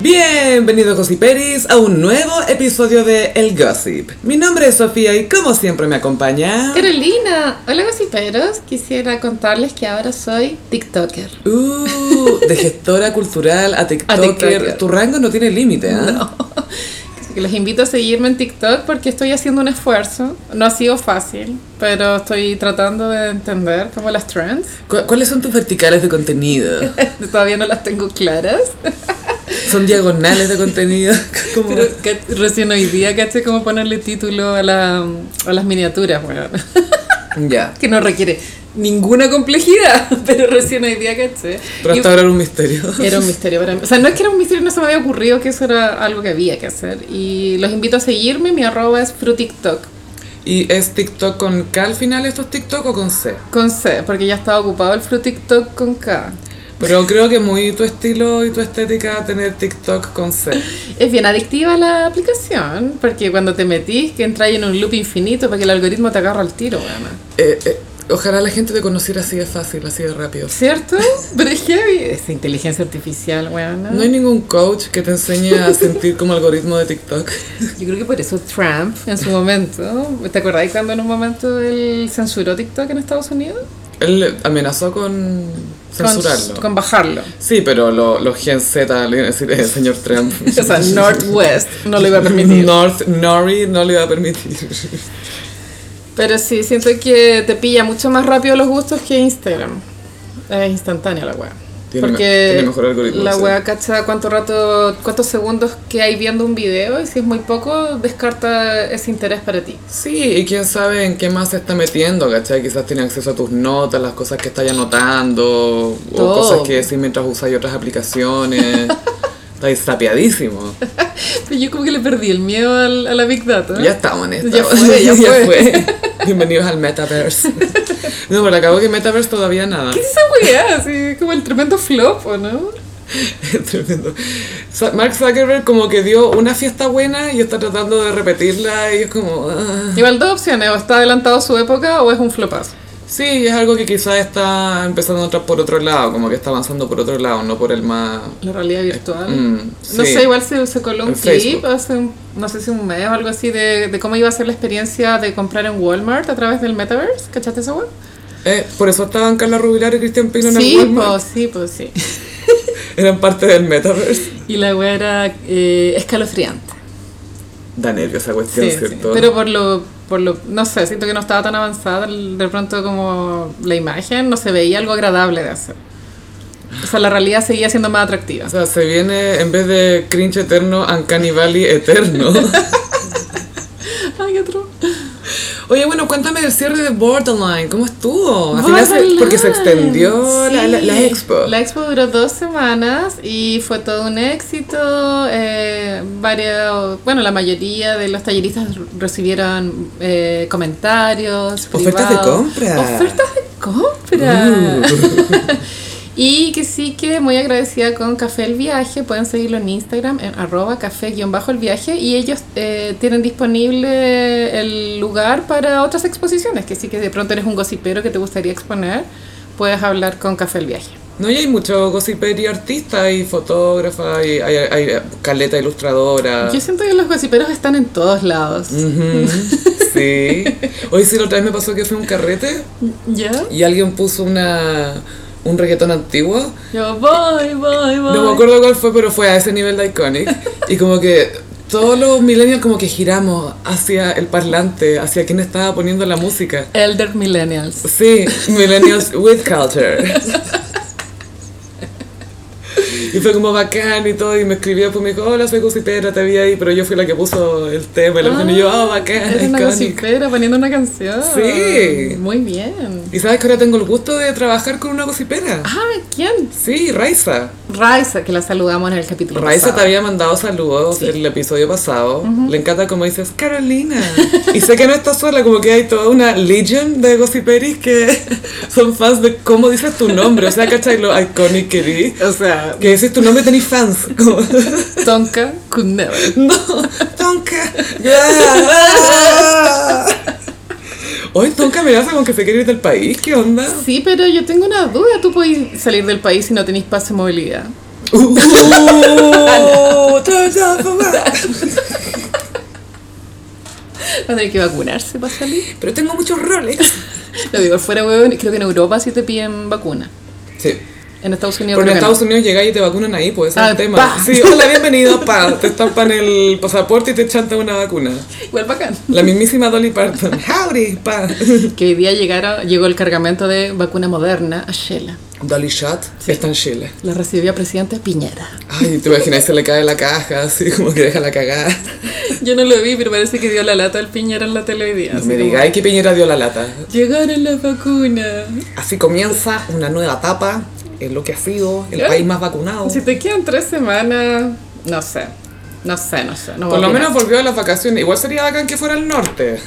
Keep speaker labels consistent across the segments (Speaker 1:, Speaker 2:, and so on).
Speaker 1: Bienvenidos Gossiperis a un nuevo episodio de El Gossip. Mi nombre es Sofía y como siempre me acompaña...
Speaker 2: Carolina, hola gossiperos, quisiera contarles que ahora soy TikToker.
Speaker 1: Uh, de gestora cultural a TikToker.
Speaker 2: TikToker.
Speaker 1: Tu rango no tiene límite, ¿ah?
Speaker 2: No. Así que Los invito a seguirme en TikTok porque estoy haciendo un esfuerzo. No ha sido fácil, pero estoy tratando de entender como las trends.
Speaker 1: ¿Cu- ¿Cuáles son tus verticales de contenido?
Speaker 2: Todavía no las tengo claras.
Speaker 1: ¿Son diagonales de contenido? Como-
Speaker 2: Pero ca- recién hoy día caché cómo ponerle título a, la- a las miniaturas, weón.
Speaker 1: Ya.
Speaker 2: Que no requiere ninguna complejidad, pero recién hoy día caché.
Speaker 1: Pero
Speaker 2: Y-
Speaker 1: hasta ahora era un misterio.
Speaker 2: Era un misterio para mí. O sea, no es que era un misterio, no se me había ocurrido que eso era algo que había que hacer. Y los invito a seguirme, mi arroba es frutiktok,
Speaker 1: ¿Y es TikTok con K al final estos TikTok o con C?
Speaker 2: con C, porque ya estaba ocupado el frutiktok con K.
Speaker 1: Pero creo que muy tu estilo y tu estética tener TikTok con C. Eh,
Speaker 2: Es bien adictiva la aplicación, porque cuando te metís, que entras en un loop infinito para que el algoritmo te agarra al tiro, weona.
Speaker 1: Eh, eh, ojalá la gente te conociera así de fácil, así de rápido.
Speaker 2: ¿Cierto? Pero es heavy. Esa inteligencia artificial, weona.
Speaker 1: No hay ningún coach que te enseñe a sentir como algoritmo de TikTok.
Speaker 2: Yo creo que por eso Trump, en su momento, ¿te acordáis cuando en un momento él censuró TikTok en Estados Unidos?
Speaker 1: Él amenazó con
Speaker 2: Con-
Speaker 1: censurarlo.
Speaker 2: con bajarlo.
Speaker 1: Sí, pero lo- los Gen Z, le iba a decir, eh, señor Trump.
Speaker 2: O sea, Northwest no lo iba a permitir.
Speaker 1: North Nori no le iba a permitir.
Speaker 2: Pero sí, siento que te pilla mucho más rápido los gustos que Instagram. Es instantánea la wea.
Speaker 1: Tiene me-
Speaker 2: Porque
Speaker 1: tiene mejor algoritmo,
Speaker 2: la
Speaker 1: sí.
Speaker 2: wea cacha cuánto rato, cuántos segundos que hay viendo un video y si es muy poco, descarta ese interés para ti.
Speaker 1: Sí, y quién sabe en qué más se está metiendo, ¿cachai? Quizás tiene acceso a tus notas, las cosas que estás anotando,
Speaker 2: Todo.
Speaker 1: o cosas que decís mientras usáis otras aplicaciones. Estáis sapeadísimo.
Speaker 2: Pero yo como que le perdí el miedo al- a la Big Data.
Speaker 1: Ya estamos en esto.
Speaker 2: Ya fue, ya fue.
Speaker 1: Bienvenidos al Metaverse. No, pero acabo que Metaverse todavía nada.
Speaker 2: ¿Qué es esa wea? Así, es como el tremendo flop, ¿o no?
Speaker 1: Tremendo. Sa- Mark Zuckerberg como que dio una fiesta buena y está tratando de repetirla y es como... ah.
Speaker 2: Igual dos opciones, o está adelantado a su época o es un flopazo.
Speaker 1: Sí, y es algo que quizás está empezando a entrar por otro lado, como que está avanzando por otro lado, no por el más...
Speaker 2: La realidad virtual.
Speaker 1: Mm,
Speaker 2: No
Speaker 1: sí.
Speaker 2: sé, igual se, se coló un
Speaker 1: En
Speaker 2: clip
Speaker 1: Facebook.
Speaker 2: hace, un- no sé si un mes o algo así, de, de cómo iba a ser la experiencia de comprar en Walmart a través del Metaverse. ¿Cachaste esa web?
Speaker 1: Eh, por eso estaban Carla Rubilar y Cristian Pino en el
Speaker 2: Sí,
Speaker 1: Walmart.
Speaker 2: pues sí, pues sí.
Speaker 1: Eran parte del Metaverse.
Speaker 2: Y la web era eh, escalofriante.
Speaker 1: Da nervio esa cuestión,
Speaker 2: Sí, sí.
Speaker 1: ¿cierto?
Speaker 2: Pero por lo, por lo, no sé, siento que no estaba tan avanzada el- de pronto como la imagen, no se veía algo agradable de hacer. O sea, la realidad seguía siendo más atractiva.
Speaker 1: O sea, se viene, en vez de cringe eterno, Uncanny Valley eterno.
Speaker 2: Ay, otro.
Speaker 1: Oye, bueno, cuéntame del cierre de Borderline. ¿Cómo estuvo? Al final se-
Speaker 2: Borderline.
Speaker 1: porque se extendió la, la-
Speaker 2: Sí.
Speaker 1: la expo.
Speaker 2: La expo duró dos semanas y fue todo un éxito. eh, varios, bueno, la mayoría de los talleristas recibieron eh, comentarios.
Speaker 1: Ofertas de
Speaker 2: privados,
Speaker 1: compra. Uh.
Speaker 2: Ofertas de compra. Y que sí que muy agradecida con Café El Viaje, pueden seguirlo en Instagram en arroba café-el viaje y ellos eh, tienen disponible el lugar para otras exposiciones, que sí que de pronto eres un gocipero que te gustaría exponer, puedes hablar con Café El Viaje.
Speaker 1: No, y hay mucho gossiper y artista y fotógrafa y hay, hay caleta ilustradora.
Speaker 2: Yo siento que los gociperos están en todos lados.
Speaker 1: Ujú, sí. Hoy sí, la otra vez me pasó que fui a un carrete
Speaker 2: Mm. ¿Ya?
Speaker 1: y alguien puso una, un reggaetón antiguo.
Speaker 2: Yo voy, voy, voy.
Speaker 1: No me acuerdo cuál fue, pero fue a ese nivel de iconic. Y como que todos los millennials como que giramos hacia el parlante, hacia quien estaba poniendo la música.
Speaker 2: Elder Millennials.
Speaker 1: Sí, millennials with culture. Y fue como bacán y todo, y me escribió después me dijo, hola, soy Gusipera, te vi ahí, pero yo fui la que puso el tema, y
Speaker 2: Ah,
Speaker 1: la canción, y yo, oh, bacán,
Speaker 2: Eres una
Speaker 1: iconic.
Speaker 2: gocipera poniendo una canción.
Speaker 1: Sí.
Speaker 2: Muy bien.
Speaker 1: Y sabes que ahora tengo el gusto de trabajar con una Gusipera.
Speaker 2: Ah, ¿quién?
Speaker 1: Sí, Raiza.
Speaker 2: Raiza, que la saludamos en el capítulo.
Speaker 1: Raiza te
Speaker 2: pasado.
Speaker 1: había mandado saludos
Speaker 2: Sí.
Speaker 1: en el episodio pasado. Le encanta como dices, Carolina. y sé que no estás sola, como que hay toda una legion de gossiperis que son fans de cómo dices tu nombre. O sea, ¿cachai? Lo iconic que di.
Speaker 2: O sea,
Speaker 1: Que decís tu nombre tenés fans. Como,
Speaker 2: Tonka could never.
Speaker 1: no, Tonka. Ah. Hoy Tonka amenaza con que se quiere ir del país. ¿Qué onda?
Speaker 2: Sí, pero yo tengo una duda. Tú podés salir del país si no tenéis pase de movilidad.
Speaker 1: Uh, turns out for what?
Speaker 2: Va a tener que vacunarse para salir.
Speaker 1: Pero tengo muchos Rolex.
Speaker 2: Lo digo, fuera huevón, creo que en Europa sí te piden vacuna.
Speaker 1: Sí.
Speaker 2: En Estados Unidos
Speaker 1: Porque en
Speaker 2: creo que no.
Speaker 1: Estados Unidos llegáis y te vacunan ahí, pues ese
Speaker 2: Ah,
Speaker 1: es el tema.
Speaker 2: pa.
Speaker 1: Sí, hola, bienvenido, pa. Te estampan el pasaporte y te chantan una vacuna.
Speaker 2: Igual bacán.
Speaker 1: La mismísima Dolly Parton. Howdy, pa.
Speaker 2: Que hoy día llegara, llegó el cargamento de vacuna moderna a Shela.
Speaker 1: Dolly Shot está en Chile.
Speaker 2: La recibió presidente Piñera.
Speaker 1: Ay, te imaginas, se le cae la caja, así como que deja la cagada.
Speaker 2: Yo no lo vi, pero parece que dio la lata al Piñera en la tele hoy día.
Speaker 1: No
Speaker 2: así
Speaker 1: me
Speaker 2: como,
Speaker 1: digáis que Piñera dio la lata.
Speaker 2: Llegaron las vacunas.
Speaker 1: Así comienza una nueva etapa en lo que ha sido el
Speaker 2: Ay.
Speaker 1: país más vacunado.
Speaker 2: Si te quedan tres semanas, no sé. No sé, no sé. no
Speaker 1: Por
Speaker 2: voy a
Speaker 1: lo
Speaker 2: opinar.
Speaker 1: menos volvió a las vacaciones. Igual sería bacán que fuera al norte.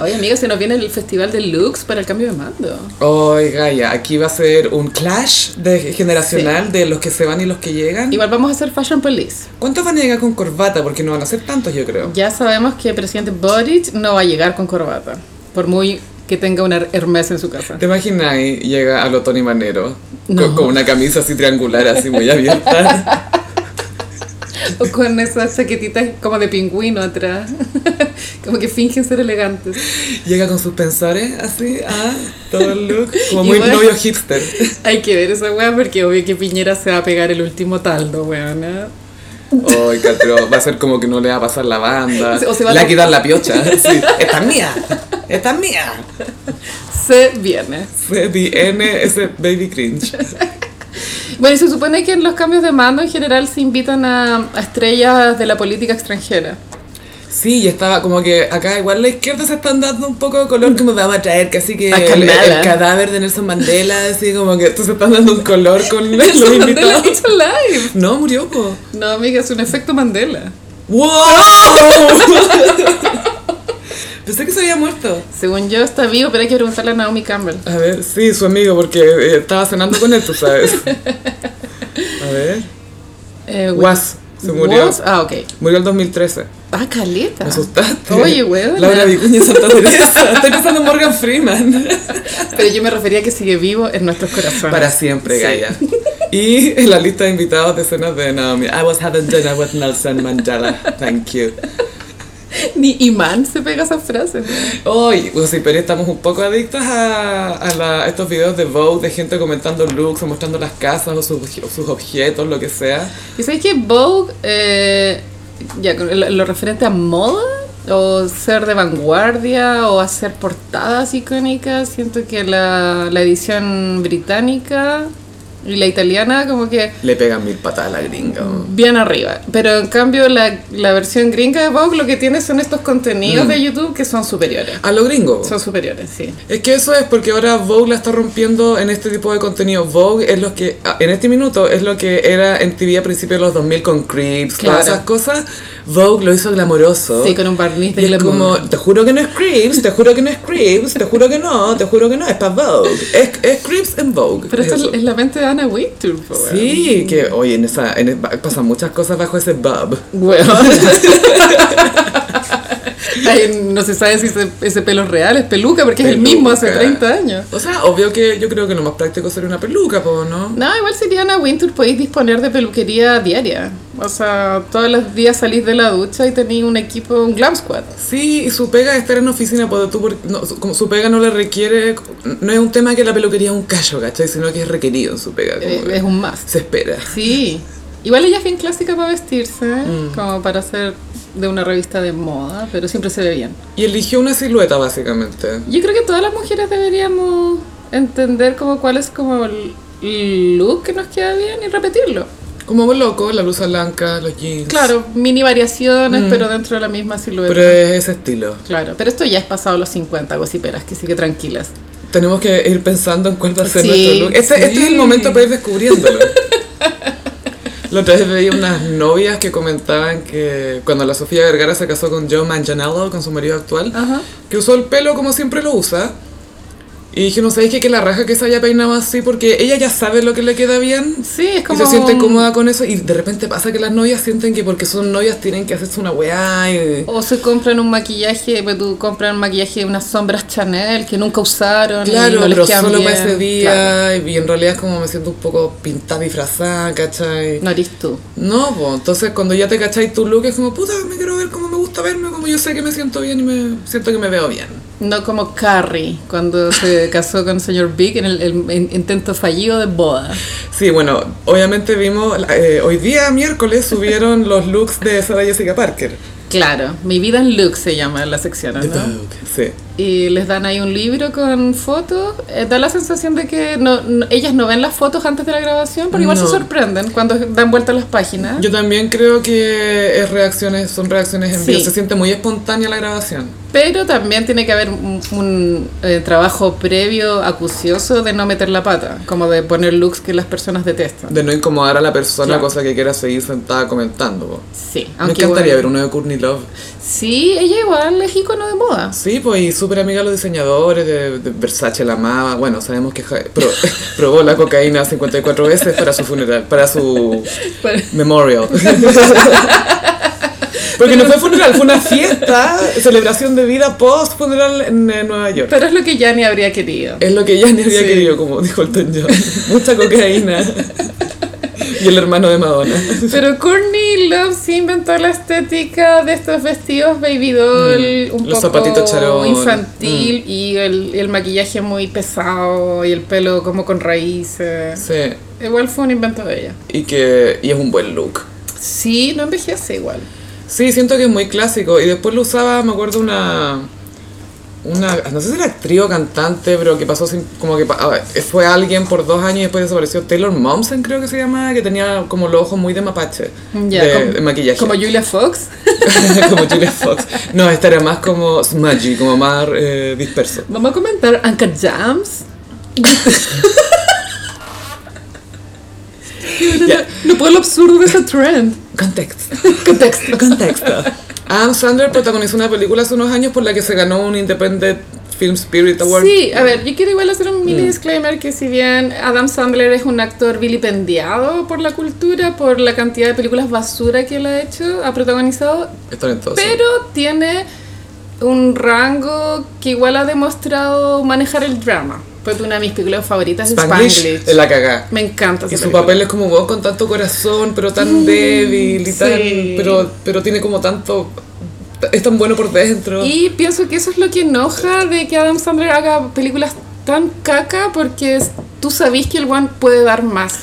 Speaker 2: Oye, amiga, se nos viene el festival de looks para el cambio de mando.
Speaker 1: Oiga, ya, aquí va a ser un clash de generacional de los que se van y los que llegan.
Speaker 2: Igual vamos a hacer Fashion Police.
Speaker 1: ¿Cuántos van a llegar con corbata? Porque no van a ser tantos, yo creo.
Speaker 2: Ya sabemos que el presidente Boric no va a llegar con corbata. Por muy que tenga una Hermes en su casa.
Speaker 1: ¿Te imaginas ahí llega a lo Tony Manero?
Speaker 2: No.
Speaker 1: Con, con una camisa así triangular, así muy abierta.
Speaker 2: O con esas chaquetitas como de pingüino atrás. como que fingen ser elegantes.
Speaker 1: llega con sus pensores, así, ah, todo el look. Como muy
Speaker 2: Igual.
Speaker 1: novio hipster.
Speaker 2: Hay que ver esa weá porque obvio que Piñera se va a pegar el último taldo, weón. ¿eh?
Speaker 1: Ay, Catro, va a ser como que no le va a pasar la banda.
Speaker 2: O se va a
Speaker 1: le va a
Speaker 2: to-
Speaker 1: quitar la piocha. Sí. Esta es mía. Esta es mía.
Speaker 2: Se viene.
Speaker 1: CDN, ese baby cringe.
Speaker 2: Bueno, y se supone que en los cambios de mando en general se invitan a, a estrellas de la política extranjera.
Speaker 1: Sí, y estaba como que acá igual la izquierda se están dando un poco de color como daba a traer casi que
Speaker 2: A
Speaker 1: el, el
Speaker 2: Kamala.
Speaker 1: cadáver de Nelson Mandela, así como que estos se están dando un color con los
Speaker 2: Nelson Mandela
Speaker 1: invitados.
Speaker 2: is alive.
Speaker 1: No, murió, po.
Speaker 2: No, amiga, es un efecto Mandela.
Speaker 1: ¡Wow! Pensé que se había muerto.
Speaker 2: Según yo está vivo, pero hay que preguntarle a Naomi Campbell.
Speaker 1: A ver, sí, su amigo, porque eh, estaba cenando con él, tú sabes. A ver.
Speaker 2: Eh,
Speaker 1: Was, se murió.
Speaker 2: Was- Ah, ok.
Speaker 1: Murió el 2013.
Speaker 2: Ah, caleta.
Speaker 1: Me asustaste.
Speaker 2: Oye, weón.
Speaker 1: Laura Vicuña Santa Teresa. Estoy pensando en Morgan Freeman.
Speaker 2: Pero yo me refería a que sigue vivo en nuestros corazones.
Speaker 1: Para siempre,
Speaker 2: Sí.
Speaker 1: Gaia. Y en la lista de invitados de cenas de Naomi. I was having dinner with Nelson Mandela. Thank you.
Speaker 2: Ni Imán se pega esas frases.
Speaker 1: Hoy, pues sí, pero estamos un poco adictas a, a la- a estos videos de Vogue, de gente comentando looks o mostrando las casas o sus, o sus objetos, lo que sea.
Speaker 2: ¿Y sabéis que Vogue, eh, ya, con lo, lo referente a moda? O ser de vanguardia, o hacer portadas icónicas. Siento que la, la edición británica y la italiana, como que
Speaker 1: Le pegan mil patadas a la gringa.
Speaker 2: bien arriba. Pero en cambio, la, la versión gringa de Vogue lo que tiene son estos contenidos
Speaker 1: Mm.
Speaker 2: de YouTube que son superiores.
Speaker 1: A lo gringo.
Speaker 2: Son superiores, sí.
Speaker 1: Es que eso es porque ahora Vogue la está rompiendo en este tipo de contenido. Vogue es lo que, ah, en este minuto, es lo que era en TV a principios de los 2000 con Creeps, todas
Speaker 2: Claro.
Speaker 1: esas cosas. Vogue lo hizo glamoroso.
Speaker 2: Sí, con un barniz
Speaker 1: Oh.
Speaker 2: de
Speaker 1: Y es
Speaker 2: glamour.
Speaker 1: como, te juro que no es Creeps, te juro que no es Creeps, te juro que no, te juro que no, es para Vogue. Es, es Creeps en Vogue.
Speaker 2: Pero
Speaker 1: es
Speaker 2: esta es,
Speaker 1: eso.
Speaker 2: la mente de Ana Wintour, po, weón.
Speaker 1: Sí, que oye, en esa, en- pasan muchas cosas bajo ese bub.
Speaker 2: Weón. Ay, no se sabe si ese, ese pelo es real, es peluca, porque es el mismo hace
Speaker 1: Peluca.
Speaker 2: 30 años.
Speaker 1: O sea, obvio que yo creo que lo más práctico sería una peluca, po, ¿no?
Speaker 2: No, igual sería Ana Wintour, podéis disponer de peluquería diaria. O sea, todos los días salís de la ducha y tenéis un equipo, un glam squad.
Speaker 1: Sí, y su pega es estar en oficina, porque tú, por- no, su- como su pega no le requiere, no es un tema que la peluquería es un callo, ¿cachai? Sino que es requerido en su pega, como
Speaker 2: Eh,
Speaker 1: que
Speaker 2: es un must.
Speaker 1: se espera.
Speaker 2: Sí. Igual ella es bien clásica para vestirse, ¿eh? como para ser de una revista de moda, pero siempre se ve bien.
Speaker 1: Y eligió una silueta, básicamente.
Speaker 2: Yo creo que todas las mujeres deberíamos entender como cuál es como el- el look que nos queda bien y repetirlo.
Speaker 1: Como loco, la blusa blanca, los jeans.
Speaker 2: Claro, mini variaciones, pero dentro de la misma silueta.
Speaker 1: Mm. Pero eh, es ese estilo.
Speaker 2: Claro, pero esto ya es pasado los 50, gossiperas, que sigue tranquilas.
Speaker 1: Tenemos que ir pensando en cuál va a ser
Speaker 2: Sí,
Speaker 1: nuestro look. Este, este
Speaker 2: sí.
Speaker 1: es el momento para ir descubriéndolo. La otra vez veía unas novias que comentaban que cuando la Sofía Vergara se
Speaker 2: Ah.
Speaker 1: casó con Joe Manganiello, con su marido actual,
Speaker 2: Ajá.
Speaker 1: que usó el pelo como siempre lo usa. Y dije, no sabéis que, que la raja que se haya peinado así porque ella ya sabe lo que le queda bien.
Speaker 2: Sí, es como.
Speaker 1: Y se siente cómoda con eso y de repente pasa que las novias sienten que porque son novias tienen que hacerse una weá y...
Speaker 2: O se compran un maquillaje, pues tú compran maquillaje de unas sombras Chanel que nunca usaron. y
Speaker 1: Claro,
Speaker 2: no les
Speaker 1: pero
Speaker 2: quedan
Speaker 1: solo
Speaker 2: bien.
Speaker 1: para ese día
Speaker 2: Claro,
Speaker 1: y en realidad es como me siento un poco pintada, disfrazada, ¿cachai?
Speaker 2: no eres tú.
Speaker 1: No, pues entonces cuando ya te cacháis tu look es como, puta, me quiero ver como me gusta verme, como yo sé que me siento bien y me siento que me veo bien.
Speaker 2: No como Carrie cuando se casó con el señor Big en el, el in- intento fallido de boda.
Speaker 1: Sí, bueno, obviamente vimos, eh, hoy día miércoles subieron los looks de Sarah Jessica Parker.
Speaker 2: Claro, Mi vida en look se llama la sección, ¿no?
Speaker 1: Sí.
Speaker 2: Y les dan ahí un libro con fotos. Eh, da la sensación de que no, no- ellas no ven las fotos antes de la grabación, pero igual
Speaker 1: No.
Speaker 2: se sorprenden cuando dan vuelta las páginas.
Speaker 1: Yo también creo que es reacciones, son reacciones en
Speaker 2: Sí.
Speaker 1: vivo, se siente muy espontánea la grabación.
Speaker 2: Pero también tiene que haber un, un, eh, trabajo previo acucioso de no meter la pata, como de poner looks que las personas detestan.
Speaker 1: De no incomodar a la persona,
Speaker 2: Claro.
Speaker 1: cosa que quiera seguir sentada comentando. po.
Speaker 2: Sí,
Speaker 1: Me
Speaker 2: aunque
Speaker 1: encantaría ver
Speaker 2: bueno.
Speaker 1: uno de Courtney Love.
Speaker 2: Sí, ella igual es icono de moda.
Speaker 1: Sí, pues y súper amiga de los diseñadores, de, de Versace la amaba. Bueno, sabemos que ja- pro- probó la cocaína 54 veces para su funeral, para su memorial. Porque no fue funeral, fue una fiesta, celebración de vida post funeral en, eh, Nueva York.
Speaker 2: Pero es lo que Yanni habría querido.
Speaker 1: Es lo que ella ni había
Speaker 2: Sí.
Speaker 1: querido, como dijo Elton John. Mucha cocaína. Y el hermano de Madonna.
Speaker 2: Pero Courtney Love sí inventó la estética de estos vestidos baby doll, un
Speaker 1: Mm. los
Speaker 2: poco
Speaker 1: zapatitos charol. Mm.
Speaker 2: infantil y el, el maquillaje muy pesado y el pelo como con raíces.
Speaker 1: Sí.
Speaker 2: Igual fue un invento de ella.
Speaker 1: Y que y es un buen look.
Speaker 2: Sí, no envejece igual.
Speaker 1: Sí, siento que es muy clásico. Y después lo usaba, me acuerdo, una. Una, no sé si era actriz o cantante, pero que pasó sin- como que pa- a ver, fue alguien por dos años y después desapareció. Taylor Momsen, creo que se llamaba, que tenía como los ojos muy de mapache.
Speaker 2: Ya,
Speaker 1: de,
Speaker 2: como-
Speaker 1: de maquillaje.
Speaker 2: Como Julia Fox.
Speaker 1: como Julia Fox. No, esta era más como smudgy, como más eh, disperso.
Speaker 2: Vamos a comentar Anka Jams.
Speaker 1: Ya.
Speaker 2: No puedo lo absurdo de esa trend.
Speaker 1: Contexto.
Speaker 2: Contexto.
Speaker 1: Contexto. Adam Sandler protagonizó una película hace unos años por la que se ganó un Independent Film Spirit Award.
Speaker 2: Sí, a ver, yo quiero igual hacer un mini disclaimer que si bien Adam Sandler es un actor vilipendiado por la cultura, por la cantidad de películas basura que él ha hecho, ha protagonizado,
Speaker 1: Están en todos.
Speaker 2: pero tiene un rango que igual ha demostrado manejar el drama. Pues una de mis películas favoritas es
Speaker 1: Spanglish,
Speaker 2: Spanglish.
Speaker 1: de la cagá.
Speaker 2: Me encanta.
Speaker 1: Y
Speaker 2: esa
Speaker 1: su
Speaker 2: película.
Speaker 1: papel es como un weón con tanto corazón, pero tan débil y
Speaker 2: Mm, sí.
Speaker 1: tan. Pero, pero tiene como tanto. Es tan bueno por dentro.
Speaker 2: Y pienso que eso es lo que enoja de que Adam Sandler haga películas tan caca porque es- tú sabís que el one puede dar más.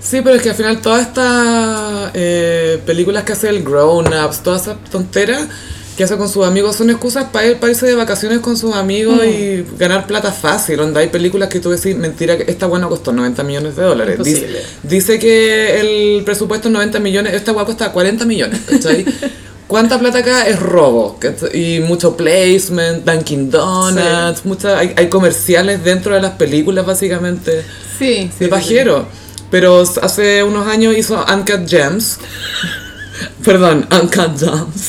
Speaker 1: Sí, pero es que al final todas estas eh, películas que hace el Grown Ups, todas esas tonteras que hace con sus amigos son excusas para ir, para irse de vacaciones con sus amigos y ganar plata fácil. Onda, hay películas que tú decís, mentira, que esta buena costó 90 millones de dólares. Dice,
Speaker 2: Imposible.
Speaker 1: dice que el presupuesto es 90 millones, esta guapa cuesta 40 millones, ¿cachai? ¿Cuánta plata acá es robo? ¿cachai? Y mucho placement, Dunkin' Donuts, mucha- hay, hay comerciales dentro de las películas básicamente
Speaker 2: Sí,
Speaker 1: de pajero. Pero s- hace unos años hizo Uncut Gems. Perdón, Uncut Gems.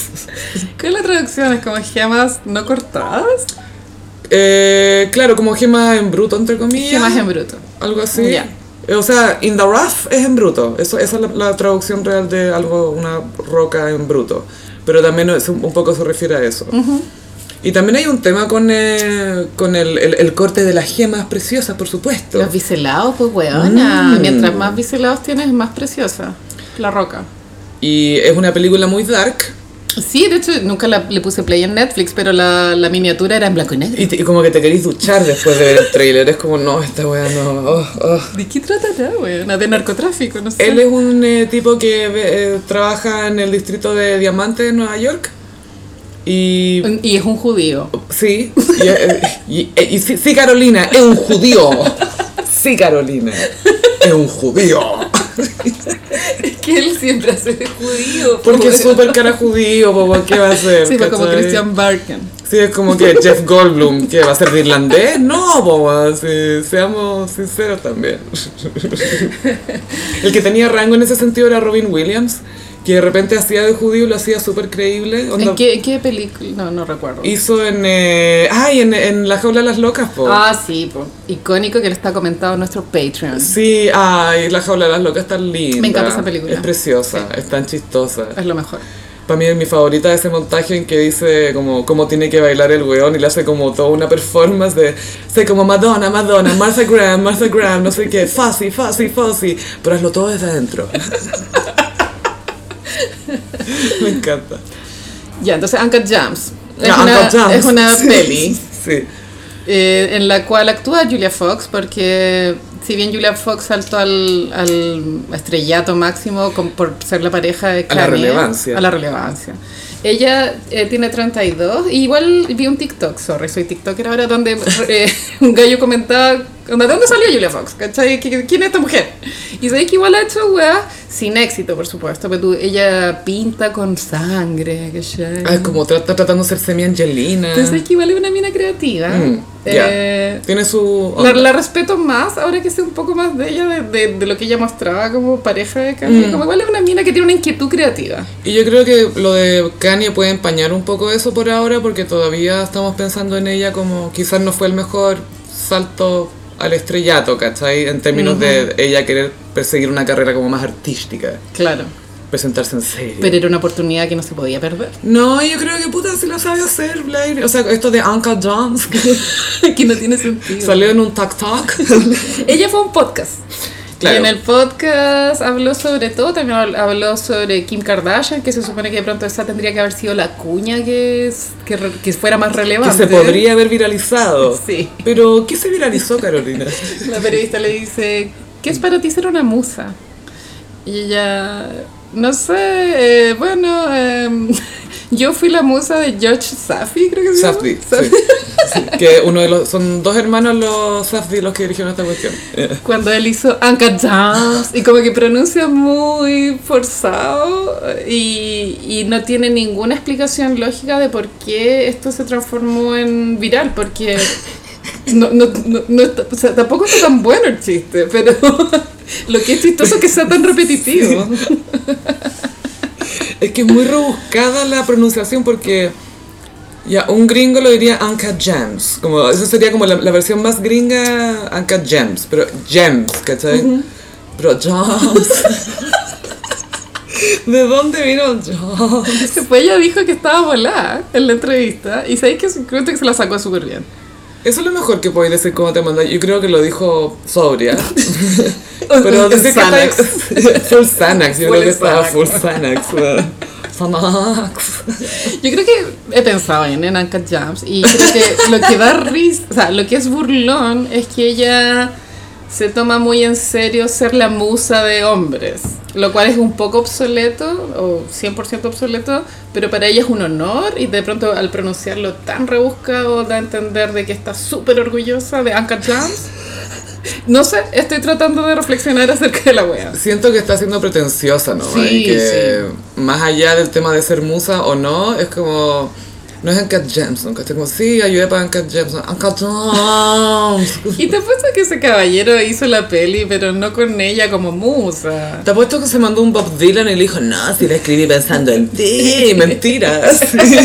Speaker 2: ¿Qué es la traducción? ¿Es como gemas no cortadas?
Speaker 1: Eh, claro, como gemas en bruto, entre comillas.
Speaker 2: Gemas en bruto.
Speaker 1: Algo así.
Speaker 2: Ya.
Speaker 1: Eh, O sea, in the rough es en bruto. Eso, esa es la, la traducción real de algo, una roca en bruto. Pero también es un, un poco se refiere a eso. Y también hay un tema con, eh, con el, el- el corte de las gemas preciosas, por supuesto.
Speaker 2: Los biselados, pues weona.
Speaker 1: Mm.
Speaker 2: Mientras más biselados tienes, más preciosa. La roca.
Speaker 1: Y es una película muy dark.
Speaker 2: Sí, de hecho, nunca la- le puse play en Netflix, pero la, la miniatura era en blanco y negro.
Speaker 1: Y, te- y como que te querís duchar después de ver el trailer. Es como, no, esta weá no. oh, oh.
Speaker 2: ¿De qué tratará, weona? De narcotráfico, no sé.
Speaker 1: Él es un eh, tipo que ve- eh, trabaja en el distrito de Diamante de Nueva York. Y.
Speaker 2: Y es un judío.
Speaker 1: Sí. Y, eh, y- eh, y sí, sí, Carolina, es un judío. Sí, Carolina, es un judío.
Speaker 2: Es que él siempre hace de judío. pues.
Speaker 1: Porque es súper cara judío, bobo, ¿qué va a ser?
Speaker 2: Sí, pues como
Speaker 1: ¿Cachai?
Speaker 2: Christian Barken.
Speaker 1: Sí, es como que Jeff Goldblum, que va a ser de irlandés. No, boba, sí, seamos sinceros también. El que tenía rango en ese sentido era Robin Williams, que de repente hacía de judío y lo hacía súper creíble. onda-
Speaker 2: ¿En qué, qué película? No, no recuerdo.
Speaker 1: Hizo en. Eh, ¡Ay! En, en La Jaula de las Locas, po.
Speaker 2: Ah, sí, po. icónico que lo está comentado en nuestro Patreon.
Speaker 1: Sí, ay, La Jaula de las Locas está linda.
Speaker 2: Me encanta esa película.
Speaker 1: Es preciosa, es tan chistosa.
Speaker 2: Es lo mejor.
Speaker 1: Para mí es mi favorita ese montaje en que dice como cómo tiene que bailar el weón y le hace como toda una performance de, sé como Madonna, Madonna, Martha Graham, Martha Graham, no sé qué, Fuzzy, Fuzzy, Fuzzy, pero hazlo todo desde adentro. Me encanta.
Speaker 2: Ya, entonces Uncut Jams. Es
Speaker 1: Ah,
Speaker 2: una,
Speaker 1: Uncle James.
Speaker 2: Es una
Speaker 1: Sí,
Speaker 2: peli
Speaker 1: Sí.
Speaker 2: eh, en la cual actúa Julia Fox porque si bien Julia Fox saltó al, al estrellato máximo con- por ser la pareja de
Speaker 1: A la
Speaker 2: Kanye,
Speaker 1: relevancia.
Speaker 2: A la relevancia. Ella eh, tiene 32 y igual vi un TikTok, sorry, soy TikToker ahora, donde eh, un gallo comentaba, onda, ¿de dónde salió Julia Fox? ¿Cachai? ¿Qui- qui- ¿Quién es esta mujer? Y sabéis que igual ha hecho weá, sin éxito, por supuesto, pero tú- ella pinta con sangre, ¿cachai?
Speaker 1: Ah, es como tra- está tratando de ser semi-angelina.
Speaker 2: Entonces que igual es una mina creativa.
Speaker 1: Mm, ya.
Speaker 2: Eh,
Speaker 1: Tiene su...
Speaker 2: la, la respeto más ahora que sé un poco más de ella, de, de- de lo que ella mostraba como pareja de Kanye.
Speaker 1: Mm.
Speaker 2: Como igual es una mina que tiene una inquietud creativa.
Speaker 1: Y yo creo que lo de Kanye puede empañar un poco eso por ahora porque todavía estamos pensando en ella como quizás no fue el mejor salto al estrellato, ¿cachai? En términos de ella querer perseguir una carrera como más artística,
Speaker 2: Claro.
Speaker 1: Eh. presentarse en serio.
Speaker 2: Pero era una oportunidad que no se podía perder.
Speaker 1: no, yo creo que puta si lo sabe hacer, Blair. O sea, esto de Uncle John's que
Speaker 2: que no tiene sentido.
Speaker 1: salió en un Tac Tac.
Speaker 2: Ella fue a un podcast.
Speaker 1: Claro.
Speaker 2: Y en el podcast habló sobre todo, también habl- habló sobre Kim Kardashian, que se supone que de pronto esa tendría que haber sido la cuña que, es- que, re- que fuera más
Speaker 1: que
Speaker 2: relevante.
Speaker 1: se podría haber viralizado.
Speaker 2: Sí.
Speaker 1: Pero, ¿qué se viralizó, Carolina?
Speaker 2: La periodista le dice, ¿qué es para ti ser una musa? Y ella, no sé, eh, bueno, em, yo fui la musa de George Safi, creo que se llama.
Speaker 1: Safdie, sí. Sí, Que uno de los, son dos hermanos los Safdie los que dirigieron esta cuestión.
Speaker 2: Cuando él hizo Anka Jams y como que pronuncia muy forzado y, y no tiene ninguna explicación lógica de por qué esto se transformó en viral, porque no, no, no, no está- o sea, tampoco está tan bueno el chiste, pero lo que es chistoso es que sea tan repetitivo.
Speaker 1: Es que es muy rebuscada la pronunciación porque ya un gringo lo diría Anka Gems. Como, eso sería como la, la versión más gringa Anka Gems, pero Gems, ¿cachai? Pero Gems. ¿De dónde vino el Gems?
Speaker 2: Después ella Este dijo que estaba volada en la entrevista y sabéis que se- creo que se la sacó súper bien.
Speaker 1: Eso es lo mejor que podéis decir cómo te mandáis. Yo creo que lo dijo sobria. Pero
Speaker 2: El
Speaker 1: desde que
Speaker 2: Xanax.
Speaker 1: está- Full Sanax, yo
Speaker 2: Full
Speaker 1: creo que estaba
Speaker 2: Xanax.
Speaker 1: full Sanax. Sanax.
Speaker 2: Yo creo que he pensado en, en Uncut Jams y creo que lo que da risa, o sea, lo que es burlón es que ella se toma muy en serio ser la musa de hombres, lo cual es un poco obsoleto o 100% obsoleto, pero para ella es un honor y de pronto al pronunciarlo tan rebuscado da a entender de que está súper orgullosa de Uncut Jams. No sé, estoy tratando de reflexionar acerca de la wea.
Speaker 1: Siento que está siendo pretenciosa, ¿no?
Speaker 2: Sí,
Speaker 1: y que más allá del tema de ser musa o no, es como. No es Anka Jameson, que estoy como, sí, ayudé para Anka Jameson. Anka Jameson.
Speaker 2: Y te apuesto que ese caballero hizo la peli, pero no con ella como musa.
Speaker 1: Te apuesto que se mandó un Bob Dylan y le dijo, no, si la escribí pensando en ti. Mentiras.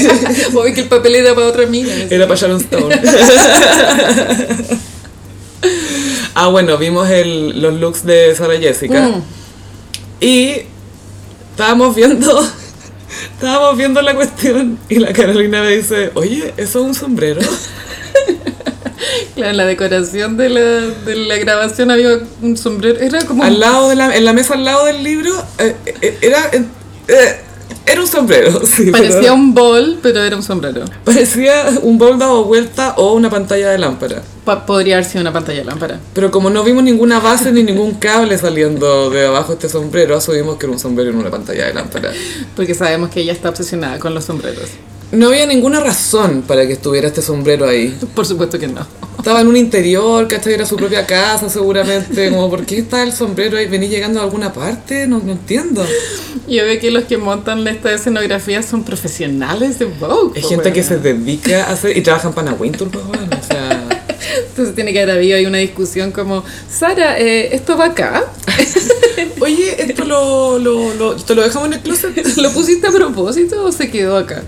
Speaker 2: O vi que el papel era para otra mina.
Speaker 1: Era para Sharon Stone. ah, bueno, vimos el- los looks de Sara Jessica.
Speaker 2: Mm.
Speaker 1: Y estábamos viendo. Estábamos viendo la cuestión y la Carolina me dice, oye, ¿eso es un sombrero?
Speaker 2: Claro, en la decoración de la, de la grabación había un sombrero. Era como.
Speaker 1: Al lado de la, en la mesa al lado del libro, eh, eh, era, eh, era un sombrero. sí,
Speaker 2: parecía
Speaker 1: pero-
Speaker 2: un bol, pero era un sombrero.
Speaker 1: parecía un bol dado vuelta o una pantalla de lámpara.
Speaker 2: Pa- podría haber sido una pantalla de lámpara.
Speaker 1: Pero como no vimos ninguna base ni ningún cable saliendo de abajo de este sombrero, asumimos que era un sombrero en una pantalla de lámpara.
Speaker 2: Porque sabemos que ella está obsesionada con los sombreros.
Speaker 1: No había ninguna razón para que estuviera este sombrero ahí.
Speaker 2: Por supuesto que no.
Speaker 1: Estaba en un interior, ¿cachai? Era su propia casa seguramente. Como, ¿por qué está el sombrero ahí? ¿Venís llegando a alguna parte? No, no entiendo.
Speaker 2: Yo veo que los que montan esta escenografía son profesionales de Vogue.
Speaker 1: Es gente que se
Speaker 2: weona.
Speaker 1: dedica a hacer... Y trabajan para Winter, pues, bueno, o sea...
Speaker 2: Entonces tiene que haber habido ahí una discusión como, Sara, eh, ¿esto va acá?
Speaker 1: Oye, esto lo, lo, lo- te lo dejamos en el closet.
Speaker 2: ¿Lo pusiste a propósito o se quedó acá?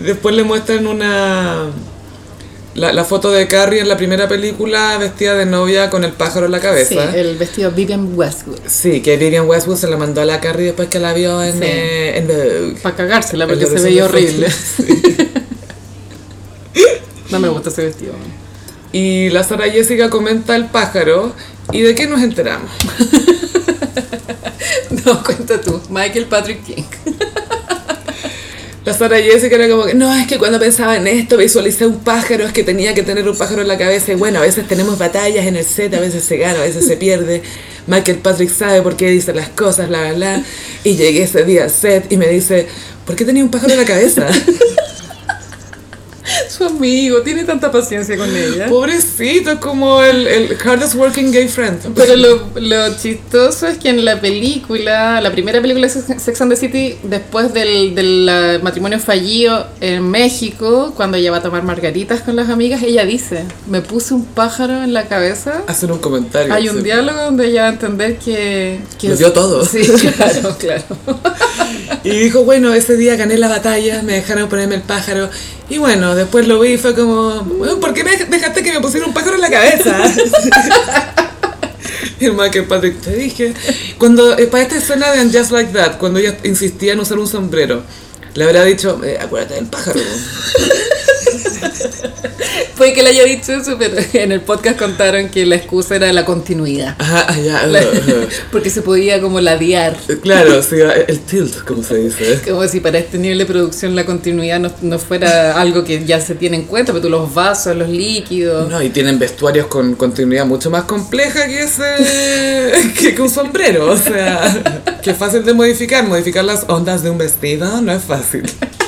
Speaker 1: Después le muestran una. La, la foto de Carrie en la primera película vestida de novia con el pájaro en la cabeza.
Speaker 2: Sí, el vestido Vivian Westwood.
Speaker 1: Sí, que Vivian Westwood se la mandó a la Carrie después que la vio en,
Speaker 2: Sí.
Speaker 1: eh, en Vogue.
Speaker 2: Para cagársela porque
Speaker 1: El de
Speaker 2: se veía
Speaker 1: Resident
Speaker 2: horrible.
Speaker 1: Evil.
Speaker 2: No me gusta ese vestido.
Speaker 1: Y la Sara Jessica comenta el pájaro. ¿Y de qué nos enteramos?
Speaker 2: No, cuenta tú. Michael Patrick King.
Speaker 1: La Sara Jessica era como que, no, es que cuando pensaba en esto visualicé un pájaro, es que tenía que tener un pájaro en la cabeza. Y bueno, a veces tenemos batallas en el set, a veces se gana, a veces se pierde. Michael Patrick sabe por qué dice las cosas, bla, bla, bla. Y llegué ese día al set y me dice, ¿por qué tenía un pájaro en la cabeza?
Speaker 2: Su amigo, tiene tanta paciencia con ella.
Speaker 1: Pobrecito, es como el, el hardest working gay friend.
Speaker 2: Pero lo, lo chistoso es que en la película, la primera película de Sex Sex and the City, después del, del ah, matrimonio fallido en México, cuando ella va a tomar margaritas con las amigas, ella dice, me puse un pájaro en la cabeza.
Speaker 1: Hacen un comentario.
Speaker 2: Hay un
Speaker 1: Ah, sí.
Speaker 2: diálogo donde ella va a entender que... que
Speaker 1: Lo dio todo.
Speaker 2: Sí, claro, claro.
Speaker 1: Y dijo, bueno, ese día gané la batalla, me dejaron ponerme el pájaro. Y bueno, después lo vi y fue como, "Bueno, ¿por qué me dej- dejaste que me pusiera un pájaro en la cabeza? Y el Michael Patrick, te dije. Cuando, eh, para esta escena de And Just Like That, cuando ella insistía en usar un sombrero, le habrá dicho, "Eh, acuérdate del pájaro.
Speaker 2: Puede que le haya dicho eso, pero en el podcast contaron que la excusa era la continuidad.
Speaker 1: Ajá, ah, ya,
Speaker 2: La-
Speaker 1: eh,
Speaker 2: porque se podía como ladear.
Speaker 1: eh. Claro, sí, el tilt, como se dice.
Speaker 2: Como si para este nivel de producción la continuidad no, no fuera algo que ya se tiene en cuenta, pero tú los vasos, los líquidos.
Speaker 1: No, y tienen vestuarios con continuidad mucho más compleja que ese que, que un sombrero, o sea, que es fácil de modificar, modificar las ondas de un vestido no es fácil.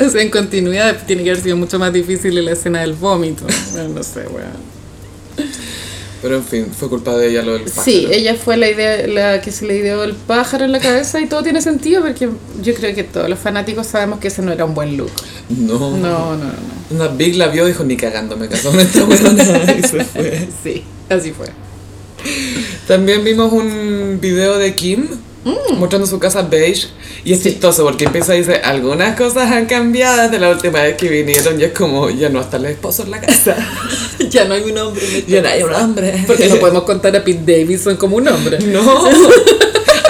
Speaker 2: O sea, en continuidad tiene que haber sido mucho más difícil la escena del vómito. Bueno, no sé, weón.
Speaker 1: Pero en fin, fue culpa de ella lo del pájaro.
Speaker 2: Sí, ella fue la idea, la que se le dio el pájaro en la cabeza y todo tiene sentido porque yo creo que todos los fanáticos sabemos que ese no era un buen look.
Speaker 1: No.
Speaker 2: No, no, no. no.
Speaker 1: Una Big la vio y dijo, ni cagando, me casó con esta weona", y se fue.
Speaker 2: Sí, así fue.
Speaker 1: También vimos un video de Kim mostrando su casa beige y es chistoso porque empieza a decir, algunas cosas han cambiado de la última vez que vinieron y es como, ya no está el esposo en la casa,
Speaker 2: Ya no hay un hombre.
Speaker 1: ya no hay un hombre.
Speaker 2: Porque no podemos contar a Pete Davidson como un hombre.
Speaker 1: No.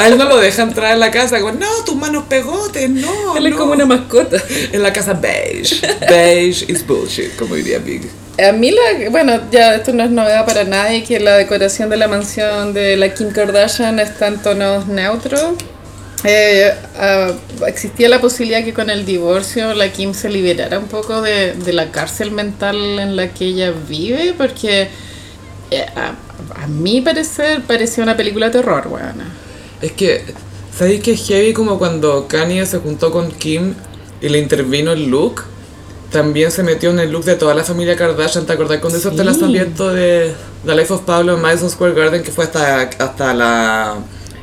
Speaker 1: A él no lo deja entrar en la casa. Como, no, tus manos pegotes, no.
Speaker 2: Él es
Speaker 1: no".
Speaker 2: como una mascota.
Speaker 1: En la casa beige. Beige is bullshit, como diría Big.
Speaker 2: A mí la, bueno, ya esto no es novedad para nadie, que la decoración de la mansión de la Kim Kardashian está en tonos neutros. Eh, ah, existía la posibilidad que con el divorcio la Kim se liberara un poco de, de la cárcel mental en la que ella vive, porque eh, a, a mi parecer parecía una película de terror, weona.
Speaker 1: Es que, ¿sabéis que es heavy como cuando Kanye se juntó con Kim y le intervino el look? También se metió en el look de toda la familia Kardashian, ¿te acordás? Cuando hizo este
Speaker 2: Sí.
Speaker 1: lanzamiento de The Life of Pablo en Madison Square Garden, que fue hasta, hasta la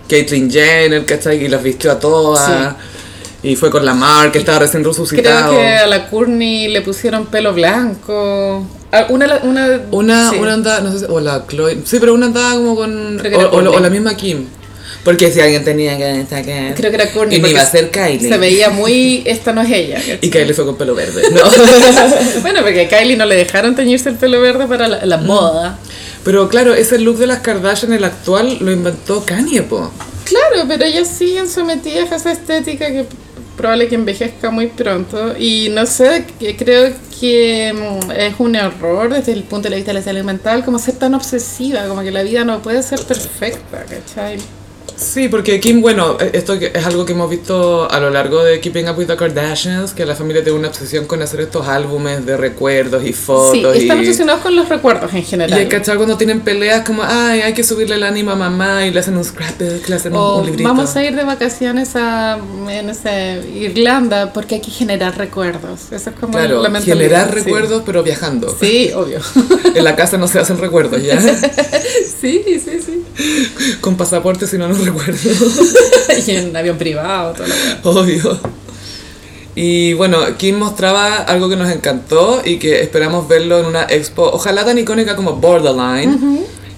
Speaker 1: Caitlyn Jenner, ¿cachai? Y las vistió a todas. Y fue con Lamar, que estaba recién resucitado.
Speaker 2: Creo que a la Courtney le pusieron pelo blanco. Ah, Una, una,
Speaker 1: Una,
Speaker 2: sí.
Speaker 1: una andaba, no sé, si- o la Chloe, sí, pero una andaba como con,
Speaker 2: Creo que
Speaker 1: o,
Speaker 2: era
Speaker 1: o lo- o la
Speaker 2: Courtney.
Speaker 1: misma Kim. Porque si alguien tenía que destacar,
Speaker 2: Creo que era Courtney.
Speaker 1: y no
Speaker 2: porque
Speaker 1: iba a ser Kylie.
Speaker 2: Se veía muy, esta no es ella. ¿cachai?
Speaker 1: Y Kylie fue con pelo verde, ¿no?
Speaker 2: bueno, porque a Kylie no le dejaron teñirse el pelo verde para la,
Speaker 1: Mm.
Speaker 2: la moda.
Speaker 1: pero claro, ese look de las Kardashian, el actual, lo inventó Kanye, po.
Speaker 2: Claro, pero ellas siguen sometidas a esa estética que probable que envejezca muy pronto. Y no sé, que creo que mm, es un error desde el punto de vista de la salud mental, como ser tan obsesiva, como que la vida no puede ser perfecta, ¿cachai?
Speaker 1: Sí, porque Kim, bueno, eh, esto que- es algo que hemos visto a lo largo de Keeping Up with the Kardashians, que la familia tiene una obsesión con hacer estos álbumes de recuerdos y
Speaker 2: Sí,
Speaker 1: fotos.
Speaker 2: están
Speaker 1: y...
Speaker 2: obsesionados con los recuerdos en
Speaker 1: Y
Speaker 2: general.
Speaker 1: el cachado cuando tienen peleas como, ay, hay que subirle el ánimo a mamá y le hacen un scrapbook, le hacen un-
Speaker 2: O
Speaker 1: un librito.
Speaker 2: vamos a ir de vacaciones a, eh, no sé, Irlanda porque hay que generar recuerdos. Eso es como
Speaker 1: Claro,
Speaker 2: la mentalidad,
Speaker 1: generar
Speaker 2: sí.
Speaker 1: recuerdos pero viajando.
Speaker 2: Sí, obvio.
Speaker 1: En la casa no se hacen recuerdos ya.
Speaker 2: sí, sí, sí.
Speaker 1: Con pasaporte si no, no recuerdo.
Speaker 2: Y en avión privado, todo lo que-
Speaker 1: Obvio. Y bueno, Kim mostraba algo que nos encantó y que esperamos verlo en una expo, ojalá tan icónica como Borderline,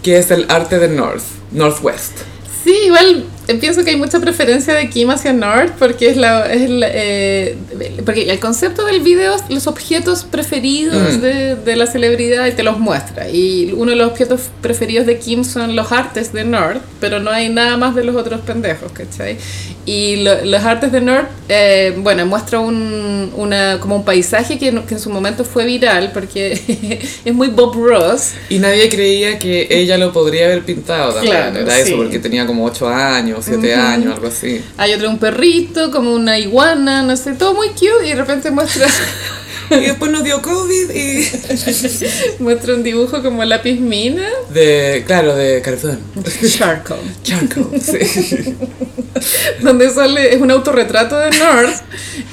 Speaker 1: que es el arte del North, Northwest.
Speaker 2: Sí, igual eh, pienso que hay mucha preferencia de Kim hacia Nord porque es la, es la, eh, porque el concepto del video es los objetos preferidos
Speaker 1: Mm.
Speaker 2: de, de la celebridad y te los muestra y uno de los objetos preferidos de Kim son los artes de Nord pero no hay nada más de los otros pendejos ¿cachai? y lo- los artes de Nord eh, bueno muestra un, una, como un paisaje que, en- que en su momento fue viral porque es muy Bob Ross
Speaker 1: Y nadie creía que ella lo podría haber pintado también.
Speaker 2: Claro,
Speaker 1: Era
Speaker 2: sí.
Speaker 1: eso, porque tenía como 8 años, 7 años, algo así.
Speaker 2: Hay otro un perrito, como una iguana, no sé, todo muy cute y de repente muestra,
Speaker 1: Y después nos dio COVID y...
Speaker 2: muestra un dibujo como lápiz mina.
Speaker 1: De, claro, de cartón.
Speaker 2: Charcoal.
Speaker 1: Charcoal, sí.
Speaker 2: Donde sale, es un autorretrato de Nord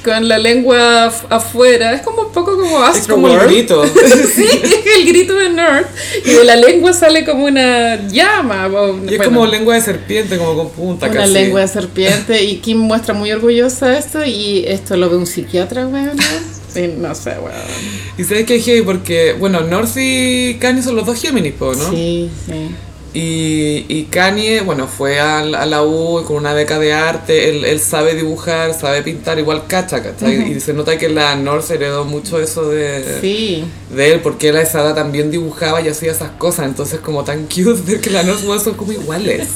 Speaker 2: con la lengua af- afuera. Es como un poco como
Speaker 1: Es como el
Speaker 2: Astroworld.
Speaker 1: grito.
Speaker 2: Sí, es el grito de Nord. Y de la lengua sale como una llama. o-
Speaker 1: Y es
Speaker 2: bueno,
Speaker 1: como lengua de serpiente, como con punta
Speaker 2: una
Speaker 1: casi.
Speaker 2: lengua de serpiente. Y Kim muestra muy orgullosa esto. Y esto lo ve un psiquiatra, weón. Y no sé, weón.
Speaker 1: Y sabes que es heavy porque, bueno, North y Kanye son los dos Géminis, po, ¿no?
Speaker 2: Sí, sí.
Speaker 1: Y, y Kanye, bueno, fue al- a, la U con una beca de arte, él, él sabe dibujar, sabe pintar, igual cacha, ¿cachai? Y se nota que la North heredó mucho eso de,
Speaker 2: Sí.
Speaker 1: de él, porque él a esa edad también dibujaba y hacía esas cosas, entonces como tan cute ver que las North son como iguales,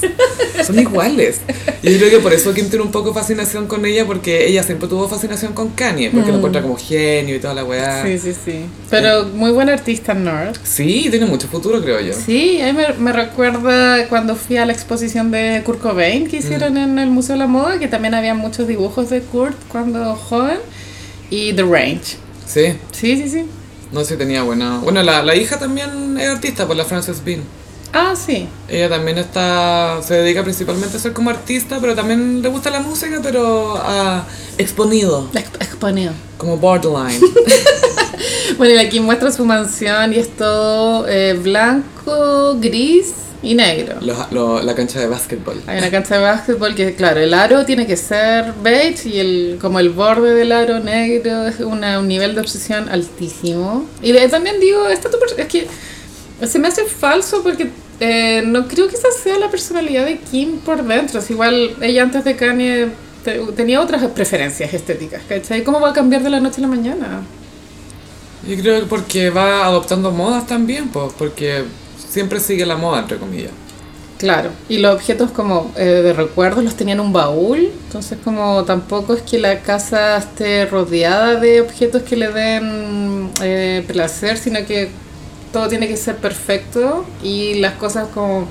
Speaker 1: son iguales. Y yo creo que por eso Kim tiene un poco fascinación con ella, porque ella siempre tuvo fascinación con Kanye, porque lo encuentra como genio y toda la weá.
Speaker 2: Mm. Sí, sí, sí. Pero muy buen artista Nord.
Speaker 1: Sí, tiene mucho futuro, creo yo.
Speaker 2: Sí, a mí me, me recuerda cuando fui a la exposición de Kurt Cobain que hicieron en el Museo de la Moda, que también había muchos dibujos de Kurt cuando joven, y The Range.
Speaker 1: Sí,
Speaker 2: Sí, sí, sí.
Speaker 1: no sé si tenía buena... Bueno, la, la hija también es artista, por la Frances Bean.
Speaker 2: Ah, sí.
Speaker 1: Ella también está, se dedica principalmente a ser como artista, pero también le gusta la música, pero a exponido,
Speaker 2: La exp- exponeo.
Speaker 1: como borderline.
Speaker 2: Bueno, y aquí muestra su mansión y es todo eh, blanco, gris y negro.
Speaker 1: Los- lo- la cancha de básquetbol.
Speaker 2: Hay una cancha de básquetbol que, claro, el aro tiene que ser beige y el como el borde del aro negro es una, un nivel de obsesión altísimo. Y de- también digo, esta tu pers- es que se me hace falso porque eh, no creo que esa sea la personalidad de Kim por dentro. Es igual ella antes de Kanye te- tenía otras preferencias estéticas, ¿cachai? ¿Cómo va a cambiar de la noche a la mañana?
Speaker 1: Yo creo que porque va adoptando modas también, pues, porque siempre sigue la moda, entre comillas.
Speaker 2: Claro, y los objetos como eh, de recuerdos los tenían en un baúl, entonces como tampoco es que la casa esté rodeada de objetos que le den eh, placer, sino que todo tiene que ser perfecto y las cosas como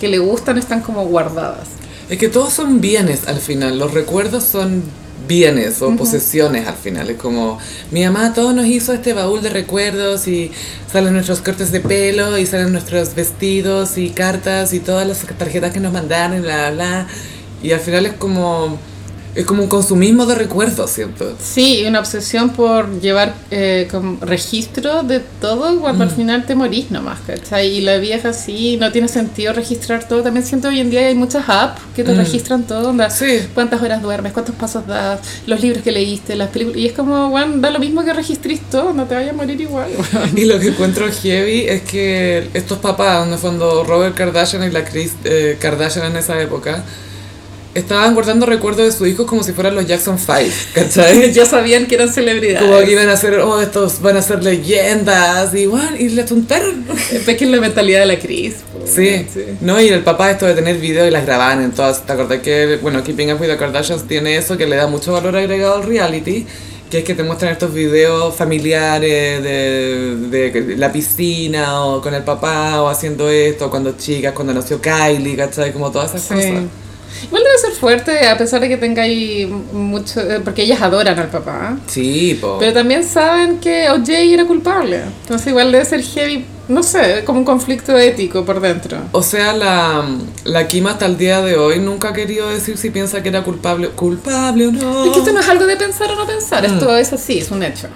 Speaker 2: que le gustan están como guardadas.
Speaker 1: Es que todos son bienes al final, los recuerdos son bienes o posesiones al final. Es como, mi mamá a todos nos hizo este baúl de recuerdos y salen nuestros cortes de pelo y salen nuestros vestidos y cartas y todas las tarjetas que nos mandaron y bla, bla, bla. Y al final es como, es como un consumismo de recuerdos, ¿cierto?
Speaker 2: Sí, y una obsesión por llevar eh, como registro de todo cuando al final te morís nomás, ¿cachai? Y la vieja sí, no tiene sentido registrar todo. También siento hoy en día hay muchas apps que te
Speaker 1: Mm.
Speaker 2: registran todo, onda,
Speaker 1: Sí.
Speaker 2: cuántas horas duermes, cuántos pasos das, los libros que leíste, las películas. Y es como, bueno, da lo mismo que registrís todo, no te vayas a morir igual.
Speaker 1: Y lo que encuentro heavy es que estos papás, en el fondo Robert Kardashian y la Kris eh, Kardashian en esa época, estaban guardando recuerdos de sus hijos como si fueran los Jackson 5, ¿cachai?
Speaker 2: ya sabían que eran celebridades.
Speaker 1: Como que iban a ser, oh, estos van a ser leyendas, y bueno, y le atuntaron.
Speaker 2: Es que es la mentalidad de la pues. Cris. po.
Speaker 1: Sí, no, y el papá esto de tener videos y las grababan en todas, ¿te acordás que, bueno, Keeping Up with the Kardashians tiene eso que le da mucho valor agregado al reality? Que es que te muestran estos videos familiares de, de la piscina o con el papá o haciendo esto, cuando chicas, cuando nació Kylie, ¿cachai? Como todas esas
Speaker 2: Sí.
Speaker 1: cosas.
Speaker 2: Igual debe ser fuerte, a pesar de que tengáis mucho. eh, Porque ellas adoran al papá.
Speaker 1: Sí, po.
Speaker 2: Pero también saben que OJ era culpable. Entonces, igual debe ser heavy. No sé, como un conflicto ético por dentro.
Speaker 1: O sea, la, la Kim hasta el día de hoy nunca ha querido decir si piensa que era culpable, culpable o no.
Speaker 2: Es que esto no es algo de pensar o no pensar.
Speaker 1: Mm.
Speaker 2: Esto es así, es un hecho.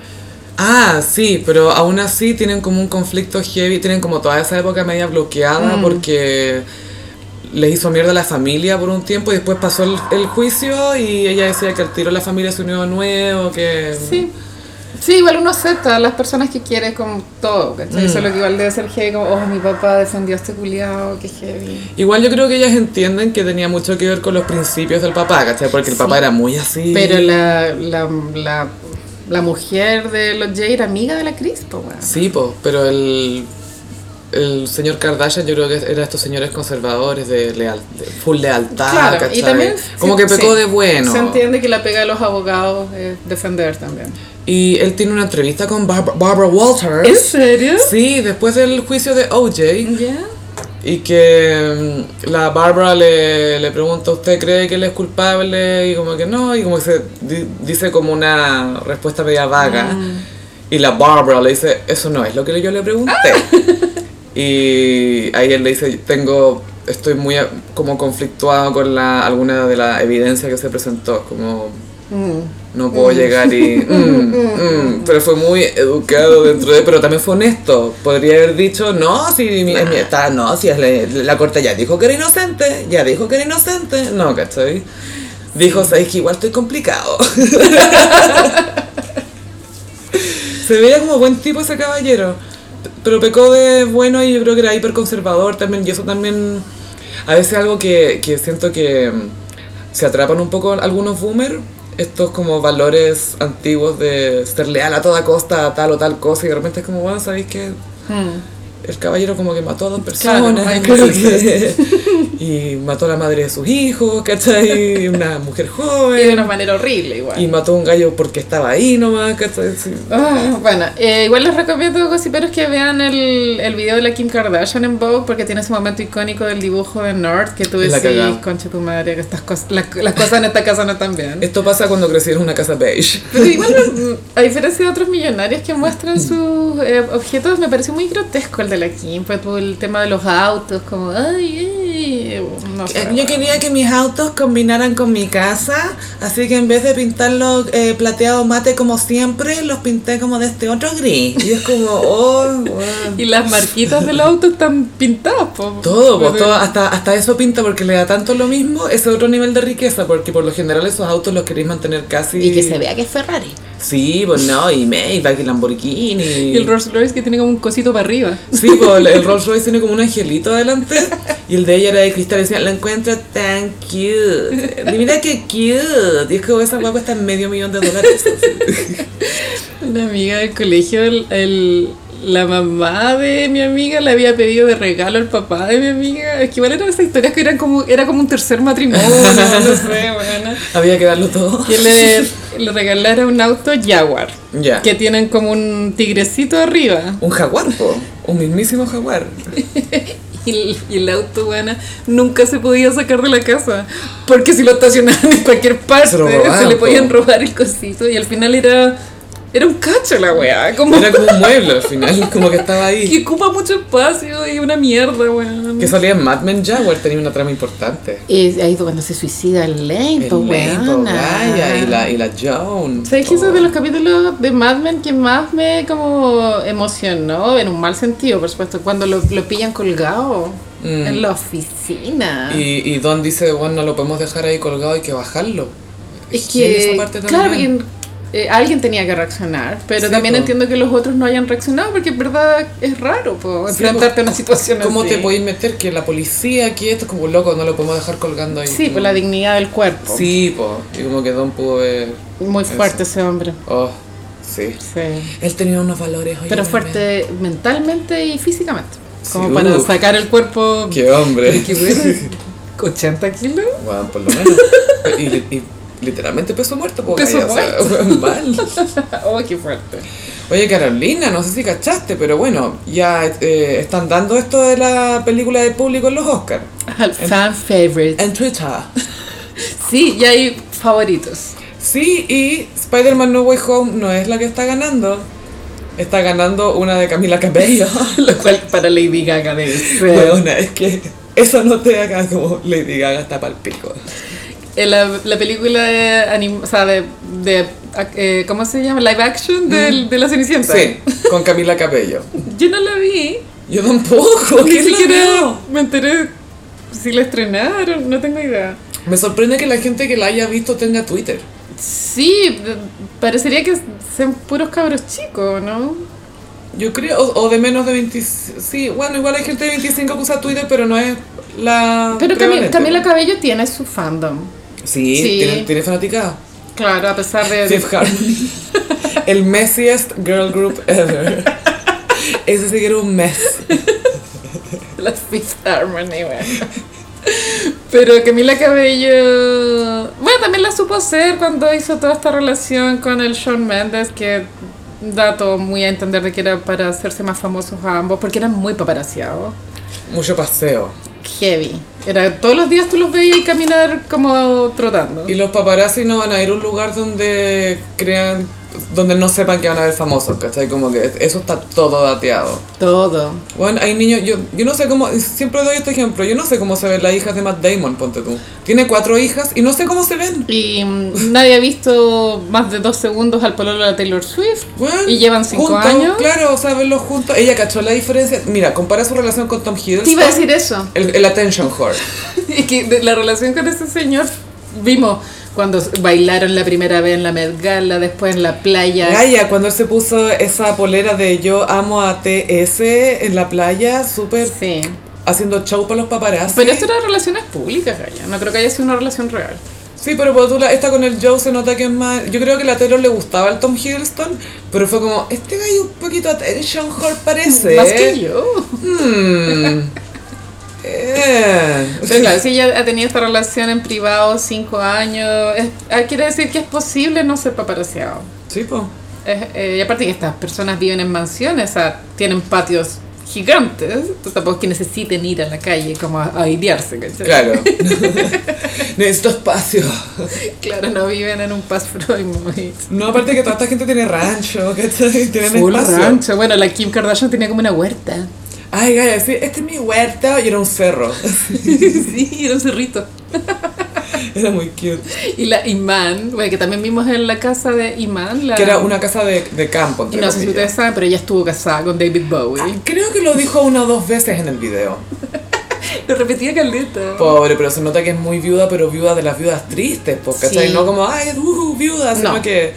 Speaker 1: Ah, sí, pero aún así
Speaker 2: Mm.
Speaker 1: tienen como un conflicto heavy, tienen como toda esa época media bloqueada porque le hizo mierda a la familia por un tiempo y después pasó el, el juicio y ella decía que al tiro la familia se unió de nuevo, que...
Speaker 2: Sí. Sí, igual uno acepta a las personas que quiere con todo, ¿cachai?
Speaker 1: Mm.
Speaker 2: Eso es lo que igual debe ser heavy, como, oh, mi papá defendió a este culiado, qué heavy.
Speaker 1: Igual yo creo que ellas entienden que tenía mucho que ver con los principios del papá, ¿cachai? Porque el
Speaker 2: Sí.
Speaker 1: papá era muy así.
Speaker 2: Pero la, la, la, la mujer de los Jay era amiga de la Crispo, weón.
Speaker 1: Sí, po, pero el, el señor Kardashian yo creo que era estos señores conservadores de, leal, de full lealtad,
Speaker 2: Claro,
Speaker 1: Ah, ¿cachai?
Speaker 2: y también...
Speaker 1: Como
Speaker 2: sí,
Speaker 1: que pecó
Speaker 2: sí.
Speaker 1: de bueno.
Speaker 2: Se entiende que la pega de los abogados es defender también.
Speaker 1: Y él tiene una entrevista con Barbara, Barbara Walters.
Speaker 2: serio?
Speaker 1: Sí, después del juicio de OJ.
Speaker 2: ¿Ya?
Speaker 1: Y que mm, la Barbara le, le pregunta, ¿usted cree que él es culpable? Y como que no, y como que se di- dice como una respuesta media vaga. Y la Barbara le dice, eso no es lo que yo le pregunté. Y ahí él le dice, tengo, estoy muy a- como conflictuado con la, alguna de la evidencia que se presentó, como
Speaker 2: Mm.
Speaker 1: no puedo llegar y... mm, mm, pero fue muy educado dentro de... Pero también fue honesto. Podría haber dicho, no, si mi, es mi- está, no, si es la, la corte ya dijo que era inocente, ya dijo que era inocente. No, ¿cachai? Dijo, sabes que igual estoy complicado. Se veía como buen tipo ese caballero. p- Pero pecó de bueno y yo creo que era hiperconservador también. Y eso también... A veces algo que, que siento que mm, se atrapan un poco algunos boomers, estos como valores antiguos de ser leal a toda costa a tal o tal cosa y de repente es como, bueno, ¿sabéis que Hmm.
Speaker 2: Mm.
Speaker 1: el caballero como que mató a dos
Speaker 2: Claro,
Speaker 1: personas?
Speaker 2: ay,
Speaker 1: creo
Speaker 2: sí.
Speaker 1: que- y mató a la madre de sus hijos, ¿cachai? Y Una mujer
Speaker 2: Y de
Speaker 1: joven.
Speaker 2: una manera horrible igual.
Speaker 1: Y mató a un gallo porque estaba ahí nomás, ¿cachai? Sí.
Speaker 2: Ah, bueno, eh, igual les recomiendo, gossiperos, que vean el, el video de la Kim Kardashian en Vogue porque tiene ese momento icónico del dibujo de Nerd que tú
Speaker 1: La
Speaker 2: decís,
Speaker 1: cagá.
Speaker 2: concha tu madre, que estas cosas, las, las cosas en esta casa no están bien.
Speaker 1: Esto pasa cuando crecí en una casa beige.
Speaker 2: Pero igual, mm, a diferencia de otros millonarios que muestran sus eh, objetos, me pareció muy grotesco el de la Kim, pues todo el tema de los autos, como, ay, ay, no sé.
Speaker 1: Eh, Yo quería que mis autos combinaran con mi casa, así que en vez de pintarlos eh, plateado mate como siempre, los pinté como de este otro gris. Y es como, oh,
Speaker 2: Y las marquitas del auto están pintadas, po.
Speaker 1: Todo, pues,
Speaker 2: Pero-
Speaker 1: todo, hasta, hasta eso pinta porque le da tanto lo mismo, ese otro nivel de riqueza, porque por lo general esos autos los queréis mantener casi...
Speaker 2: Y que se vea que es Ferrari.
Speaker 1: Sí, pues no, y Maybach y Lamborghini.
Speaker 2: Y el Rolls Royce que tiene como un cosito para arriba.
Speaker 1: Sí, pues el, el Rolls Royce tiene como un angelito adelante y el de ella era de cristal y decía, lo encuentro tan cute. Mira qué cute. Y es que esa guapa está en medio millón de dólares.
Speaker 2: Una amiga del colegio, el, el- la mamá de mi amiga le había pedido de regalo al papá de mi amiga. Es que igual eran esas historias que eran como, era como un tercer matrimonio, no sé, bueno.
Speaker 1: Había que darlo todo.
Speaker 2: Que le, le regalara un auto Jaguar,
Speaker 1: Ya.
Speaker 2: que tienen como un tigrecito arriba.
Speaker 1: Un jaguar, po. Un mismísimo jaguar.
Speaker 2: Y el, y el auto, bueno, nunca se podía sacar de la casa. Porque si lo estacionaban en cualquier parte,
Speaker 1: Se
Speaker 2: se,
Speaker 1: lo robaban,
Speaker 2: le podían
Speaker 1: po.
Speaker 2: robar el cosito. Y al final era, era un cacho la weá. Como
Speaker 1: Era como un mueble al final, como que estaba ahí.
Speaker 2: que ocupa mucho espacio y una mierda, weón.
Speaker 1: Que salía en Mad Men Jaguar, tenía una trama importante.
Speaker 2: Y ahí cuando se suicida el Lane, pues,
Speaker 1: El Lane, po, Gaia, y la, y la Joan.
Speaker 2: ¿Sabes que eso
Speaker 1: po.
Speaker 2: es de los capítulos de Mad Men que más me como emocionó? En un mal sentido, por supuesto. Cuando lo, lo pillan colgado
Speaker 1: Mm.
Speaker 2: en la oficina.
Speaker 1: Y, y Don dice, bueno, no lo podemos dejar ahí colgado, hay que bajarlo.
Speaker 2: es
Speaker 1: Sí,
Speaker 2: que,
Speaker 1: esa parte
Speaker 2: claro,
Speaker 1: también.
Speaker 2: porque eh, alguien tenía que reaccionar. Pero
Speaker 1: Sí,
Speaker 2: también
Speaker 1: po.
Speaker 2: entiendo que los otros no hayan reaccionado porque en verdad es raro po,
Speaker 1: Sí, pues,
Speaker 2: enfrentarte a una situación
Speaker 1: ¿Cómo
Speaker 2: así.
Speaker 1: te podéis meter que la policía, que esto, como loco, no lo podemos dejar colgando ahí?
Speaker 2: Sí, por la dignidad del cuerpo.
Speaker 1: Sí, po. Y como que Don pudo ver.
Speaker 2: Muy
Speaker 1: Eso.
Speaker 2: fuerte ese hombre.
Speaker 1: Oh, sí.
Speaker 2: Sí.
Speaker 1: Él tenía unos valores oye,
Speaker 2: Pero
Speaker 1: tremendo.
Speaker 2: fuerte mentalmente y físicamente. Como
Speaker 1: Sí,
Speaker 2: para
Speaker 1: uf.
Speaker 2: sacar el cuerpo.
Speaker 1: Qué hombre.
Speaker 2: uh, Qué bueno. 80 kilos.
Speaker 1: Bueno, por lo menos. y, y literalmente peso muerto, po.
Speaker 2: Peso
Speaker 1: Gaya, o sea, weón, mal.
Speaker 2: Oh, qué fuerte.
Speaker 1: Oye, Carolina, no sé si cachaste, pero bueno, ya eh, están dando esto de la película de público en los Oscars.
Speaker 2: Fan favorite.
Speaker 1: En Twitter.
Speaker 2: Sí, ya hay favoritos.
Speaker 1: Sí, y Spider-Man No Way Home no es la que está ganando. Está ganando una de Camila Cabello.
Speaker 2: Lo cual para Lady Gaga debe ser.
Speaker 1: Weona, es que eso no te haga como Lady Gaga está pa'l pico.
Speaker 2: Eh, La, la película de, anim- o sea, de, de, eh, ¿cómo se llama? Live action del- de la Cenicienta.
Speaker 1: Sí, con Camila Cabello.
Speaker 2: Yo no la vi.
Speaker 1: Yo tampoco,
Speaker 2: Ni
Speaker 1: ¿quién la
Speaker 2: siquiera
Speaker 1: vio?
Speaker 2: me enteré Si la estrenaron, no tengo idea.
Speaker 1: Me sorprende que la gente que la haya visto tenga Twitter.
Speaker 2: Sí, p- parecería que sean puros cabros chicos, ¿no?
Speaker 1: Yo creo, o, o de menos de 20. Sí, bueno, igual hay gente de 25 que usa Twitter, pero no es la.
Speaker 2: Pero Cami-
Speaker 1: prevalente.
Speaker 2: Camila Cabello tiene su fandom.
Speaker 1: Sí,
Speaker 2: Sí.
Speaker 1: Tiene, tiene fanaticada.
Speaker 2: Claro, a pesar de...
Speaker 1: Fifth Harmony. El messiest girl group ever. Ese sí que era un mess.
Speaker 2: La Fifth Harmony, bueno. Pero Camila Cabello. Bueno, también la supo hacer cuando hizo toda esta relación con el Shawn Mendes, que da todo muy a entender de que era para hacerse más famosos a ambos, porque eran muy paparazziados.
Speaker 1: Mucho paseo.
Speaker 2: Heavy. Era, todos los días tú los veías caminar como trotando.
Speaker 1: Y los paparazzi no van a ir a un lugar donde crean, donde no sepan que van a ver famosos, ¿cachai? Como que eso está todo dateado.
Speaker 2: Todo.
Speaker 1: Bueno, hay niños, yo, yo no sé cómo, siempre doy este ejemplo, yo no sé cómo se ven las hijas de Matt Damon, ponte tú. Tiene cuatro hijas y no sé cómo se ven.
Speaker 2: Y mm, nadie ha visto más de dos segundos al pololo de Taylor Swift.
Speaker 1: Bueno,
Speaker 2: Y llevan cinco
Speaker 1: juntos,
Speaker 2: años.
Speaker 1: Claro, o sea, verlos juntos. Ella cachó la diferencia. Mira, compara su relación con Tom Hiddleston.
Speaker 2: Te iba a decir eso.
Speaker 1: el, el attention whore.
Speaker 2: Y que de la relación con ese señor vimos cuando bailaron la primera vez en la Met Gala, después en la playa.
Speaker 1: Gaia, cuando él se puso esa polera de yo amo a TS en la playa, súper
Speaker 2: Sí.
Speaker 1: haciendo show para los paparazzi.
Speaker 2: Pero esto era relaciones públicas, Gaya. No creo que haya sido una relación real.
Speaker 1: Sí, pero por tú la, esta con el Joe se nota que es más... Yo creo que la Taylor le gustaba el Tom Hiddleston, pero fue como, este gallo un poquito attention whore parece.
Speaker 2: Más que yo.
Speaker 1: Mm. Eh.
Speaker 2: Pero claro, si ella ha tenido esta relación en privado cinco años, es- ah, quiere decir que es posible no ser paparazziado.
Speaker 1: Sí, po.
Speaker 2: Es- eh, y aparte que estas personas viven en mansiones, o sea, tienen patios gigantes, entonces tampoco es que necesiten ir a la calle como a, a idearse, ¿cachai?
Speaker 1: Claro. Necesito espacio.
Speaker 2: Claro, no viven en un pasto y muy...
Speaker 1: No, aparte que toda esta gente tiene rancho, ¿cachai? Tienen
Speaker 2: Full
Speaker 1: espacio.
Speaker 2: rancho. Bueno, la Kim Kardashian tenía como una huerta.
Speaker 1: Ay, Gaia, sí, este es mi huerto y era un cerro.
Speaker 2: sí, era un cerrito.
Speaker 1: Era muy cute.
Speaker 2: Y la Iman, bueno, que también vimos en la casa de Iman. La...
Speaker 1: Que era una casa de, de campo.
Speaker 2: Y
Speaker 1: entre
Speaker 2: no sé
Speaker 1: comillas.
Speaker 2: si
Speaker 1: Ah,
Speaker 2: ustedes saben, pero ella estuvo casada con David Bowie.
Speaker 1: Creo que lo dijo una o dos veces en el video.
Speaker 2: Ah, Lo repetía Caleta.
Speaker 1: Pobre, pero se nota que es muy viuda, pero viuda de las viudas tristes, porque
Speaker 2: Sí.
Speaker 1: no como, ay, uh, viuda, sino
Speaker 2: No.
Speaker 1: que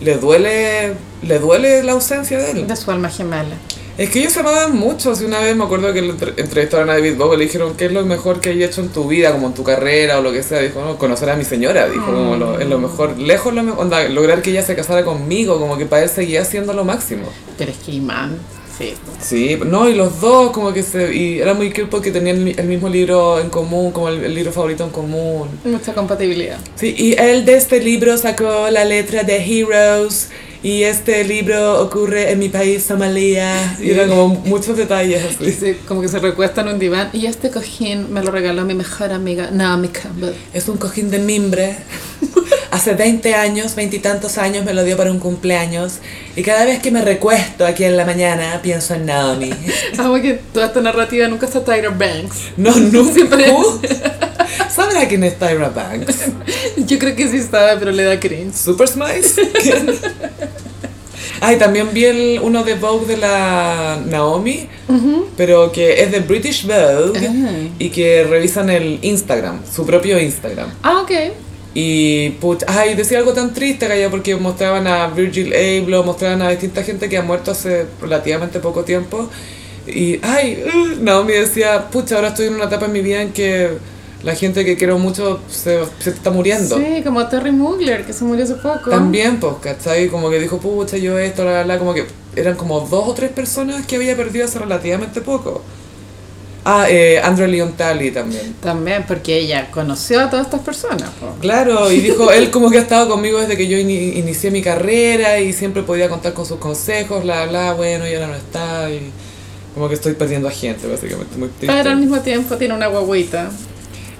Speaker 1: le duele, le duele la ausencia de él.
Speaker 2: De su alma gemela.
Speaker 1: Es que ellos se amaban mucho, si una vez me acuerdo que lo entre- entrevistaron a David Bowie, le dijeron, ¿qué es lo mejor que hay hecho en tu vida, como en tu carrera o lo que sea? Dijo, no, conocer a mi señora, dijo, como lo- es lo mejor, lejos lo mejor, onda, lograr que ella se casara conmigo, como que para él seguía siendo lo máximo.
Speaker 2: Pero es que Iman, sí.
Speaker 1: Sí, no, y los dos como que se... Y era muy cute porque tenían el mi- el mismo libro en común, como el, el libro favorito en común.
Speaker 2: Mucha compatibilidad.
Speaker 1: Sí, y él de este libro sacó la letra de Heroes y este libro ocurre en mi país, Somalia. Y eran como muchos detalles
Speaker 2: Y
Speaker 1: así.
Speaker 2: se- como que se recuestan en un diván. Y este cojín me lo regaló mi mejor amiga, Naomi Campbell.
Speaker 1: Es un cojín de mimbre. Hace 20 años, veintitantos años me lo dio para un cumpleaños. Y cada vez que me recuesto aquí en la mañana pienso en Naomi.
Speaker 2: Amo que toda esta narrativa nunca está Tyra Banks.
Speaker 1: No, nunca.
Speaker 2: Siempre-
Speaker 1: ¿Sabrá quién es Tyra Banks?
Speaker 2: Yo creo que sí sabe, pero le da cringe.
Speaker 1: Super Smiles. ¿Quién? Ay, también vi el, uno de Vogue de la Naomi, pero que es de British Vogue
Speaker 2: Ah.
Speaker 1: y que revisan el Instagram, su propio Instagram.
Speaker 2: Ah, ok.
Speaker 1: Y put, ay, decía algo tan triste, Gaya, porque mostraban a Virgil Abloh, mostraban a distinta gente que ha muerto hace relativamente poco tiempo. Y ay, uh, Naomi decía, pucha, ahora estoy en una etapa en mi vida en que la gente que quiero mucho se, se está muriendo.
Speaker 2: Sí, como Terry Mugler, que se murió hace poco.
Speaker 1: También, pues, ¿cachai? Como que dijo, pucha, yo esto, la, la, la, como que eran como dos o tres personas que había perdido hace relativamente poco. Ah, eh, Andrew Leontali también.
Speaker 2: También, porque ella conoció a todas estas personas. po.
Speaker 1: Claro, y dijo, él como que ha estado conmigo desde que yo ini- inicié mi carrera y siempre podía contar con sus consejos, bla, bla, bueno, y ahora no está, y como que estoy perdiendo a gente, básicamente, muy triste.
Speaker 2: Pero al mismo tiempo tiene una guagüita.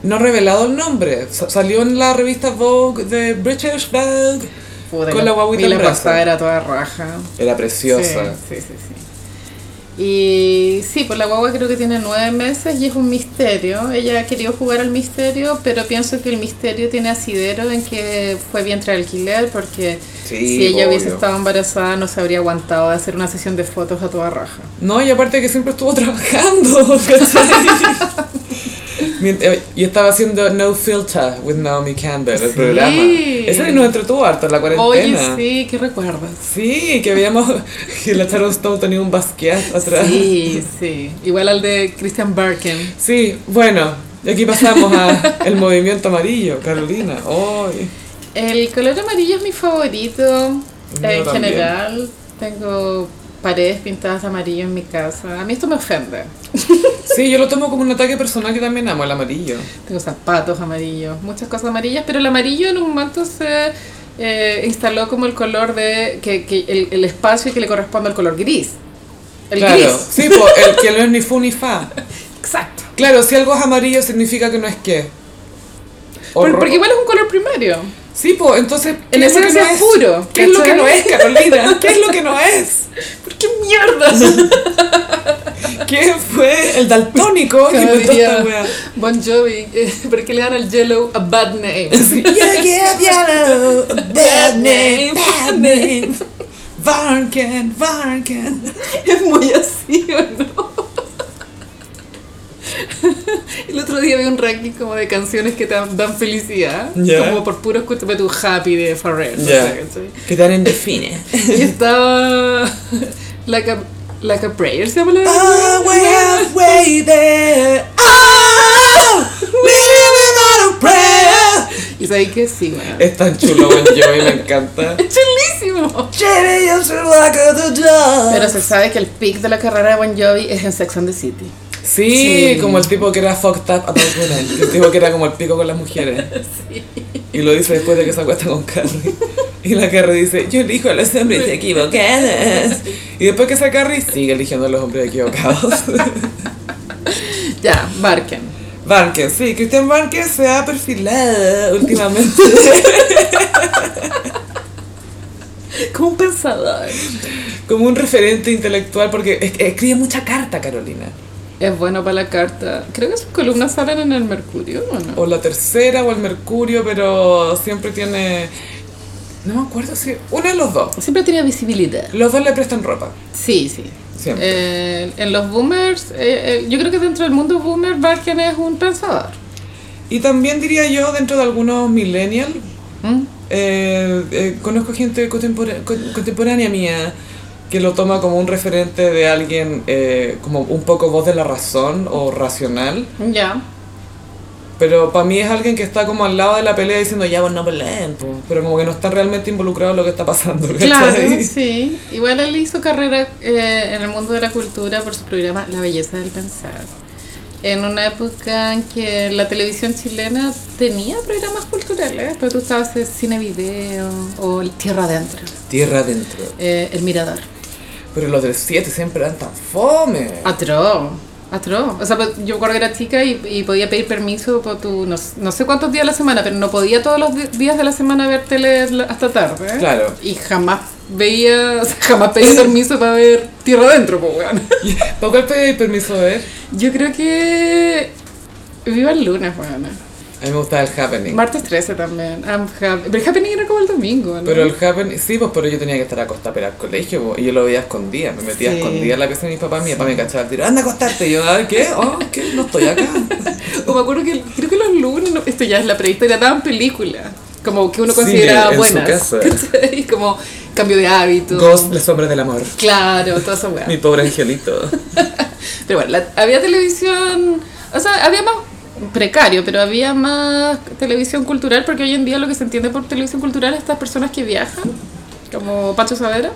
Speaker 1: No ha revelado el nombre, Sa- salió en la revista Vogue de British Vogue,
Speaker 2: Puta,
Speaker 1: Con
Speaker 2: y
Speaker 1: la guagüita
Speaker 2: Y
Speaker 1: en
Speaker 2: la
Speaker 1: brazos.
Speaker 2: pasada era toda raja.
Speaker 1: era preciosa.
Speaker 2: Sí, sí, sí, sí. Y sí, pues la guagua creo que tiene nueve meses y es un misterio. Ella ha querido jugar al misterio, pero pienso que el misterio tiene asidero en que fue vientre de alquiler, porque
Speaker 1: Sí,
Speaker 2: si ella hubiese
Speaker 1: obvio.
Speaker 2: estado embarazada no se habría aguantado de hacer una sesión de fotos a toda raja.
Speaker 1: No, y aparte que siempre estuvo trabajando, ¿cachai? Mient- Yo estaba haciendo No Filter with Naomi Campbell, el
Speaker 2: Sí.
Speaker 1: programa. Ese nos entretuvo harto en la
Speaker 2: Oye,
Speaker 1: cuarentena.
Speaker 2: sí, ¿qué recuerdas?
Speaker 1: Sí, que veíamos que la Sharon Stone tenía un basquiat atrás. Sí.
Speaker 2: Sí, sí. Igual al de Christian Birken.
Speaker 1: bueno, y aquí pasamos a el movimiento amarillo, Carolina. Hoy.
Speaker 2: El color amarillo es mi favorito
Speaker 1: mío
Speaker 2: en
Speaker 1: también.
Speaker 2: general. Tengo paredes pintadas de amarillo en mi casa. A mí esto me ofende.
Speaker 1: Sí, yo lo tomo como un ataque personal, yo también amo el amarillo.
Speaker 2: Tengo zapatos amarillos, muchas cosas amarillas, pero el amarillo en un momento se eh, instaló como el color de que, que el, el espacio que le corresponde al color gris. El
Speaker 1: claro.
Speaker 2: gris.
Speaker 1: Sí, po, el que no es ni fu ni fa.
Speaker 2: Exacto.
Speaker 1: Claro, si algo es amarillo significa que no es qué. O
Speaker 2: Por-
Speaker 1: ro-
Speaker 2: porque igual es un color primario.
Speaker 1: Sí, pues entonces.
Speaker 2: En
Speaker 1: ¿qué es lo que
Speaker 2: esencia
Speaker 1: no
Speaker 2: es puro,
Speaker 1: ¿Qué es lo que
Speaker 2: ¿cachai?
Speaker 1: no es, Carolina? ¿Qué es lo que no es?
Speaker 2: ¿Por qué mierda?
Speaker 1: ¿Quién fue el daltónico que
Speaker 2: Como
Speaker 1: inventó esta
Speaker 2: diría
Speaker 1: wea?
Speaker 2: Bon Jovi, eh, ¿por qué le dan al yellow a bad name?
Speaker 1: Sí. You give yellow a bad name, bad name. Varken, Varken.
Speaker 2: Es muy así, ¿o no? El otro día vi un ranking como de canciones que te dan felicidad,
Speaker 1: Ya.
Speaker 2: como por puro escúchame tu happy de Pharrell. no
Speaker 1: Ya.
Speaker 2: sé, ¿cachai?
Speaker 1: Que tan indefine.
Speaker 2: Y estaba like a, like a prayer, se llama la
Speaker 1: Ah, way halfway there. Ah, living without a prayer.
Speaker 2: Y sabéis que sí, weón.
Speaker 1: Es tan chulo, Bon Jovi, me encanta.
Speaker 2: Es chulísimo.
Speaker 1: Cherry, you should like a the dog.
Speaker 2: Pero se sabe que el pic de la carrera de Bon Jovi es en Sex and the City.
Speaker 1: Sí,
Speaker 2: Sí.
Speaker 1: como el tipo que era fucked up about women. El tipo que era como el pico con las mujeres. Y lo dice después de que se acuesta con Carrie. Y la Carrie dice, yo elijo a los hombres equivocados. Y después que se Carrie, sigue eligiendo a los hombres equivocados.
Speaker 2: Ya, Barken.
Speaker 1: Barker, sí, Christian Barker se ha perfilado últimamente.
Speaker 2: Como un pensador.
Speaker 1: Como un referente intelectual porque es- escribe mucha carta, Carolina.
Speaker 2: Es bueno para la carta. Creo que sus columnas salen en el Mercurio, ¿o no?
Speaker 1: O la tercera o el Mercurio, pero siempre tiene... No me acuerdo si... Uno de los dos.
Speaker 2: Siempre tenía visibilidad.
Speaker 1: Los dos le prestan ropa.
Speaker 2: Sí, sí.
Speaker 1: Siempre.
Speaker 2: Eh, en los boomers, eh, eh, yo creo que dentro del mundo boomer, Barken es un pensador.
Speaker 1: Y también diría yo, dentro de algunos millennials,
Speaker 2: ¿Mm?
Speaker 1: conozco gente contempora- con- contemporánea mía que lo toma como un referente de alguien eh, como un poco voz de la razón o racional.
Speaker 2: Ya.
Speaker 1: Pero para mí es alguien que está como al lado de la pelea diciendo, ya, vos no peleen, po", pero como que no está realmente involucrado en lo que está pasando. ¿cachai?
Speaker 2: Claro, sí. Igual él hizo carrera eh, en el mundo de la cultura por su programa La Belleza del Pensar. En una época en que la televisión chilena tenía programas culturales, pero tú estabas en cine video o el Tierra Adentro,
Speaker 1: Tierra adentro.
Speaker 2: eh, El Mirador.
Speaker 1: Pero los del 7 siempre eran tan fome.
Speaker 2: Ah. Atro, atro. O sea, pues, yo cuando era chica y, y podía pedir permiso por tu, no, s- no sé cuántos días a la semana, pero no podía todos los di- días de la semana ver tele la- hasta tarde.
Speaker 1: Claro.
Speaker 2: Y jamás veía, o sea, jamás pedí permiso para ver Tierra Adentro, pues, weón.
Speaker 1: ¿Para cuál pedí permiso de ver?
Speaker 2: Yo creo que. Viva el lunes, weón.
Speaker 1: A mí me gustaba el happening.
Speaker 2: Martes 13 también. I'm happy. Pero el happening era como el domingo, ¿no?
Speaker 1: Pero el happen, sí, pues, pero yo tenía que estar acostada para ir al colegio, po, y yo lo veía escondida, me metía
Speaker 2: Sí.
Speaker 1: escondida en la pieza de mis papás, mi papá me cachaba el tiro, anda a acostarte, y yo, "Ah, ¿qué? Oh, ¿qué? No estoy acá.
Speaker 2: O me acuerdo que creo que los lunes, no- esto ya es la prehistoria, daban películas. Como que uno
Speaker 1: Cine
Speaker 2: consideraba
Speaker 1: en su
Speaker 2: buenas.
Speaker 1: casa.
Speaker 2: ¿cachai? como cambio de hábito.
Speaker 1: Ghost, las sombras del amor,
Speaker 2: Claro, toda esa weá.
Speaker 1: mi pobre angelito.
Speaker 2: Pero bueno, la- había televisión. O sea, había más precario, pero había más televisión cultural, porque hoy en día lo que se entiende por televisión cultural es estas personas que viajan, como Pacho Savera.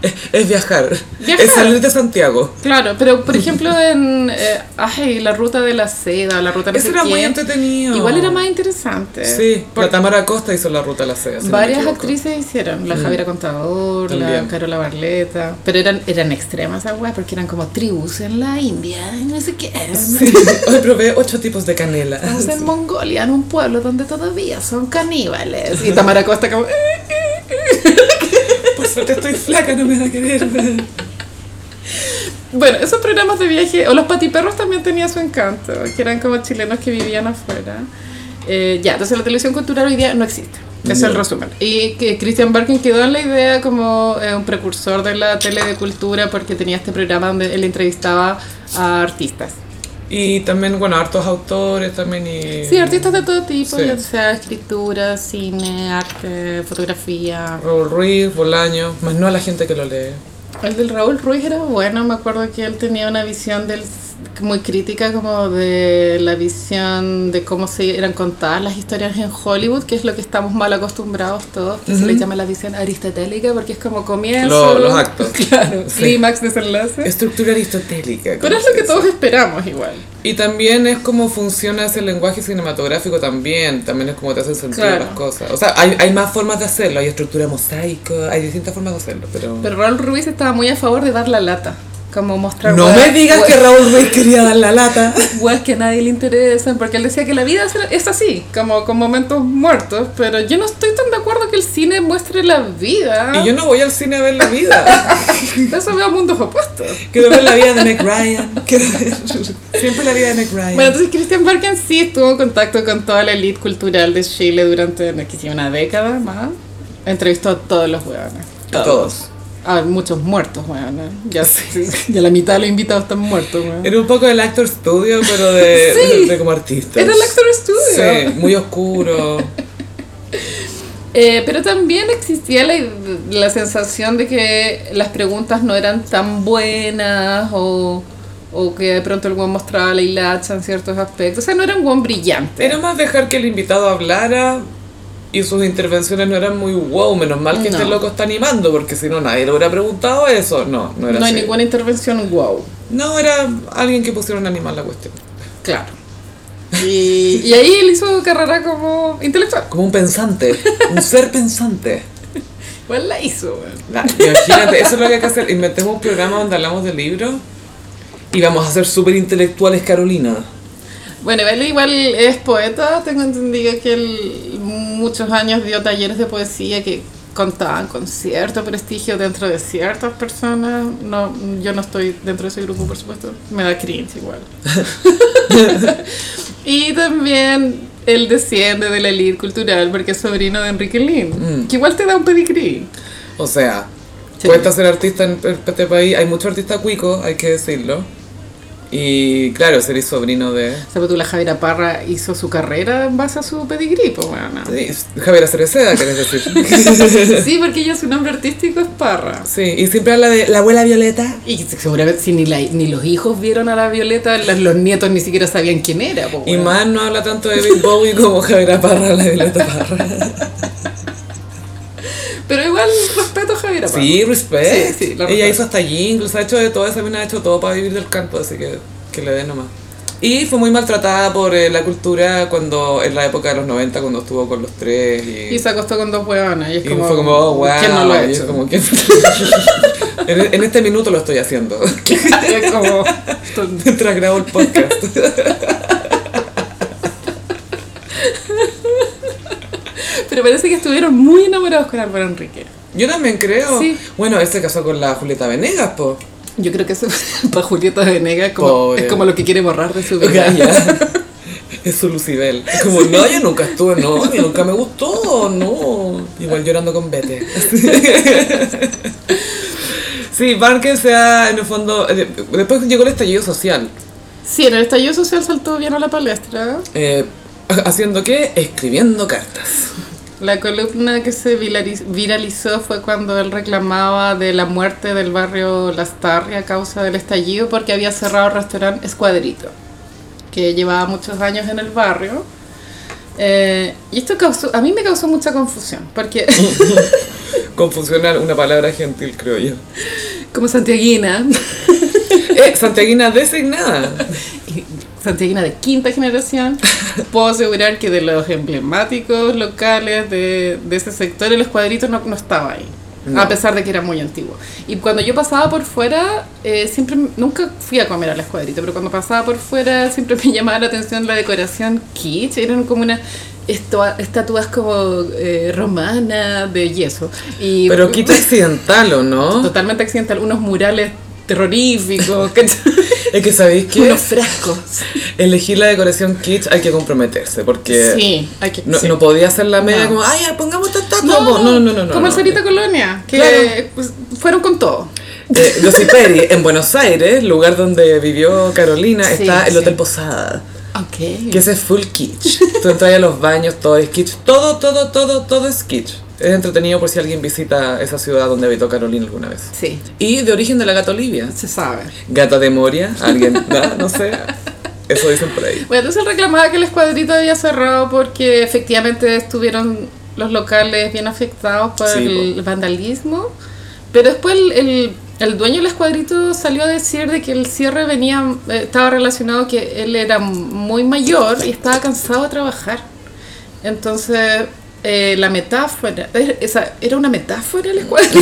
Speaker 1: Es, es viajar.
Speaker 2: Viajar.
Speaker 1: es salir de Santiago.
Speaker 2: Claro, pero por ejemplo en eh, ay, la ruta de la seda, la ruta no
Speaker 1: Eso
Speaker 2: sé
Speaker 1: era muy
Speaker 2: qué,
Speaker 1: entretenido.
Speaker 2: Igual era más interesante.
Speaker 1: Sí, la
Speaker 2: Porque
Speaker 1: Tamara Costa hizo la ruta a la seda. si no me
Speaker 2: varias
Speaker 1: equivoco. Mm.
Speaker 2: actrices hicieron, la Javiera Contador,
Speaker 1: También.
Speaker 2: la Carola Barleta, pero eran eran extremas esas weas porque eran como tribus en la India, y no sé qué.
Speaker 1: Sí, hoy probé ocho tipos de canela.
Speaker 2: Estamos en Mongolia, en un pueblo donde todavía son caníbales. Y Tamara Costa como... "Eh, eh, eh".
Speaker 1: Por suerte estoy flaca, no me van a querer.
Speaker 2: Bueno, esos programas de viaje, o los patiperros también tenían su encanto, que eran como chilenos que vivían afuera. Eh, ya, entonces la televisión cultural hoy día no existe. Ese es el
Speaker 1: No.
Speaker 2: resumen. Y que Christian Barkin quedó en la idea como eh, un precursor de la tele de cultura porque tenía este programa donde él entrevistaba a artistas.
Speaker 1: Y también, bueno, hartos autores también y...
Speaker 2: Sí, artistas de todo tipo,
Speaker 1: Sí.
Speaker 2: ya sea escritura, cine, arte, fotografía.
Speaker 1: Raúl Ruiz, Bolaños, más no a la gente que lo lee.
Speaker 2: El del Raúl Ruiz era bueno, me acuerdo que él tenía una visión del muy crítica como de la visión de cómo se eran contadas las historias en Hollywood, que es lo que estamos mal acostumbrados todos, que se le
Speaker 1: Ujú.
Speaker 2: llama la visión aristotélica porque es como comienzo,
Speaker 1: Lo- los actos.
Speaker 2: claro,
Speaker 1: Sí.
Speaker 2: clímax, desenlace.
Speaker 1: Estructura aristotélica.
Speaker 2: Pero es lo que todos esperamos igual.
Speaker 1: Y también es como funciona ese lenguaje cinematográfico también, también es como te hacen sentido
Speaker 2: Claro.
Speaker 1: las cosas. O sea, hay, hay más formas de hacerlo, hay estructura mosaico, hay distintas formas de hacerlo, pero...
Speaker 2: Pero Raúl Ruiz estaba muy a favor de dar la lata, como mostrar
Speaker 1: no
Speaker 2: hueá-
Speaker 1: me digas
Speaker 2: hueá-
Speaker 1: que Raúl Ruiz quería dar la lata.
Speaker 2: weas que a nadie le interesan, porque él decía que la vida es- es así, como con momentos muertos, pero yo no estoy tan de acuerdo que el cine muestre la vida.
Speaker 1: Y yo no voy al cine a ver la vida.
Speaker 2: De eso veo mundos opuestos.
Speaker 1: Quiero ver la vida de Nick Ryan. Quiero ver- Siempre la vida de Nick Ryan.
Speaker 2: Bueno, entonces Christian Barken sí estuvo en contacto con toda la elite cultural de Chile durante no, que sí, una década más. Entrevistó a todos los hueones.
Speaker 1: a todos.
Speaker 2: A muchos muertos, hueones. Ya, sé, ya la mitad de los invitados están muertos, hueones.
Speaker 1: Era un poco el actor studio, pero de,
Speaker 2: Sí.
Speaker 1: de, como artista.
Speaker 2: Era el actor studio.
Speaker 1: Sí, muy oscuro.
Speaker 2: Eh, pero también existía la, la sensación de que las preguntas no eran tan buenas o, o que de pronto el guan mostraba la hilacha en ciertos aspectos. O sea, no era un guan brillante.
Speaker 1: Era más dejar que el invitado hablara y sus intervenciones no eran muy wow, menos mal que
Speaker 2: No.
Speaker 1: este loco está animando, porque si no nadie le hubiera preguntado eso. No, no era
Speaker 2: no hay
Speaker 1: así.
Speaker 2: ninguna intervención wow.
Speaker 1: No, era alguien que pusieron a animar la cuestión.
Speaker 2: Claro. Y, y ahí él hizo carrera como intelectual.
Speaker 1: Como un pensante, un ser pensante.
Speaker 2: Pues la hizo, weón.
Speaker 1: La- imagínate, eso es lo que hay que hacer. Inventemos un programa donde hablamos de libros y vamos a ser súper intelectuales, Carolina.
Speaker 2: Bueno, él igual es poeta, tengo entendido que él muchos años dio talleres de poesía que contaban con cierto prestigio dentro de ciertas personas. No, yo no estoy dentro de ese grupo, por supuesto. Me da cringe igual. y también él desciende de la elite cultural porque es sobrino de Enrique Lin,
Speaker 1: Mm.
Speaker 2: que igual te da un pedigrí.
Speaker 1: O sea,
Speaker 2: Sí.
Speaker 1: cuesta ser artista en este país. Hay muchos artistas cuicos, hay que decirlo. Y claro, ser sobrino de...
Speaker 2: O sea, pues tú, la Javiera Parra hizo su carrera en base a su pedigrí, pues bueno.
Speaker 1: Sí, Javiera Cereceda, querés decir.
Speaker 2: Sí, porque ella su nombre artístico es Parra.
Speaker 1: sí, y siempre habla de la abuela Violeta.
Speaker 2: Y seguramente si ni, la- ni los hijos vieron a la Violeta, las- los nietos ni siquiera sabían quién era. po,
Speaker 1: Y
Speaker 2: weón.
Speaker 1: más no habla tanto de Big Bowie como Javiera Parra, la Violeta Parra.
Speaker 2: Pero igual respeto a Javier Aparo.
Speaker 1: Sí, respect.
Speaker 2: Sí, sí, la
Speaker 1: Ella
Speaker 2: respeto.
Speaker 1: hizo hasta jingles, ha hecho de todo, esa mina ha hecho todo para vivir del canto, así que que le den nomás. Y fue muy maltratada por eh, la cultura cuando en la época de los 90, cuando estuvo con los tres. Y,
Speaker 2: Y se acostó con dos huevonas. Y es
Speaker 1: y
Speaker 2: como,
Speaker 1: fue como, oh, wow.
Speaker 2: ¿quién no lo ha
Speaker 1: y es
Speaker 2: hecho?
Speaker 1: como, ¿quién- en, en este minuto lo estoy haciendo,
Speaker 2: es como,
Speaker 1: mientras grabo el podcast.
Speaker 2: Pero parece que estuvieron muy enamorados con Álvaro Enrique.
Speaker 1: Yo también creo.
Speaker 2: Sí.
Speaker 1: Bueno, él se casó con la Julieta Venegas, po.
Speaker 2: Yo creo que eso para Julieta Venegas como,
Speaker 1: Pobre.
Speaker 2: es como lo que quiere borrar de su vida.
Speaker 1: Es su Lucibel. Es como, no, yo nunca estuve, no, yo nunca me gustó, no. Igual llorando con Bete. Sí, Barker se ha, en el fondo, eh, después llegó el estallido social.
Speaker 2: Sí, en el estallido social saltó bien a la palestra.
Speaker 1: Eh, ¿Haciendo qué? Escribiendo cartas.
Speaker 2: La columna que se vilariz- viralizó fue cuando él reclamaba de la muerte del barrio Lastarria a causa del estallido porque había cerrado el restaurante Escuadrito, que llevaba muchos años en el barrio. Eh, y esto causó, a mí me causó mucha confusión, porque
Speaker 1: Confusionar una palabra gentil, creo yo.
Speaker 2: como santiaguina,
Speaker 1: Eh, Santiaguina designada.
Speaker 2: y santiaguina de quinta generación, puedo asegurar que de los emblemáticos locales de, de ese sector, el escuadrito no, no estaba ahí.
Speaker 1: No.
Speaker 2: A pesar de que era muy antiguo. Y cuando yo pasaba por fuera, eh, siempre, nunca fui a comer al escuadrito, pero cuando pasaba por fuera siempre me llamaba la atención la decoración kitsch. Eran como una estua- estatuas como eh, romanas de yeso. Y
Speaker 1: Pero quita accidental, ¿o no?
Speaker 2: totalmente accidental, unos murales terroríficos, ¿cachai?
Speaker 1: Es que, ¿sabéis qué?
Speaker 2: unos frascos.
Speaker 1: Elegir la decoración kitsch hay que comprometerse, porque
Speaker 2: Sí, hay que...
Speaker 1: no,
Speaker 2: sí.
Speaker 1: no podía ser la media
Speaker 2: No.
Speaker 1: como, ay, ya, pongamos esta estatua. po". No, no, no, no.
Speaker 2: Como el
Speaker 1: no.
Speaker 2: Sarita Colonia, que
Speaker 1: Claro.
Speaker 2: pues, fueron con todo.
Speaker 1: Eh, Gossiperi, en Buenos Aires, lugar donde vivió Carolina,
Speaker 2: Sí,
Speaker 1: está el
Speaker 2: sí.
Speaker 1: Hotel Posada,
Speaker 2: Ok.
Speaker 1: que ese es full kitsch. Tú entras a los baños, todo es kitsch. Todo, todo, todo, todo es kitsch. Es entretenido por si alguien visita esa ciudad donde habitó Carolina alguna vez.
Speaker 2: Sí,
Speaker 1: Y de origen de la gata Olivia.
Speaker 2: se sabe.
Speaker 1: Gata de Moria, alguien, no, no sé. Eso dicen por ahí.
Speaker 2: Bueno, entonces él reclamaba que el escuadrito había cerrado porque efectivamente estuvieron los locales bien afectados por
Speaker 1: Sí,
Speaker 2: el vandalismo. Pero después el, el- el dueño del escuadrito salió a decir de que el cierre venía eh, estaba relacionado que él era muy mayor y estaba cansado de trabajar. Entonces, eh, la metáfora, er- esa, era una metáfora el escuadrito.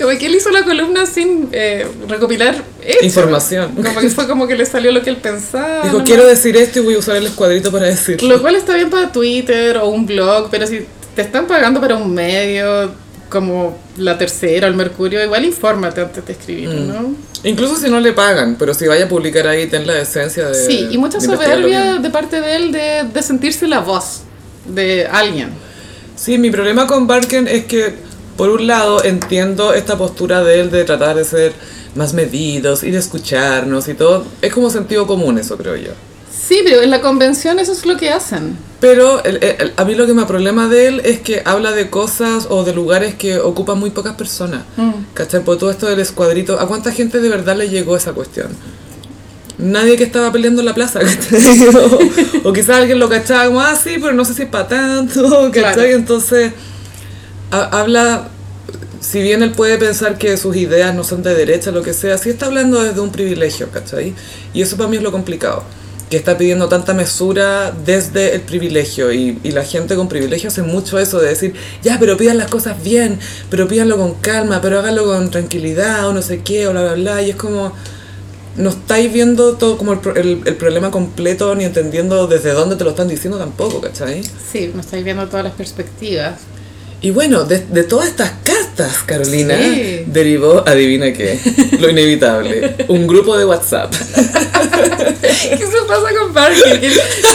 Speaker 2: como que él hizo la columna sin eh, recopilar hechos.
Speaker 1: Información.
Speaker 2: Como que fue como que le salió lo que él pensaba.
Speaker 1: Dijo,
Speaker 2: ¿no?
Speaker 1: quiero decir esto y voy a usar el escuadrito para decirlo.
Speaker 2: Lo cual está bien para Twitter o un blog, pero si te están pagando para un medio como la tercera o el Mercurio, igual infórmate antes de escribir,
Speaker 1: Mm.
Speaker 2: ¿no?
Speaker 1: Incluso si no le pagan, pero si vaya a publicar ahí, ten la esencia de.
Speaker 2: Sí, y mucha
Speaker 1: de Eh, investigarlo
Speaker 2: soberbia
Speaker 1: bien.
Speaker 2: de parte de él de, de sentirse la voz de alguien.
Speaker 1: Sí, mi problema con Barken es que, por un lado, entiendo esta postura de él de tratar de ser más medidos y de escucharnos y todo. Es como sentido común, eso creo yo.
Speaker 2: Sí, pero en la convención eso es lo que hacen.
Speaker 1: Pero el- el- el- a mí lo que me problema de él es que habla de cosas o de lugares que ocupan muy pocas personas. ¿Cachai? Por todo esto del escuadrito, ¿a cuánta gente de verdad le llegó esa cuestión? Nadie que estaba peleando en la plaza, ¿cachai? O, o quizás alguien lo cachaba como, ah, sí, pero no sé si es para tanto, ¿cachai?
Speaker 2: Claro.
Speaker 1: Entonces, ha- habla, si bien él puede pensar que sus ideas no son de derecha, lo que sea, sí está hablando desde un privilegio, ¿cachai? Y eso para mí es lo complicado, que está pidiendo tanta mesura desde el privilegio. Y, y la gente con privilegio hace mucho eso de decir, ya, pero pidan las cosas bien, pero pídanlo con calma, pero háganlo con tranquilidad, o no sé qué, o bla, bla, bla. Y es como... No estáis viendo todo como el, pro- el- el problema completo ni entendiendo desde dónde te lo están diciendo tampoco, ¿cachai?
Speaker 2: Sí, me estáis viendo todas las perspectivas.
Speaker 1: Y bueno, de, de todas estas cartas, Carolina,
Speaker 2: Sí.
Speaker 1: derivó, adivina qué, lo inevitable, un grupo de WhatsApp.
Speaker 2: ¿Qué se pasa con Parker? Que él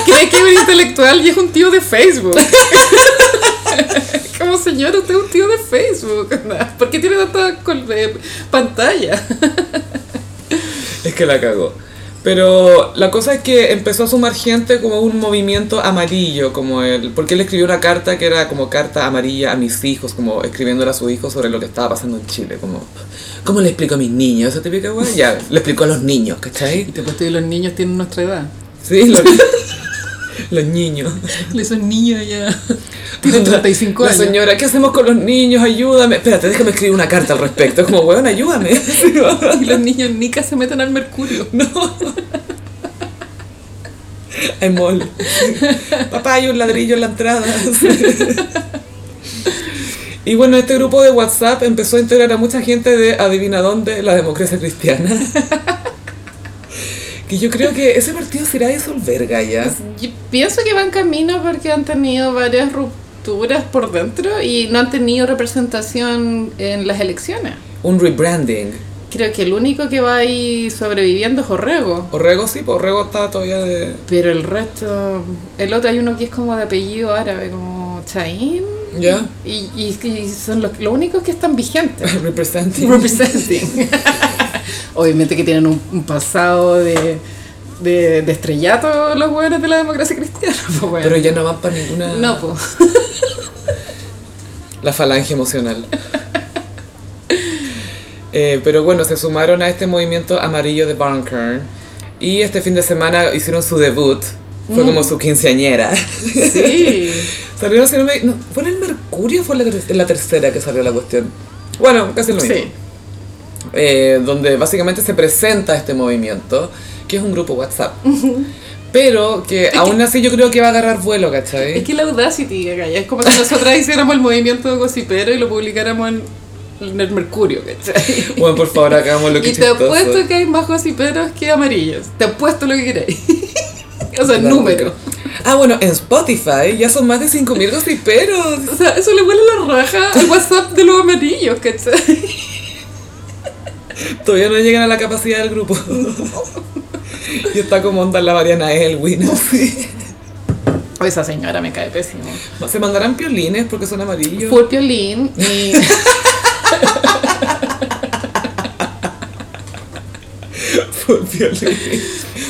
Speaker 2: cree que es un intelectual y es un tío de Facebook. Como señor, usted es un tío de Facebook. ¿Por qué tiene tanta col- eh, pantalla?
Speaker 1: Es que la cagó. Pero la cosa es que empezó a sumar gente como un movimiento amarillo, como él, porque él escribió una carta que era como carta amarilla a mis hijos, como escribiéndole a sus hijos sobre lo que estaba pasando en Chile, como, ¿cómo le explico a mis niños? Esa típica guay, ya, le explicó a los niños, ¿cachai?
Speaker 2: Y te puesto que los niños tienen nuestra edad.
Speaker 1: Sí, los, los niños.
Speaker 2: Esos niños ya tienen 35
Speaker 1: La
Speaker 2: años.
Speaker 1: señora, ¿qué hacemos con los niños? Ayúdame. Espérate, déjame escribir una carta al respecto. Es como, weón, ayúdame. Sí, ¿no?
Speaker 2: Y los niños nicas se meten al mercurio.
Speaker 1: Ay, mol. Papá, hay un ladrillo en la entrada. Y bueno, este grupo de WhatsApp empezó a integrar a mucha gente de, adivina dónde, la democracia cristiana. Que yo creo que ese partido se irá a disolver, Gaya.
Speaker 2: Yo pienso que van camino porque han tenido varias rupturas por dentro y no han tenido representación en las elecciones.
Speaker 1: Un rebranding.
Speaker 2: Creo que el único que va ahí sobreviviendo es Orrego.
Speaker 1: Orrego sí, pues Orrego está todavía de...
Speaker 2: Pero el resto. El otro hay uno que es como de apellido árabe, como Chain.
Speaker 1: ¿Ya?
Speaker 2: Y, y, y son los, los únicos que están vigentes.
Speaker 1: Representing.
Speaker 2: Representing. Obviamente que tienen un, un pasado de, de, de estrellato los hueones de la democracia cristiana. pues, bueno.
Speaker 1: Pero ya no van para ninguna...
Speaker 2: No, pues.
Speaker 1: La falange emocional. Eh, pero bueno, se sumaron a este movimiento amarillo de Bunker. Y este fin de semana hicieron su debut.
Speaker 2: Mm.
Speaker 1: Fue como su quinceañera.
Speaker 2: Sí.
Speaker 1: Salieron, si no me- no, ¿Fue en el Mercurio o fue en la, ter- en la tercera que salió la cuestión? Bueno, casi lo mismo.
Speaker 2: sí.
Speaker 1: Eh, donde básicamente se presenta este movimiento, que es un grupo WhatsApp. Pero que aún así yo creo que va a agarrar vuelo, ¿cachai?
Speaker 2: Es que la Audacity, Gaya, es como si nosotras hiciéramos el movimiento gossipero y lo publicáramos en, en el Mercurio, ¿cachai?
Speaker 1: Bueno, por favor, hagamos lo que
Speaker 2: Y te apuesto que hay más gossiperos que amarillos. Te apuesto lo que queráis. o sea, número.
Speaker 1: Ah, bueno, en Spotify ya son más de 5.000 gossiperos.
Speaker 2: O sea, eso le huele la raja al WhatsApp de los amarillos, ¿cachai?
Speaker 1: Todavía no llegan a la capacidad del grupo. y está como onda la Mariana Elwin. así.
Speaker 2: O esa señora me cae pésimo.
Speaker 1: Se mandarán piolines porque son amarillos.
Speaker 2: Full piolín y.
Speaker 1: el violín.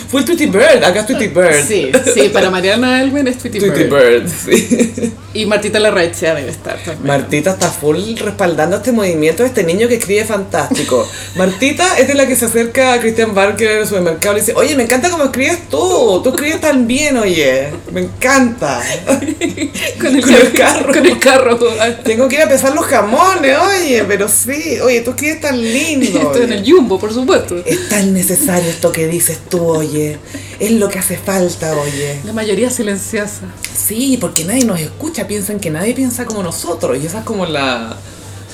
Speaker 1: Fue el Tweety Bird, acá es Tweety Bird.
Speaker 2: Sí, sí, para Mariana Elwin es Tweety
Speaker 1: Tweety
Speaker 2: Bird.
Speaker 1: Bird, sí.
Speaker 2: Y Martita Larrachea debe estar también.
Speaker 1: Martita está full respaldando este movimiento de este niño que escribe fantástico. Martita es de la que se acerca a Christian Barker en el supermercado y le dice, oye, me encanta cómo escribes tú, tú escribes tan bien, oye, me encanta.
Speaker 2: con, el
Speaker 1: Con el
Speaker 2: carro.
Speaker 1: carro.
Speaker 2: Con el carro.
Speaker 1: Tengo que ir a pesar los jamones, oye, pero sí, oye, tú escribes tan lindo.
Speaker 2: Esto en
Speaker 1: oye".
Speaker 2: el Jumbo, por supuesto.
Speaker 1: Es tan necesario esto que dices tú, oye. Es lo que hace falta, oye.
Speaker 2: La mayoría silenciosa.
Speaker 1: Sí, porque nadie nos escucha, piensan que nadie piensa como nosotros. Y esa es como la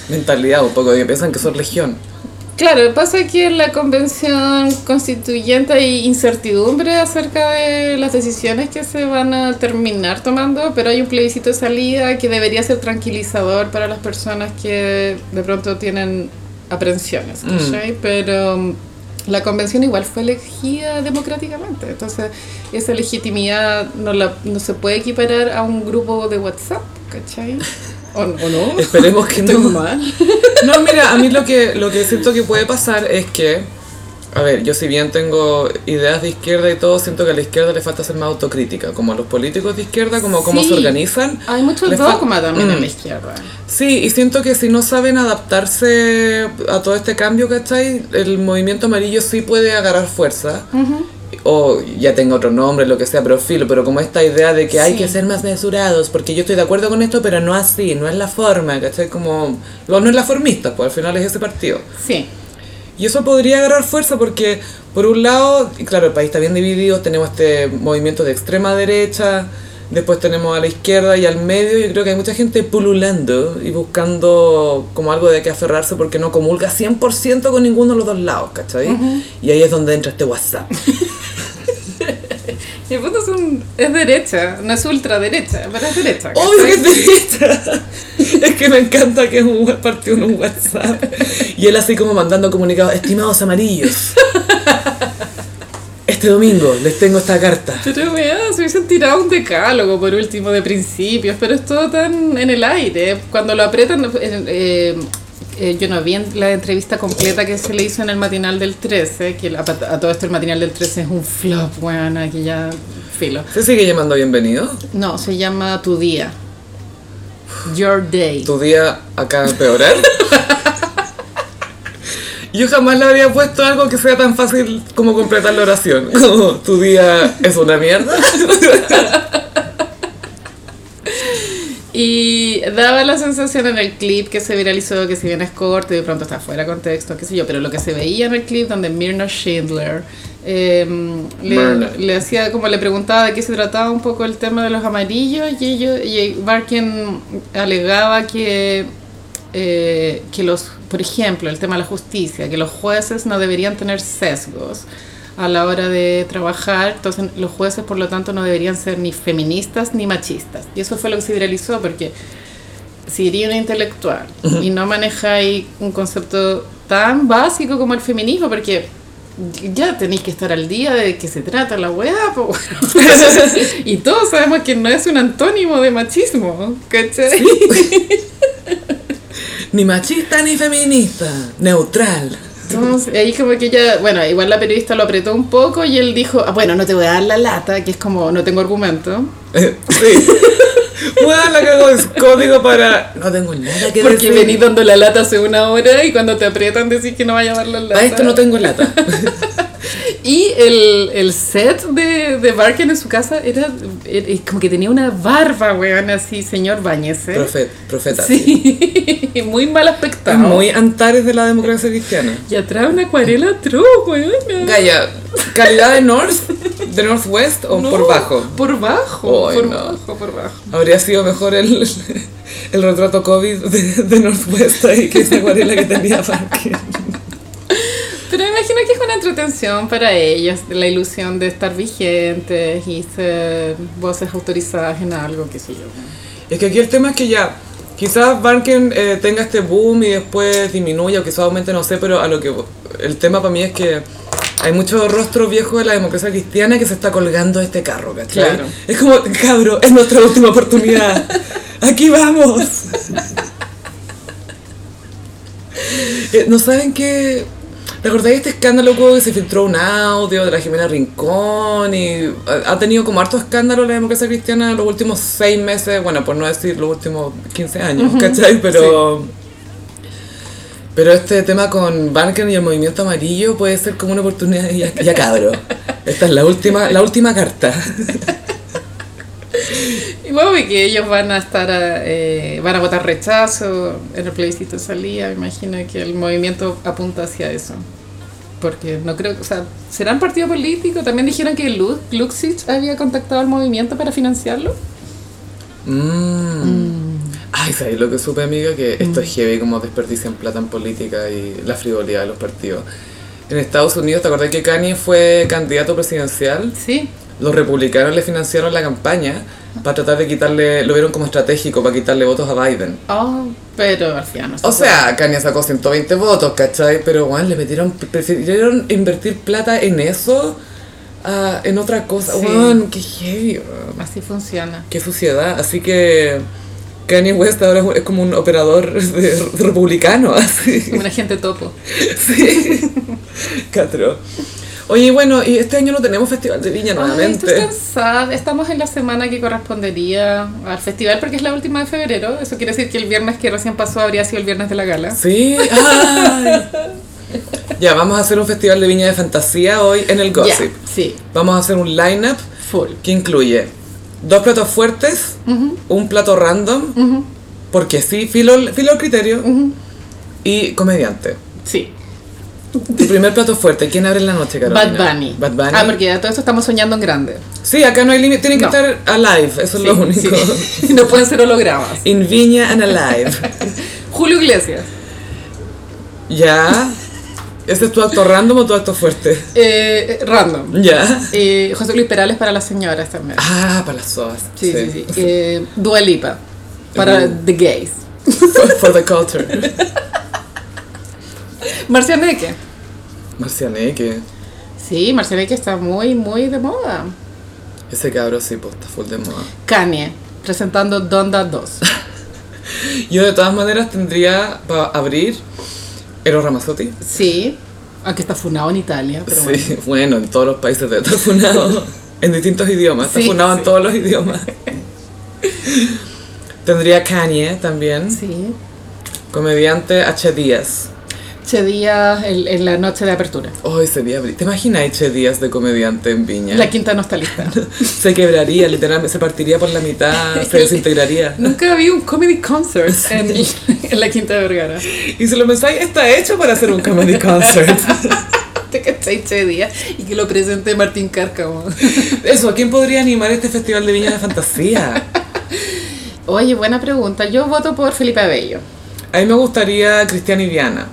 Speaker 1: mentalidad un poco, que piensan que son legión.
Speaker 2: Claro, pasa que en la convención constituyente hay incertidumbre acerca de las decisiones que se van a terminar tomando, pero hay un plebiscito de salida que debería ser tranquilizador para las personas que de pronto tienen aprensiones,
Speaker 1: Mm.
Speaker 2: ¿cachai? Pero mm, la convención igual fue elegida democráticamente, entonces esa legitimidad no, la, no se puede equiparar a un grupo de WhatsApp, ¿cachai? ¿O, o no?
Speaker 1: Esperemos que
Speaker 2: Estoy
Speaker 1: no.
Speaker 2: mal.
Speaker 1: No, mira, a mí lo que, lo que siento que puede pasar es que, a ver, yo si bien tengo ideas de izquierda y todo, siento que a la izquierda le falta ser más autocrítica, como a los políticos de izquierda, como cómo
Speaker 2: Sí.
Speaker 1: se organizan.
Speaker 2: Hay mucho
Speaker 1: Les fal-
Speaker 2: dogma también en
Speaker 1: Mm.
Speaker 2: la izquierda.
Speaker 1: Sí, y siento que si no saben adaptarse a todo este cambio, ¿cachai? El movimiento amarillo sí puede agarrar fuerza. O ya tenga otro nombre, lo que sea, pero filo, pero como esta idea de que hay
Speaker 2: Sí.
Speaker 1: que ser más mesurados, porque yo estoy de acuerdo con esto, pero no así, no es la forma, ¿cachai? Como, lo- no es la formista, pues al final es ese partido.
Speaker 2: Sí,
Speaker 1: Y eso podría agarrar fuerza porque, por un lado, y claro, el país está bien dividido, tenemos este movimiento de extrema derecha, después tenemos a la izquierda y al medio, yo creo que hay mucha gente pululando y buscando como algo de que aferrarse porque no comulga 100% con ninguno de los dos lados, ¿cachai? Y ahí es donde entra este WhatsApp.
Speaker 2: el fondo es, un- es derecha, no es ultraderecha, pero es derecha. ¿cachai?
Speaker 1: Obvio que es derecha. Es que me encanta que es un buen partido en un WhatsApp. Y él así como mandando comunicados, estimados amarillos. Este domingo les tengo esta carta.
Speaker 2: Pero weá, se hubiesen tirado un decálogo por último de principios, pero es todo tan en el aire. Cuando lo aprietan, eh, eh, eh, yo no vi en la entrevista completa que se le hizo en el matinal del 13, que la- a todo esto el matinal del 13 es un flop, weón, que ya filo.
Speaker 1: ¿Se sigue llamando bienvenido?
Speaker 2: No, se llama Tu Día. Your Day.
Speaker 1: ¿Tu día acaba de empeorar? Yo jamás le habría puesto algo que sea tan fácil como completar la oración. Como, tu día es una mierda.
Speaker 2: Y daba la sensación en el clip que se viralizó que si bien es corto y de pronto está fuera de contexto, qué sé yo, pero lo que se veía en el clip donde Mirna Schindler eh,
Speaker 1: Mirna.
Speaker 2: le, le hacía como le preguntaba de qué se trataba un poco el tema de los amarillos y, ellos, y Barkin alegaba que, eh, que los, por ejemplo, el tema de la justicia, que los jueces no deberían tener sesgos a la hora de trabajar. Entonces, los jueces, por lo tanto, no deberían ser ni feministas ni machistas. Y eso fue lo que se viralizó, porque si eres un intelectual y no manejáis un concepto tan básico como el feminismo, porque ya tenéis que estar al día de qué se trata la weá, po, weón. y todos sabemos que no es un antónimo de machismo, ¿cachai?
Speaker 1: Ni machista ni feminista. Neutral.
Speaker 2: Entonces, ahí como que ella, bueno, igual la periodista lo apretó un poco y él dijo, "Ah, bueno, no te voy a dar la lata, que es como, no tengo argumento.
Speaker 1: Eh, Sí. Bueno, la cago es código para... No tengo nada que
Speaker 2: Porque
Speaker 1: decir.
Speaker 2: venís dando la lata hace una hora y cuando te aprietan decís que no vaya a dar la lata.
Speaker 1: Para esto Ah, no tengo lata.
Speaker 2: Y el, el set de, de Barken en su casa era, era como que tenía una barba, weón, así, señor Bañese.
Speaker 1: Profe- profeta.
Speaker 2: Sí, muy mal aspectado.
Speaker 1: Muy antares de la democracia cristiana.
Speaker 2: Y atrás una acuarela true, weón.
Speaker 1: Gaya, calidad de North, de Northwest o
Speaker 2: No,
Speaker 1: por bajo.
Speaker 2: Por bajo,
Speaker 1: Ay,
Speaker 2: por
Speaker 1: no.
Speaker 2: bajo, por bajo.
Speaker 1: Habría sido mejor el, el retrato COVID de, de Northwest ahí que esa acuarela que tenía Parker.
Speaker 2: Pero me imagino que es una entretención para ellos, la ilusión de estar vigentes y ser voces autorizadas en algo, qué sé yo.
Speaker 1: Es que aquí el tema es que ya, quizás Barken eh, tenga este boom y después disminuya o quizás aumente, no sé, pero a lo que el tema para mí es que hay muchos rostros viejos de la democracia cristiana que se está colgando de este carro, ¿cachai?
Speaker 2: Claro.
Speaker 1: Es como, cabro, es nuestra última oportunidad. Aquí vamos. Eh, ¿No saben qué? ¿Te acordáis de este escándalo que hubo que se filtró un audio de la Jimena Rincón? Y ha ha tenido como harto escándalo la democracia cristiana los últimos seis meses, bueno, por no decir los últimos 15 años, ¿cachai? Pero. Pero este tema con Banken y el movimiento amarillo puede ser como una oportunidad. Ya, ya cabro. Esta es la última, la última carta.
Speaker 2: Y bueno, y que ellos van a estar, a, eh, van a votar rechazo en el plebiscito de salida, me imagino que el movimiento apunta hacia eso. Porque no creo, o sea, ¿serán partido político? También dijeron que Lu- Luxich había contactado al movimiento para financiarlo.
Speaker 1: Mm. Ay, ¿sabes lo que supe, amiga? Que esto es heavy como desperdician plata en política y la frivolidad de los partidos. En Estados Unidos, ¿te acordás que Kanye fue candidato presidencial?
Speaker 2: Sí.
Speaker 1: Los republicanos le financiaron la campaña para tratar de quitarle, lo vieron como estratégico para quitarle votos a Biden.
Speaker 2: Oh, pero al final no se
Speaker 1: O
Speaker 2: puede.
Speaker 1: sea, Kanye sacó 120 votos, ¿cachai? Pero, bueno, le metieron, prefirieron invertir plata en eso, a- en otra cosa.
Speaker 2: Sí.
Speaker 1: Weón, qué heavy, weón.
Speaker 2: Así funciona.
Speaker 1: Qué suciedad, así que Kanye West ahora es como un operador de- republicano, así.
Speaker 2: Como una gente topo.
Speaker 1: Sí. Catro. Oye, bueno, y este año no tenemos Festival de Viña
Speaker 2: Ay, estoy
Speaker 1: nuevamente.
Speaker 2: cansada. Estamos en la semana que correspondería al festival porque es la última de febrero. Eso quiere decir que el viernes que recién pasó habría sido el viernes de la gala.
Speaker 1: Sí, ay. Ya, vamos a hacer un Festival de Viña de Fantasía hoy en el
Speaker 2: Ya,
Speaker 1: Gossip.
Speaker 2: sí,
Speaker 1: Vamos a hacer un line-up
Speaker 2: full.
Speaker 1: que incluye dos platos fuertes, un plato random, porque sí, filo, el- filo el criterio, y comediante.
Speaker 2: Sí.
Speaker 1: Tu primer plato fuerte, ¿quién abre en la noche, Carolina?
Speaker 2: Bad Bunny.
Speaker 1: Bad Bunny.
Speaker 2: Ah, porque a todo esto estamos soñando en grande.
Speaker 1: Sí, acá no hay límite, tienen que
Speaker 2: No.
Speaker 1: estar alive, eso es lo
Speaker 2: Sí,
Speaker 1: único.
Speaker 2: sí. No pueden ser hologramas.
Speaker 1: In Viña and alive.
Speaker 2: Julio Iglesias.
Speaker 1: ya. ¿Ese es tu acto random o tu acto fuerte?
Speaker 2: Eh, random.
Speaker 1: Ya.
Speaker 2: Eh, José Luis Perales para las señoras también.
Speaker 1: Mm. Ah, para las soas.
Speaker 2: Sí, sí, sí. Eh, Dua Lipa para
Speaker 1: Mm.
Speaker 2: The Gays.
Speaker 1: For, for the culture.
Speaker 2: Marcianeque.
Speaker 1: Marcianeque.
Speaker 2: Sí, Marcianeque está muy, muy de moda.
Speaker 1: Ese cabro sí, pues, está full de moda.
Speaker 2: Kanye presentando Donda 2.
Speaker 1: Yo de todas maneras tendría para abrir Eros Ramazzotti.
Speaker 2: Sí, aunque está funado en Italia, pero bueno.
Speaker 1: sí, bueno. en todos los países de- está funado en distintos idiomas, está
Speaker 2: Sí,
Speaker 1: funado
Speaker 2: sí.
Speaker 1: en todos los idiomas. Tendría Kanye también,
Speaker 2: Sí.
Speaker 1: comediante H. Díaz.
Speaker 2: Che Díaz en, en la noche de apertura.
Speaker 1: Hoy sería, bri- ¿te imaginas H. Díaz de comediante en Viña?
Speaker 2: La quinta no está lista.
Speaker 1: Se quebraría, literalmente, se partiría por la mitad, se desintegraría.
Speaker 2: Nunca vi un comedy concert en, en la quinta de Vergara.
Speaker 1: Y si lo pensáis, está hecho para hacer un comedy concert.
Speaker 2: Te cachai Che Díaz y que lo presente Martín Cárcamo.
Speaker 1: Eso, ¿a quién podría animar este festival de Viña de Fantasía?
Speaker 2: Oye, buena pregunta. Yo voto por Felipe Abello.
Speaker 1: A mí me gustaría Cristian y Diana.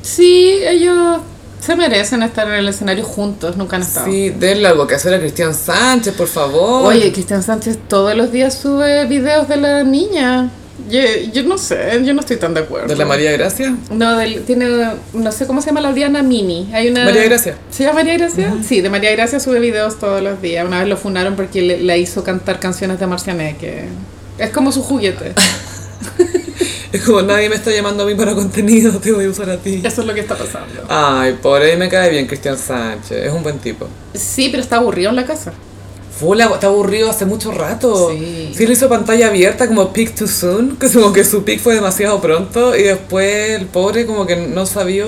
Speaker 2: Sí, ellos se merecen estar en el escenario juntos, nunca han estado.
Speaker 1: Sí, denle algo que hacer a Cristian Sánchez, por favor.
Speaker 2: Oye, Cristian Sánchez todos los días sube videos de la niña. Yo, yo no sé, yo no estoy tan de acuerdo.
Speaker 1: ¿De la María Gracia?
Speaker 2: No, del- tiene, no sé cómo se llama la Diana Mini. Hay una...
Speaker 1: María Gracia.
Speaker 2: ¿Se llama María Gracia? Sí, de María Gracia sube videos todos los días. Una vez lo funaron porque le, la hizo cantar canciones de Marcianeque. Es como su juguete.
Speaker 1: Es como nadie me está llamando a mí para contenido, te voy a usar a ti.
Speaker 2: Eso es lo que está pasando.
Speaker 1: Ay, por ahí me cae bien Cristian Sánchez, es un buen tipo.
Speaker 2: Sí, pero está aburrido en la casa.
Speaker 1: Fula, está aburrido hace mucho rato.
Speaker 2: Sí.
Speaker 1: Sí, le hizo pantalla abierta como pick too soon, que como que su pick fue demasiado pronto y después el pobre como que no sabía...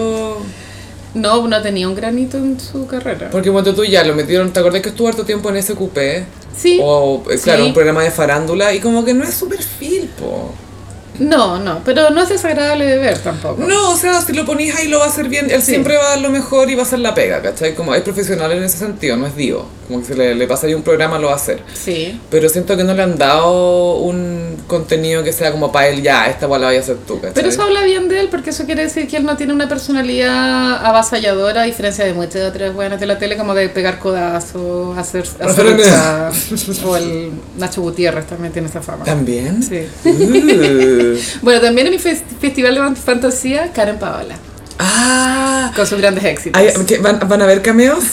Speaker 2: No, no tenía un granito en su carrera.
Speaker 1: Porque cuando tú ya lo metieron, ¿te acordás que estuvo harto tiempo en ese cupé?
Speaker 2: Sí.
Speaker 1: O, eh, claro,
Speaker 2: Sí.
Speaker 1: un programa de farándula y como que no es su perfil, po.
Speaker 2: No, no, pero no es desagradable de ver tampoco.
Speaker 1: No, o sea, si lo ponís ahí lo va a hacer bien, él
Speaker 2: Sí.
Speaker 1: siempre va a dar lo mejor y va a hacer la pega, ¿cachai? Como es profesional en ese sentido, no es digo, como que si le, le pasa ahí un programa lo va a hacer.
Speaker 2: Sí.
Speaker 1: Pero siento que no le han dado un contenido que sea como para él, ya, esta bola la vaya a hacer tú, ¿cachai?
Speaker 2: Pero eso habla bien de él porque eso quiere decir que él no tiene una personalidad avasalladora a diferencia de muchas de otras buenas de la tele como de pegar codazos, hacer, hacer
Speaker 1: Pero-
Speaker 2: luchas. o el Nacho Gutiérrez también tiene esa fama.
Speaker 1: ¿También?
Speaker 2: Sí.
Speaker 1: Uh.
Speaker 2: Bueno, también en mi fes- festival de fantasía, Karen Paola,
Speaker 1: ah,
Speaker 2: con sus grandes éxitos.
Speaker 1: ay, ¿qué? ¿van, van a ver cameos?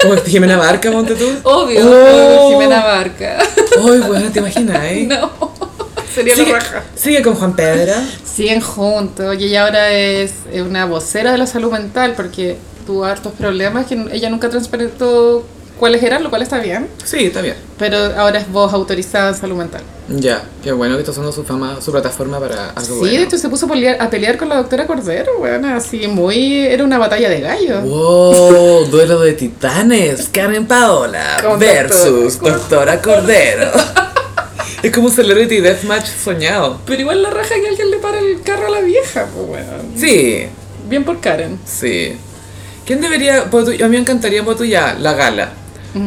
Speaker 1: ¿Como Jimena Barca, ponte tú?
Speaker 2: Obvio,
Speaker 1: Oh.
Speaker 2: Jimena Barca.
Speaker 1: Ay, bueno, ¿te imaginas, eh?
Speaker 2: No. Sería
Speaker 1: sigue,
Speaker 2: la raja.
Speaker 1: sigue con Juan Pedro.
Speaker 2: Siguen juntos. Oye, ella ahora es eh, una vocera de la salud mental porque tuvo hartos problemas que n- ella nunca transparentó cuáles eran, lo cual está bien.
Speaker 1: Sí, está bien.
Speaker 2: Pero ahora es voz autorizada en salud mental.
Speaker 1: Ya, qué bueno que está usando su fama, su plataforma para algo
Speaker 2: sí,
Speaker 1: Ah, bueno.
Speaker 2: de hecho se puso a pelear, a pelear con la doctora Cordero, weón, así muy... Era una batalla de gallos.
Speaker 1: Wow, duelo de titanes. Karen Paola
Speaker 2: Con
Speaker 1: versus Doctora Cordero. es como un celebrity deathmatch soñado.
Speaker 2: Pero igual la raja que alguien le para el carro a la vieja, pues weón.
Speaker 1: Sí,
Speaker 2: Bien por Karen.
Speaker 1: sí. ¿Quién debería, por tu- a mí me encantaría por tu ya, la gala.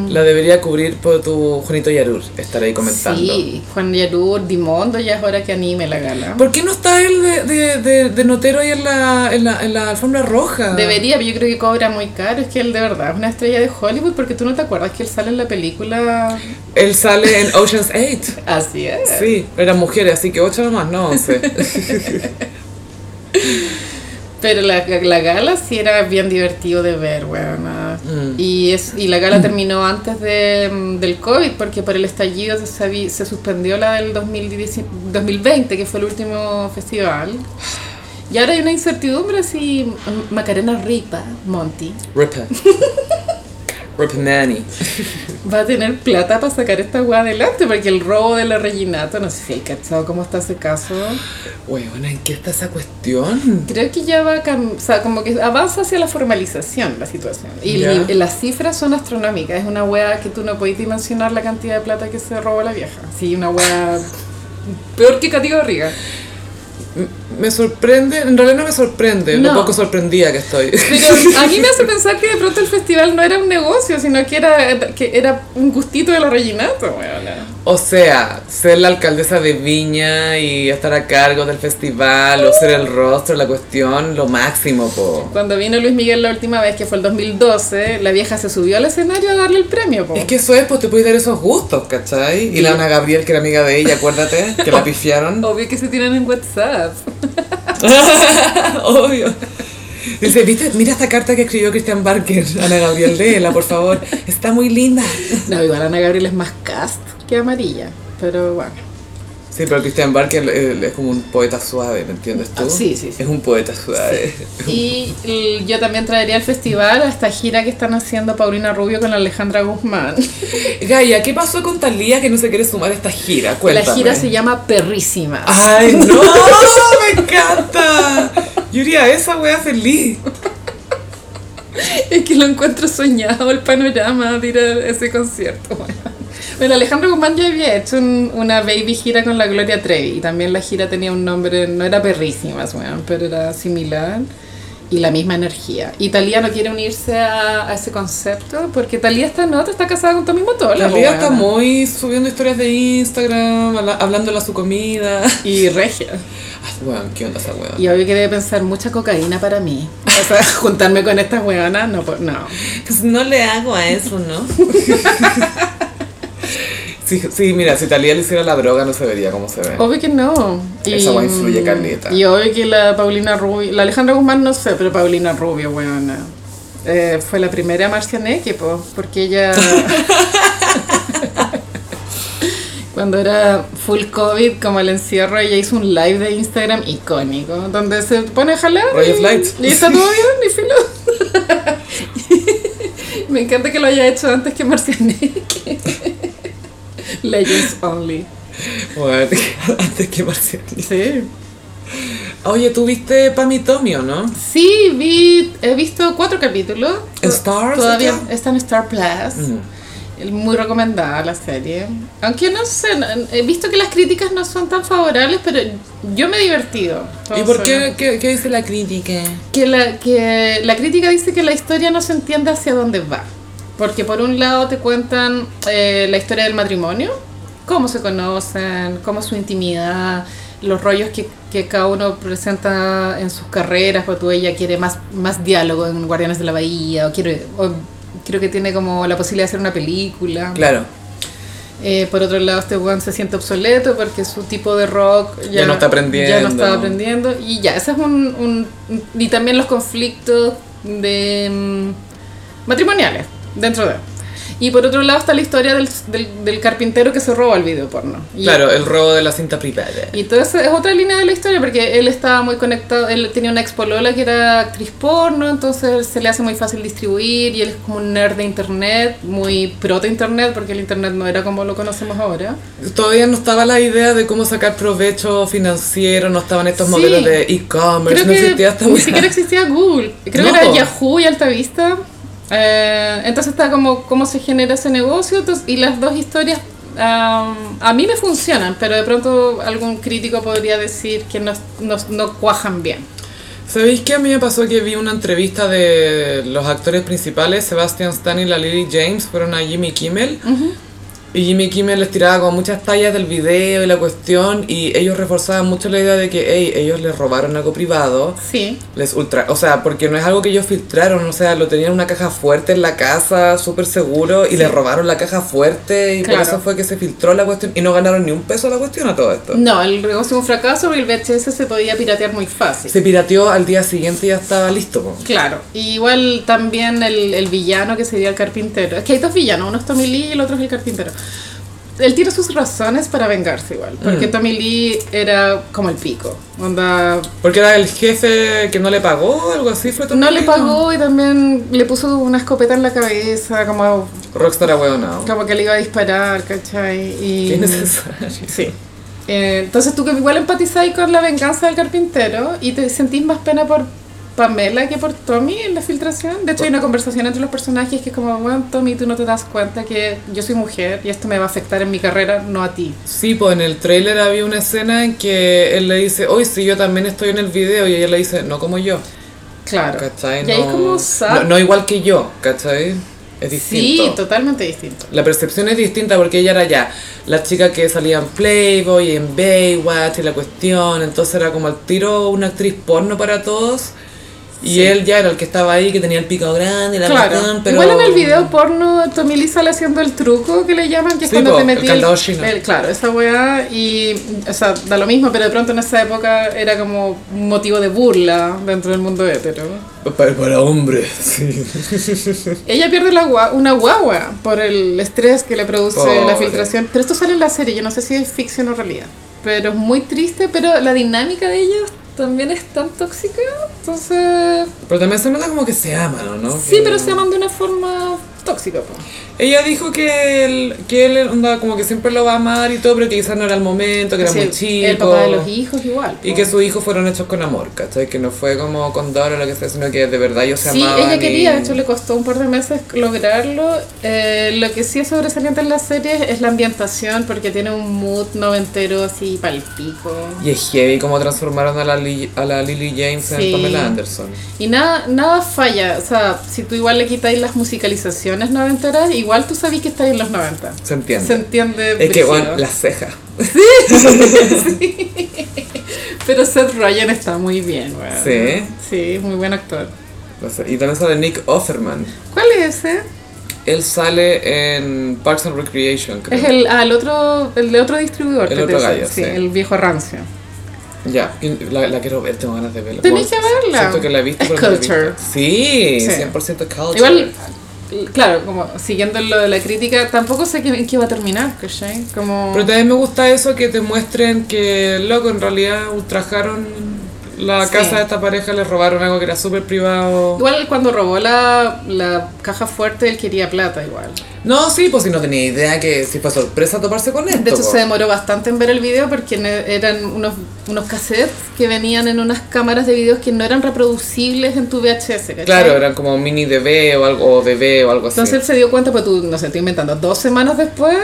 Speaker 1: La debería cubrir por tu Juanito Yarur, estar ahí comentando.
Speaker 2: Sí, Juan Yarur, Dimondo, ya es hora que anime la gala.
Speaker 1: ¿Por qué no está él de, de- de- de notero ahí en la, en, la, en la alfombra roja?
Speaker 2: Debería, pero yo creo que cobra muy caro. Es que él de verdad es una estrella de Hollywood porque tú no te acuerdas que él sale en la película.
Speaker 1: Él sale en Ocean's 8.
Speaker 2: Así es.
Speaker 1: Sí, eran mujeres, así que 8 nomás, no 11.
Speaker 2: Pero la, la gala sí era bien divertido de ver, weón. ah. Y, es, y la gala terminó antes de, mm, del COVID porque por el estallido se, sabi- se suspendió la del 2019 2020, que fue el último festival. Y ahora hay una incertidumbre si mm, Macarena Ripa, Monty,
Speaker 1: Ripper. Ripper Manny.
Speaker 2: va a tener plata para sacar esta weá adelante, porque el robo de la Reginato, no sé si hay cachado cómo está ese caso.
Speaker 1: Huevona, ¿en qué está esa cuestión?
Speaker 2: Creo que ya va a cam- o sea, como que avanza hacia la formalización la situación. Y
Speaker 1: Ya.
Speaker 2: li- las cifras son astronómicas, es una weá que tú no podés dimensionar la cantidad de plata que se robó la vieja. Sí, una weá peor que Cati Garriga.
Speaker 1: M- Me sorprende, en realidad no me sorprende,
Speaker 2: No.
Speaker 1: lo poco sorprendida que estoy.
Speaker 2: Pero a mí me hace pensar que de pronto el festival no era un negocio, sino que era, que era un gustito de la Reginato, weona.
Speaker 1: O sea, ser la alcaldesa de Viña y estar a cargo del festival, o ser el rostro, la cuestión, lo máximo, po.
Speaker 2: Cuando vino Luis Miguel la última vez, que fue el 2012, la vieja se subió al escenario a darle el premio. po.
Speaker 1: Es que eso es, pues te puedes dar esos gustos, ¿cachai? Y la Ana Gabriel, que era amiga de ella, acuérdate, que la pifiaron.
Speaker 2: Obvio que se tiran en WhatsApp.
Speaker 1: Obvio. Dice, ¿viste? Mira esta carta que escribió Christian Barker. Ana Gabriel, léela, por favor. Está muy linda.
Speaker 2: No, igual Ana Gabriel es más cast que amarilla, pero bueno.
Speaker 1: Sí, pero Christian Barker eh, es como un poeta suave, ¿me entiendes tú?
Speaker 2: Ah, sí, sí, sí.
Speaker 1: Es un poeta suave.
Speaker 2: Y l- yo también traería al festival a esta gira que están haciendo Paulina Rubio con Alejandra Guzmán.
Speaker 1: Gaia, ¿qué pasó con Talía que no se quiere sumar a esta gira? Cuéntame.
Speaker 2: La gira se llama Perrísimas.
Speaker 1: ¡Ay, no! ¡Me encanta! Yo iría a esa wea feliz.
Speaker 2: Es que lo encuentro soñado el panorama de ir a ese concierto. Bueno, Bueno, Alejandro Guzmán ya había hecho un- una baby gira con la Gloria Trevi y también la gira tenía un nombre, no era perrísimas, weón, pero era similar y la misma energía. Y Talía no quiere unirse a, a ese concepto porque Talía está en otra, está casada con Tommy Motola.
Speaker 1: Talía
Speaker 2: weona.
Speaker 1: está muy subiendo historias de Instagram, habla- hablándole a su comida.
Speaker 2: Y regia.
Speaker 1: Ay, weón, ¿qué onda esa wea?
Speaker 2: Y obvio que debe pensar mucha cocaína para mí. O sea, juntarme con estas weonas, no, po- no.
Speaker 1: Pues no le hago a eso, ¿no? sí, sí, mira, si Talía le hiciera la droga no se vería como se ve.
Speaker 2: Obvio que no. mm,
Speaker 1: Esa weá influye caleta.
Speaker 2: Y obvio que la Paulina Rubio, la Alejandra Guzmán no sé, pero Paulina Rubio, weona. eh, fue la primera marcianeque, po, porque ella. Cuando era full COVID, como el encierro, ella hizo un live de Instagram icónico, donde se pone a jalar.
Speaker 1: Ray of
Speaker 2: y-
Speaker 1: light.
Speaker 2: Y está todo bien, y filo. Me encanta que lo haya hecho antes que Marcianeque. Legends only.
Speaker 1: Bueno, antes que Marcianis.
Speaker 2: Sí.
Speaker 1: Oye, ¿tú viste Pam y Tommy o no?
Speaker 2: Sí, vi, he visto cuatro capítulos.
Speaker 1: ¿En Star? Mm.
Speaker 2: Todavía
Speaker 1: ¿Está?
Speaker 2: está en Star Plus. El- Muy recomendada la serie. Aunque no sé, no- he visto que las críticas no son tan favorables, pero yo me he divertido.
Speaker 1: ¿Y por qué,
Speaker 2: Entonces,
Speaker 1: qué, qué dice la crítica?
Speaker 2: Que la, que la crítica dice que la historia no se entiende hacia dónde va. Porque por un lado te cuentan eh, la historia del matrimonio, cómo se conocen, cómo es su intimidad, los rollos que, que cada uno presenta en sus carreras, cuando ella quiere más, más diálogo en Guardianes de la Bahía, o, quiere, o creo que tiene como la posibilidad de hacer una película.
Speaker 1: Claro,
Speaker 2: Eh, por otro lado, este weón se siente obsoleto porque su tipo de rock ya,
Speaker 1: Ya no está aprendiendo.
Speaker 2: Ya no está aprendiendo. Y ya, ese es un, un- Y también los conflictos de mm, matrimoniales dentro de... Y por otro lado está la historia del, del, del carpintero que se roba el video porno. Y-
Speaker 1: Claro, eh. el robo de la cinta privada.
Speaker 2: Y todo eso es otra línea de la historia porque él estaba muy conectado, él tenía una expolola que era actriz porno, entonces se le hace muy fácil distribuir y él es como un nerd de internet, muy proto internet porque el internet no era como lo conocemos ahora.
Speaker 1: Todavía no estaba la idea de cómo sacar provecho financiero, no estaban estos
Speaker 2: Sí.
Speaker 1: modelos de e-commerce,
Speaker 2: Creo
Speaker 1: no existía
Speaker 2: que
Speaker 1: esta
Speaker 2: ni
Speaker 1: weá.
Speaker 2: siquiera existía Google, creo
Speaker 1: No.
Speaker 2: que era Yahoo y Altavista. Eh, entonces está como cómo se genera ese negocio entonces- y las dos historias am, a mí me funcionan, pero de pronto algún crítico podría decir que no, no, no cuajan bien.
Speaker 1: ¿Sabéis qué? A mí me pasó que vi una entrevista de los actores principales, Sebastian Stan y la Lily James, fueron a Jimmy Kimmel. Y Jimmy Kimmel les tiraba como muchas tallas del video y la cuestión, y ellos reforzaban mucho la idea de que, hey, ellos les robaron algo privado.
Speaker 2: Sí.
Speaker 1: Les ultra, o sea, porque no es algo que ellos filtraron, o sea, lo tenían en una caja fuerte en la casa, súper seguro, y les robaron la caja fuerte, y
Speaker 2: Claro.
Speaker 1: por eso fue que se filtró la cuestión, y no ganaron ni un peso la cuestión a todo esto.
Speaker 2: No, el negocio fue un fracaso porque el VHS se podía piratear muy fácil.
Speaker 1: Se pirateó al día siguiente y ya estaba listo. po.
Speaker 2: Claro. Y igual también el, el villano que sería el carpintero. Es que hay dos villanos, uno es Tommy Lee y el otro es el carpintero. Él tiene sus razones para vengarse igual, porque Tommy Lee era como el pico. Onda,
Speaker 1: Porque era el jefe que no le pagó, algo así fue
Speaker 2: no
Speaker 1: también,
Speaker 2: le pagó y también le puso una escopeta en la cabeza, como,
Speaker 1: Rockstar ahueonado.
Speaker 2: como que le iba a disparar, ¿cachai? Y,
Speaker 1: Qué innecesario.
Speaker 2: Sí. Eh, entonces tú que igual empatizáis con la venganza del carpintero y te sentís más pena por Pamela que por Tommy en la filtración. De hecho hay una conversación entre los personajes que es como, bueno, Tommy, tú no te das cuenta que yo soy mujer y esto me va a afectar en mi carrera, no a ti.
Speaker 1: Sí, pues en el tráiler había una escena en que él le dice, hoy sí, yo también estoy en el video, y ella le dice, no como yo,
Speaker 2: Claro.
Speaker 1: ¿cachai?
Speaker 2: Y ahí
Speaker 1: no,
Speaker 2: como sad.
Speaker 1: no, no igual que yo, ¿cachai? Es distinto.
Speaker 2: sí, totalmente distinto.
Speaker 1: La percepción es distinta porque ella era ya la chica que salía en Playboy, en Baywatch y la cuestión. Entonces era como al tiro una actriz porno para todos. Y él ya era el que estaba ahí, que tenía el pico grande y la
Speaker 2: Claro.
Speaker 1: cuestión, pero...
Speaker 2: Igual en el video porno Tommy Lee sale haciendo el truco que le llaman, que es
Speaker 1: Sí,
Speaker 2: cuando
Speaker 1: po,
Speaker 2: te
Speaker 1: el
Speaker 2: metí
Speaker 1: candado chino.
Speaker 2: el- claro, esa weá y o sea, da lo mismo, pero de pronto en esa época era como un motivo de burla dentro del mundo hétero.
Speaker 1: Para, para hombres, sí.
Speaker 2: Ella pierde la gua- una guagua por el estrés que le produce la
Speaker 1: Pobre.
Speaker 2: filtración. Pero esto sale en la serie, yo no sé si es ficción o realidad. Pero es muy triste, pero la dinámica de ellos también es tan tóxica. Entonces...
Speaker 1: Pero también se nota como que se aman, ¿o ¿no?
Speaker 2: Sí,
Speaker 1: Que-
Speaker 2: pero se aman de una forma tóxica. po.
Speaker 1: Ella dijo que él, que él onda, como que siempre lo va a amar y todo, pero que quizás no era el momento, que era
Speaker 2: Sí,
Speaker 1: muy chico.
Speaker 2: El papá de los hijos igual.
Speaker 1: Y
Speaker 2: po.
Speaker 1: que sus hijos fueron hechos con amor, ¿cachai? Que no fue como con Dora o lo que sea, sino que de verdad ellos se
Speaker 2: Sí,
Speaker 1: amaban.
Speaker 2: ella quería, de
Speaker 1: y-
Speaker 2: hecho le costó un par de meses lograrlo. Eh, lo que sí es sobresaliente en la serie es la ambientación, porque tiene un mood noventero así palpico.
Speaker 1: Y es heavy cómo transformaron a la, Li- a la Lily James
Speaker 2: Sí.
Speaker 1: en Pamela Anderson.
Speaker 2: Y nada, nada falla, o sea, si tú igual le quitáis las musicalizaciones noventeras, igual tú sabís que estáis en los 90.
Speaker 1: Se entiende.
Speaker 2: Se entiende.
Speaker 1: es que,
Speaker 2: brígido.
Speaker 1: bueno, las cejas.
Speaker 2: Pero Seth Rogen está muy bien, weón.
Speaker 1: Sí.
Speaker 2: Sí, muy buen actor.
Speaker 1: Las ce- Y también sale Nick Offerman.
Speaker 2: ¿Cuál es ese?
Speaker 1: Él sale en Parks and Recreation, creo.
Speaker 2: Es el, ah, el otro, el de otro distribuidor.
Speaker 1: El
Speaker 2: que te
Speaker 1: otro
Speaker 2: decía,
Speaker 1: gallo, sí.
Speaker 2: El viejo rancio.
Speaker 1: Ya, y la, la quiero ver, tengo ganas de verla.
Speaker 2: Tenéis
Speaker 1: Bueno,
Speaker 2: que verla.
Speaker 1: Siento que la he visto,
Speaker 2: Es
Speaker 1: pero no la he
Speaker 2: culture.
Speaker 1: visto. Sí,
Speaker 2: Sí.
Speaker 1: 100% culture.
Speaker 2: Igual, claro, como siguiendo lo de la crítica, tampoco sé qué- en qué va a terminar, ¿cachai? Como...
Speaker 1: Pero también me gusta eso que te muestren que, loco, en realidad ultrajaron la
Speaker 2: Sí.
Speaker 1: casa de esta pareja, les robaron algo que era súper privado.
Speaker 2: Igual cuando robó la, la caja fuerte, él quería plata igual.
Speaker 1: No, sí, pues si no tenía idea que si fue sorpresa toparse con esto.
Speaker 2: De hecho,
Speaker 1: po.
Speaker 2: se demoró bastante en ver el video porque ne- eran unos, unos cassettes que venían en unas cámaras de videos que no eran reproducibles en tu VHS, ¿cachai?
Speaker 1: Claro, eran como mini DV o algo, o DV o algo así.
Speaker 2: Entonces él se dio cuenta, pues tú, no sé, estoy inventando, dos semanas después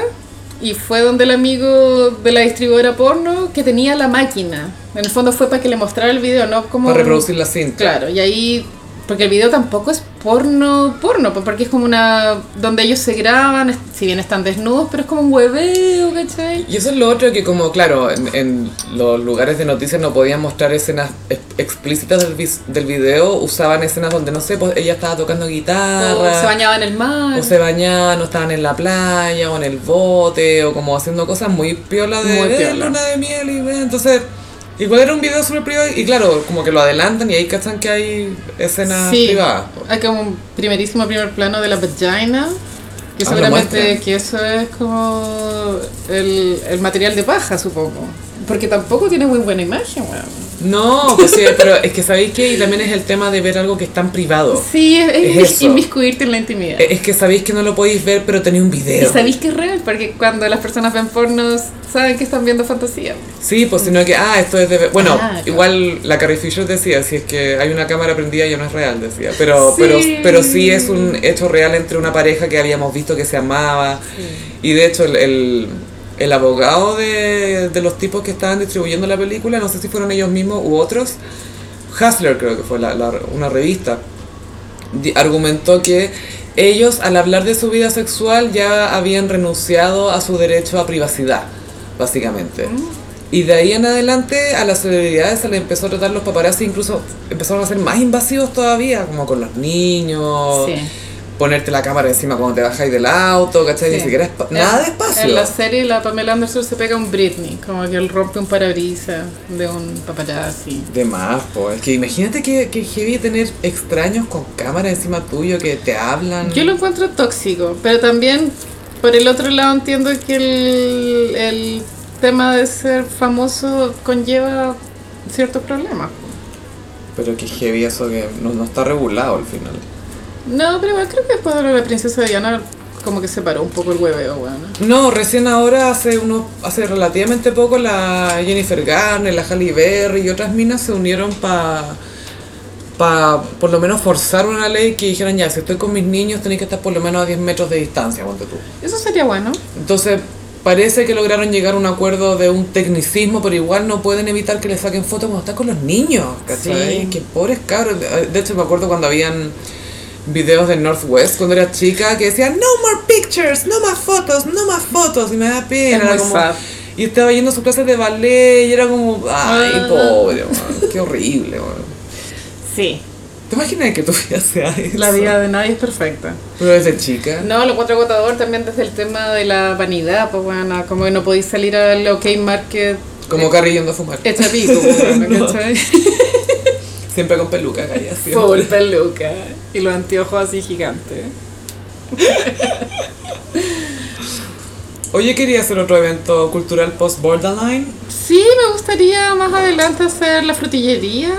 Speaker 2: y fue donde el amigo de la distribuidora porno que tenía la máquina. En el fondo fue para que le mostrara el video, ¿no? Como
Speaker 1: para reproducir la cinta.
Speaker 2: Claro, y ahí. Porque el video tampoco es porno, porno, pues, porque es como una. donde ellos se graban, es- si bien están desnudos, pero es como un hueveo, ¿cachai?
Speaker 1: Y eso es lo otro que como, claro, en, en los lugares de noticias no podían mostrar escenas ex- explícitas del, vis- del video, usaban escenas donde, no sé, pues ella estaba tocando
Speaker 2: O se
Speaker 1: guitarra,
Speaker 2: bañaba en el mar.
Speaker 1: o se bañaban, o estaban en la playa, o en el bote, o como haciendo cosas muy piola de
Speaker 2: Muy
Speaker 1: "Eh,
Speaker 2: piola.
Speaker 1: luna de miel, y eh, entonces... Igual era un video súper privado y claro, como que lo adelantan y ahí cachan que hay escenas
Speaker 2: sí,
Speaker 1: privadas.
Speaker 2: pues. hay como un primerísimo primer plano de la vagina. Que seguramente que eso es como el, el material de paja, supongo. Porque tampoco tiene muy buena imagen, weón.
Speaker 1: No, pues sí, pero es que sabéis que y también es el tema de ver algo que es tan privado.
Speaker 2: Sí, es, es
Speaker 1: Es eso.
Speaker 2: inmiscuirte en la intimidad.
Speaker 1: Es que sabéis que no lo podéis ver, pero tenéis un
Speaker 2: Y
Speaker 1: video.
Speaker 2: sabéis que es real, porque cuando las personas ven pornos, saben que están viendo fantasía.
Speaker 1: Sí, pues sino que, ah, esto es de... Bueno,
Speaker 2: Ah, claro.
Speaker 1: igual la Carrie Fisher decía, si es que hay una cámara prendida ya no es real, decía. Pero
Speaker 2: Sí.
Speaker 1: pero, pero sí es un hecho real entre una pareja que habíamos visto que se amaba. Y de hecho el, el, el abogado de, de los tipos que estaban distribuyendo la película, no sé si fueron ellos mismos u otros, Hustler creo que fue la- la- una revista, di- argumentó que ellos al hablar de su vida sexual ya habían renunciado a su derecho a privacidad, básicamente.
Speaker 2: Mm.
Speaker 1: Y de ahí en adelante a las celebridades se les empezó a tratar los paparazzi, incluso empezaron a ser más invasivos todavía, como con los niños,
Speaker 2: Sí.
Speaker 1: ponerte la cámara encima cuando te bajáis del auto, ¿cachai? Ni
Speaker 2: Sí.
Speaker 1: siquiera espa-
Speaker 2: En-
Speaker 1: nada de espacio.
Speaker 2: En la serie la Pamela Anderson se pega a un Britney, como que él rompe un parabrisas de un paparazzi.
Speaker 1: De más, pues. Que imagínate que, que heavy tener extraños con cámara encima tuyo que te hablan.
Speaker 2: Yo lo encuentro tóxico, pero también por el otro lado entiendo que el, el tema de ser famoso conlleva ciertos problemas.
Speaker 1: Pero que heavy eso que no, no está regulado al final.
Speaker 2: No, pero igual creo que después de lo de la princesa Diana como que se paró un poco el hueveo, weón.
Speaker 1: No, recién ahora, hace unos, hace relativamente poco, la Jennifer Garner, la Halle Berry y otras minas se unieron para pa, por lo menos forzar una ley que dijeran ya, si estoy con mis niños tenéis que estar por lo menos a 10 metros de distancia, ponte tú.
Speaker 2: Eso sería bueno.
Speaker 1: Entonces, parece que lograron llegar a un acuerdo de un tecnicismo, pero igual no pueden evitar que le saquen fotos cuando están con los niños, ¿cachai?
Speaker 2: Sí.
Speaker 1: Que pobres cabros. De hecho, me acuerdo cuando habían videos del Northwest cuando era chica que decían no more pictures, no más fotos, no más fotos y me da pena
Speaker 2: Es
Speaker 1: era
Speaker 2: muy
Speaker 1: como-
Speaker 2: sad.
Speaker 1: y estaba yendo a sus clases de ballet y era como ay
Speaker 2: Ah.
Speaker 1: pobre man, qué horrible man.
Speaker 2: Sí.
Speaker 1: ¿te imaginas que tu vida sea eso?
Speaker 2: La vida de nadie es perfecta.
Speaker 1: pero desde chica
Speaker 2: No, lo encuentro agotador también desde el tema de la vanidad, pues bueno, como que no podéis salir al OK Market
Speaker 1: como Carrie yendo a fumar
Speaker 2: hecha pico, pues, bueno, ¿cachai?
Speaker 1: siempre con peluca calla siempre.
Speaker 2: Full peluca y los anteojos así gigantes.
Speaker 1: Oye, quería hacer otro evento cultural post-borderline.
Speaker 2: Sí, me gustaría más adelante hacer la frutillería,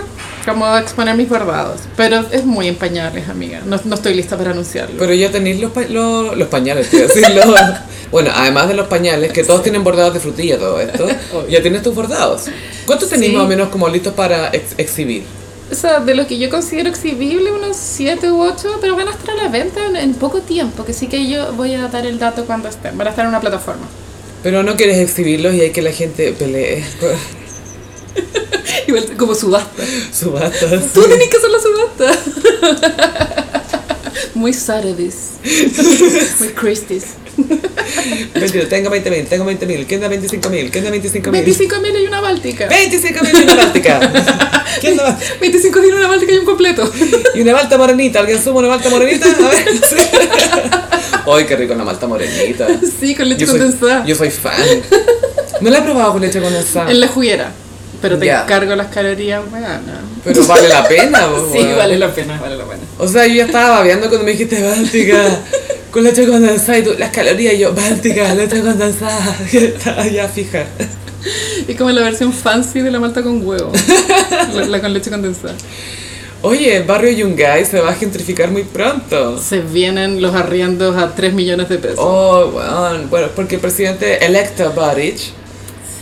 Speaker 2: como exponer mis bordados, pero es muy en pañales, amiga. No, no estoy lista para anunciarlo.
Speaker 1: Pero ya tenéis los, pa- lo- los pañales, quiero decirlo. bueno, además de los pañales, que todos tienen bordados de frutilla, todo esto. ya tienes tus bordados. ¿Cuántos tenéis
Speaker 2: Sí.
Speaker 1: más o menos como listos para ex- exhibir?
Speaker 2: O sea, de lo que yo considero exhibible, unos 7 u 8, pero van a estar a la venta en, en poco tiempo, que sí que yo voy a dar el dato cuando estén, van a estar en una plataforma.
Speaker 1: Pero no quieres exhibirlos y hay que la gente pelee con
Speaker 2: Igual como subasta.
Speaker 1: subastas.
Speaker 2: Tú tenés que hacer la subasta. Muy Saturdays. Muy Christie's.
Speaker 1: Mentira, tengo 20 mil, tengo 20 mil, ¿quién da 25 mil? ¿Quién da 25 mil?
Speaker 2: 25.000 y una báltica.
Speaker 1: 25 mil y una báltica. ¿Quién da más?
Speaker 2: 25.000 y una báltica y un completo.
Speaker 1: Y una malta morenita, ¿alguien suma una malta morenita? A ver. sí. Ay, qué rico la malta morenita.
Speaker 2: Sí, con leche
Speaker 1: Yo soy,
Speaker 2: condensada.
Speaker 1: yo soy fan. No la he probado con leche condensada.
Speaker 2: En la juguera. Pero te
Speaker 1: Ya. Ah,
Speaker 2: cargo las calorías, weana.
Speaker 1: Pero vale la pena, po,
Speaker 2: Sí,
Speaker 1: weón.
Speaker 2: vale la pena, vale la pena.
Speaker 1: O sea, yo ya estaba babeando cuando me dijiste Báltica. Con leche condensada y tú, las calorías, y yo, Báltica, leche condensada. Ya estaba ya fija.
Speaker 2: Es como la versión fancy de la malta con huevo. La, la con leche condensada.
Speaker 1: Oye, el barrio Yungay se va a gentrificar muy pronto.
Speaker 2: Se vienen los arriendos a 3 millones de pesos.
Speaker 1: Oh, weón. Bueno, es porque el presidente electo Boric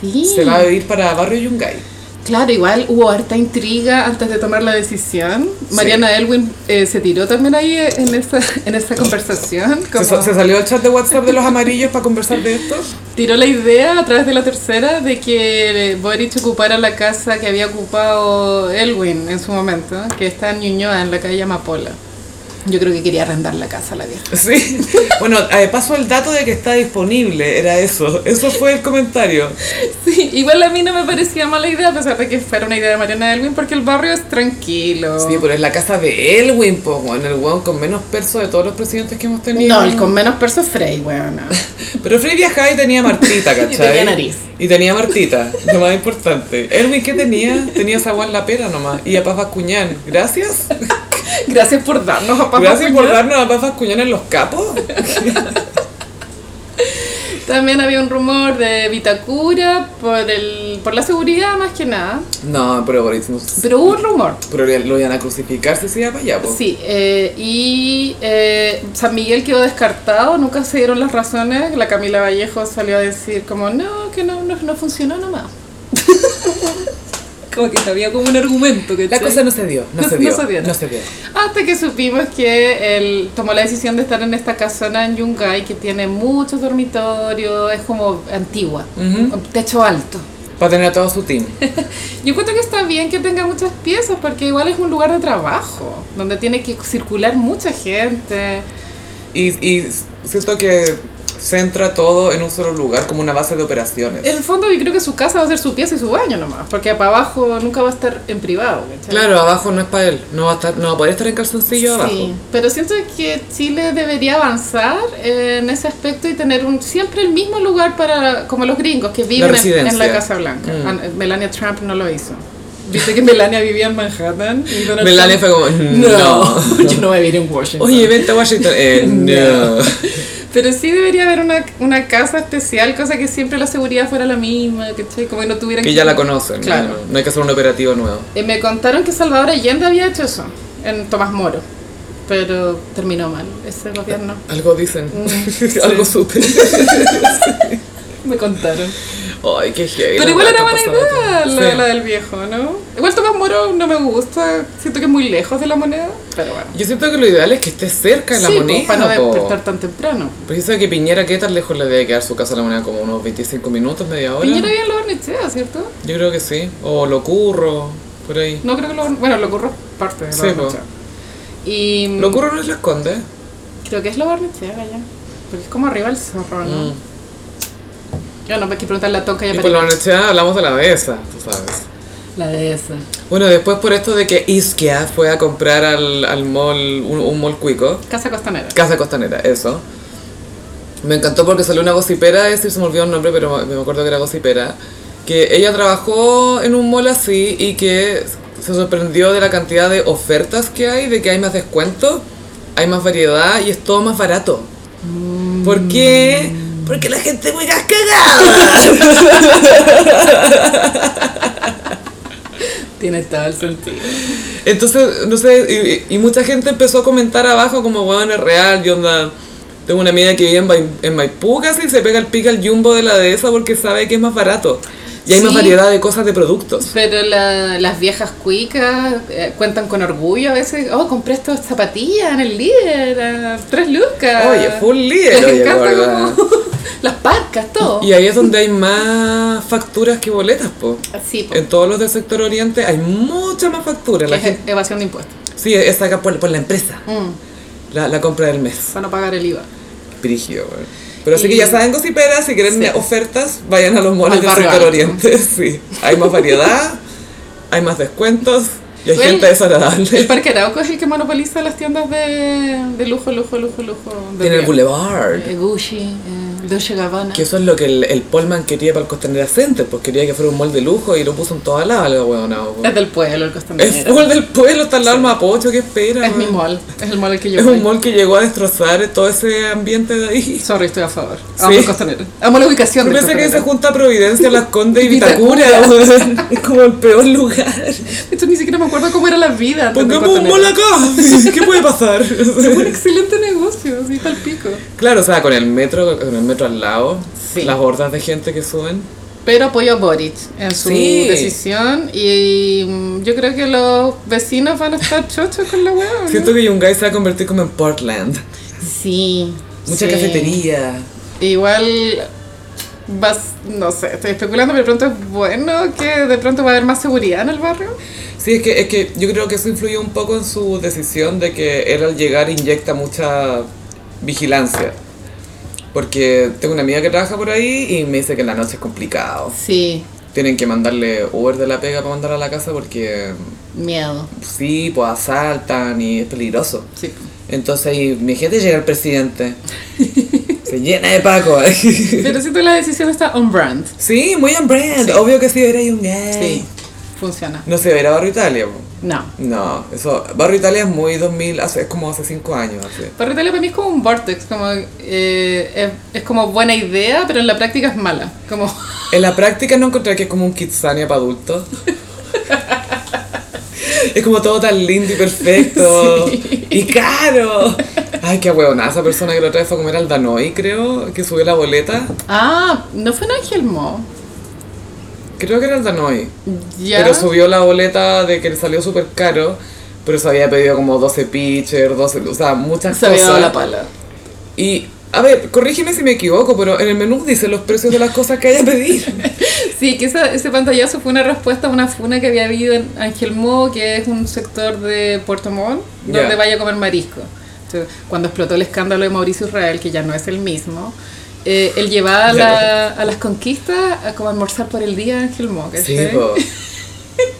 Speaker 2: sí.
Speaker 1: se va a vivir para barrio Yungay.
Speaker 2: Claro, igual hubo harta intriga antes de tomar la decisión. Mariana Elwin eh, se tiró también ahí eh, en esa, en esa conversación.
Speaker 1: ¿Se,
Speaker 2: como
Speaker 1: sa- se salió el chat de WhatsApp de los amarillos para conversar de esto?
Speaker 2: tiró la idea a través de la tercera de que eh, Boric ocupara la casa que había ocupado Elwin en su momento, que está en Ñuñoa, en la calle Amapola. Yo creo que quería arrendar la casa la vieja.
Speaker 1: Sí. Bueno, eh, paso el dato de que está disponible, era eso. Eso fue el comentario.
Speaker 2: Sí, igual a mí no me parecía mala idea, a pesar de que fuera una idea de Mariana Elwin, porque el barrio es tranquilo.
Speaker 1: Sí, pero es la casa de Elwin, po, weón, el weón con menos perso de todos los presidentes que hemos tenido.
Speaker 2: no, el con menos perso es Frey, weona.
Speaker 1: Pero Frey viajaba y tenía Martita, ¿cachai?
Speaker 2: Y tenía nariz.
Speaker 1: Y tenía Martita, lo más importante. Elwin, ¿qué tenía? Tenía esa en la pera nomás. Y a Paz Bascuñán, gracias.
Speaker 2: Gracias por darnos a Papa
Speaker 1: Gracias por
Speaker 2: Cuñón.
Speaker 1: darnos a Papas Cuñón en los capos.
Speaker 2: También había un rumor de Vitacura por, el, por la seguridad, más que nada.
Speaker 1: No, pero Boris no-
Speaker 2: Pero hubo un rumor.
Speaker 1: Pero lo iban a crucificar si se iba para allá, po.
Speaker 2: Sí, eh, y eh, San Miguel quedó descartado, nunca se dieron las razones. La Camila Vallejo salió a decir como, no, que no, no, no funcionó nomás. como que había como un argumento. que
Speaker 1: La cosa no se dio, no,
Speaker 2: No-
Speaker 1: se
Speaker 2: no
Speaker 1: dio,
Speaker 2: se dio, no.
Speaker 1: no se dio.
Speaker 2: Hasta que supimos que él tomó la decisión de estar en esta casona en Yungay que tiene muchos dormitorios, es como antigua,
Speaker 1: Ujú.
Speaker 2: con techo alto.
Speaker 1: Para tener a todo su team.
Speaker 2: Yo encuentro que está bien que tenga muchas piezas porque igual es un lugar de trabajo, donde tiene que circular mucha gente.
Speaker 1: Y, y siento que centra todo en un solo lugar, como una base de operaciones.
Speaker 2: En el fondo yo creo que su casa va a ser su pieza y su baño nomás, porque para abajo nunca va a estar en privado. ¿cachai?
Speaker 1: Claro, abajo no es para él. No va a, estar, no va a poder estar en calzoncillo
Speaker 2: Sí,
Speaker 1: abajo.
Speaker 2: pero siento que Chile debería avanzar eh, en ese aspecto y tener un, siempre el mismo lugar para como los gringos que viven
Speaker 1: La
Speaker 2: en, en la
Speaker 1: residencia.
Speaker 2: Casa Blanca.
Speaker 1: Mm.
Speaker 2: An- Melania Trump no lo hizo. Viste que Melania vivía en Manhattan y Donald
Speaker 1: Melania
Speaker 2: Trump-
Speaker 1: fue como, no.
Speaker 2: no, yo no voy a vivir en Washington.
Speaker 1: Oye, vente a Washington. Eh, no.
Speaker 2: Pero sí debería haber una, una casa especial, cosa que siempre la seguridad fuera la misma, ¿cachai? Como que no tuvieran
Speaker 1: Que ya la conocen.
Speaker 2: Claro.
Speaker 1: No, no hay que hacer un operativo nuevo.
Speaker 2: Y me contaron que Salvador Allende había hecho eso en Tomás Moro, pero terminó mal ese gobierno.
Speaker 1: Algo dicen.
Speaker 2: Mm,
Speaker 1: Algo supe.
Speaker 2: Me contaron.
Speaker 1: Ay, qué heavy.
Speaker 2: Pero
Speaker 1: la
Speaker 2: igual
Speaker 1: weá que
Speaker 2: era
Speaker 1: ha
Speaker 2: buena
Speaker 1: pasado
Speaker 2: idea
Speaker 1: aquí.
Speaker 2: la,
Speaker 1: Sí.
Speaker 2: la del viejo, ¿no? Igual Tomás Moro no me gusta, siento que es muy lejos de la moneda, pero bueno.
Speaker 1: Yo siento que lo ideal es que esté cerca de la
Speaker 2: sí, pues,
Speaker 1: moneda.
Speaker 2: para no
Speaker 1: po.
Speaker 2: despertar tan temprano.
Speaker 1: Pero yo sé que Piñera, ¿qué tan lejos le debe quedar su casa a la moneda? Como unos 25 minutos, media hora.
Speaker 2: Piñera bien lo Barnechea, ¿cierto?
Speaker 1: Yo creo que sí. O lo curro, por ahí.
Speaker 2: No creo que lo... Bueno, lo curro es parte de la
Speaker 1: Sí, po.
Speaker 2: Barnechea. Y mm,
Speaker 1: Lo curro no es la esconde.
Speaker 2: creo que es lo Barnechea allá, porque es como arriba el cerro, ¿no? Eh,
Speaker 1: Mm.
Speaker 2: Yo no, hay que preguntarle a Tonka y a
Speaker 1: Y por
Speaker 2: Perito.
Speaker 1: la universidad hablamos de la dehesa, tú sabes.
Speaker 2: La de esa.
Speaker 1: Bueno, después por esto de que Isquia fue a comprar al, al mall, un, un mall cuico,
Speaker 2: Casa Costanera.
Speaker 1: Casa Costanera, eso. Me encantó porque salió una gocipera, es decir, se me olvidó el nombre, pero me me acuerdo que era gocipera, que ella trabajó en un mall así y que se sorprendió de la cantidad de ofertas que hay, de que hay más descuento, hay más variedad y es todo más barato. ¿Por qué? Porque la gente es muy cascada.
Speaker 2: Tiene todo el sentido.
Speaker 1: Entonces, no sé, y, y mucha gente empezó a comentar abajo como, bueno, es real, yo onda, tengo una amiga que vive en, Bai- en Maipú casi y se pega el pica al jumbo de la dehesa porque sabe que es más barato. Y hay más
Speaker 2: Sí.
Speaker 1: variedad de cosas, de productos.
Speaker 2: Pero la- las viejas cuicas eh, cuentan con orgullo a veces. Oh, compré estas zapatillas en el líder, a tres lucas.
Speaker 1: Oye, full líder,
Speaker 2: Les
Speaker 1: oye,
Speaker 2: Ah, encanta
Speaker 1: gorda.
Speaker 2: como las parcas, todo.
Speaker 1: Y ahí es donde hay más facturas que boletas, po.
Speaker 2: Sí, po,
Speaker 1: En todos los del sector oriente hay mucha más factura.
Speaker 2: que
Speaker 1: La
Speaker 2: es
Speaker 1: gente,
Speaker 2: evasión de impuestos.
Speaker 1: sí, es acá por, por la empresa,
Speaker 2: Mm,
Speaker 1: la, la compra del mes.
Speaker 2: para no pagar el IVA.
Speaker 1: Brígido, weón. Pero así que
Speaker 2: Y-
Speaker 1: ya saben, gossiperas, si quieren
Speaker 2: Sí.
Speaker 1: ofertas, vayan a los moles
Speaker 2: Al
Speaker 1: del
Speaker 2: barrio
Speaker 1: sector
Speaker 2: alto.
Speaker 1: oriente. Sí, hay más variedad, hay más descuentos y hay
Speaker 2: Bueno,
Speaker 1: gente
Speaker 2: El
Speaker 1: desagradable.
Speaker 2: Parque Arauco es el que monopoliza las tiendas de, de lujo, lujo, lujo, lujo. de
Speaker 1: Tiene el
Speaker 2: Río.
Speaker 1: boulevard.
Speaker 2: Eh, Gucci, eh, Dolce Gabbana.
Speaker 1: Que eso es lo que el, el Polman quería para el Costanera Center, pues quería que fuera un mall de lujo y lo puso en toda la la weona. weón.
Speaker 2: Es del pueblo, el costanero.
Speaker 1: Es un mall del pueblo, está al lado del Mapocho, ¿qué espera?
Speaker 2: Es mi
Speaker 1: weón?
Speaker 2: mall, es el mall al que yo
Speaker 1: Es
Speaker 2: voy.
Speaker 1: un mall que llegó a destrozar todo ese ambiente de ahí.
Speaker 2: Sorry, estoy a favor.
Speaker 1: Sí.
Speaker 2: Amo el costanero. Amo la ubicación
Speaker 1: Yo
Speaker 2: del
Speaker 1: pensé que se
Speaker 2: costanero.
Speaker 1: junta Providencia, Las Condes y
Speaker 2: Y Vitacura.
Speaker 1: Vitacura, weón. es como el peor lugar.
Speaker 2: Esto ni siquiera me acuerdo cómo era la vida. antes del
Speaker 1: Pongamos un mall
Speaker 2: costanero.
Speaker 1: acá. ¿Qué puede pasar?
Speaker 2: Fue un excelente negocio, así tal pico.
Speaker 1: Claro, o sea, con el metro, con el metro al lado,
Speaker 2: Sí.
Speaker 1: las hordas de gente que suben.
Speaker 2: Pero apoyo a Boric en su
Speaker 1: Sí.
Speaker 2: decisión y mm, yo creo que los vecinos van a estar chochos con la hueá. ¿no?
Speaker 1: Siento que Yungay se va a convertir como en Portland.
Speaker 2: Sí.
Speaker 1: Mucha
Speaker 2: sí.
Speaker 1: cafetería.
Speaker 2: Igual vas, no sé, estoy especulando, pero de pronto es bueno que de pronto va a haber más seguridad en el barrio.
Speaker 1: Sí, es que, es que yo creo que eso influyó un poco en su decisión de que él al llegar inyecta mucha vigilancia. Porque tengo una amiga que trabaja por ahí y me dice que en la noche es complicado.
Speaker 2: Sí,
Speaker 1: Tienen que mandarle Uber de la pega para mandar a la casa porque
Speaker 2: miedo.
Speaker 1: sí, pues asaltan y es peligroso.
Speaker 2: Sí.
Speaker 1: Entonces ahí, mi gente llega el presidente. Se llena de Paco.
Speaker 2: Pero siento que la decisión está on brand.
Speaker 1: sí, muy on brand.
Speaker 2: Sí.
Speaker 1: Obvio que sí, era un gay.
Speaker 2: Sí, funciona.
Speaker 1: No se verá Barrio Italia. po.
Speaker 2: Eh. No.
Speaker 1: No, eso. Barrio Italia es muy 2000, hace, es como hace 5 años. Así.
Speaker 2: Barrio Italia para mí es como un vortex, como, eh, es, es como buena idea, pero en la práctica es mala. Como,
Speaker 1: En la práctica no encontré que es como un Kitsania para adultos. es como todo tan lindo y perfecto. Y caro. Ay, qué huevona. Esa persona que lo trae fue a comer al Danoi, creo, que subió la boleta.
Speaker 2: ah, no fue en Ángel Mo.
Speaker 1: Creo que era el Danoi.
Speaker 2: Ya.
Speaker 1: Pero subió la boleta de que le salió súper caro. Pero se había pedido como 12 pitchers, 12, o sea, muchas
Speaker 2: se había
Speaker 1: cosas.
Speaker 2: dado la pala.
Speaker 1: Y, a ver, corrígeme si me equivoco, pero en el menú dice los precios de las cosas que hay a pedir.
Speaker 2: Sí, que esa- ese pantallazo fue una respuesta a una funa que había habido en Ángel Mo, que es un sector de Puerto Montt, donde
Speaker 1: Ya.
Speaker 2: vaya a comer marisco. Entonces, cuando explotó el escándalo de Mauricio Israel, que ya no es el mismo, eh, él llevaba a, la- a las conquistas a como almorzar por el día a Ángel Mo, ¿cachai?
Speaker 1: Sí, po.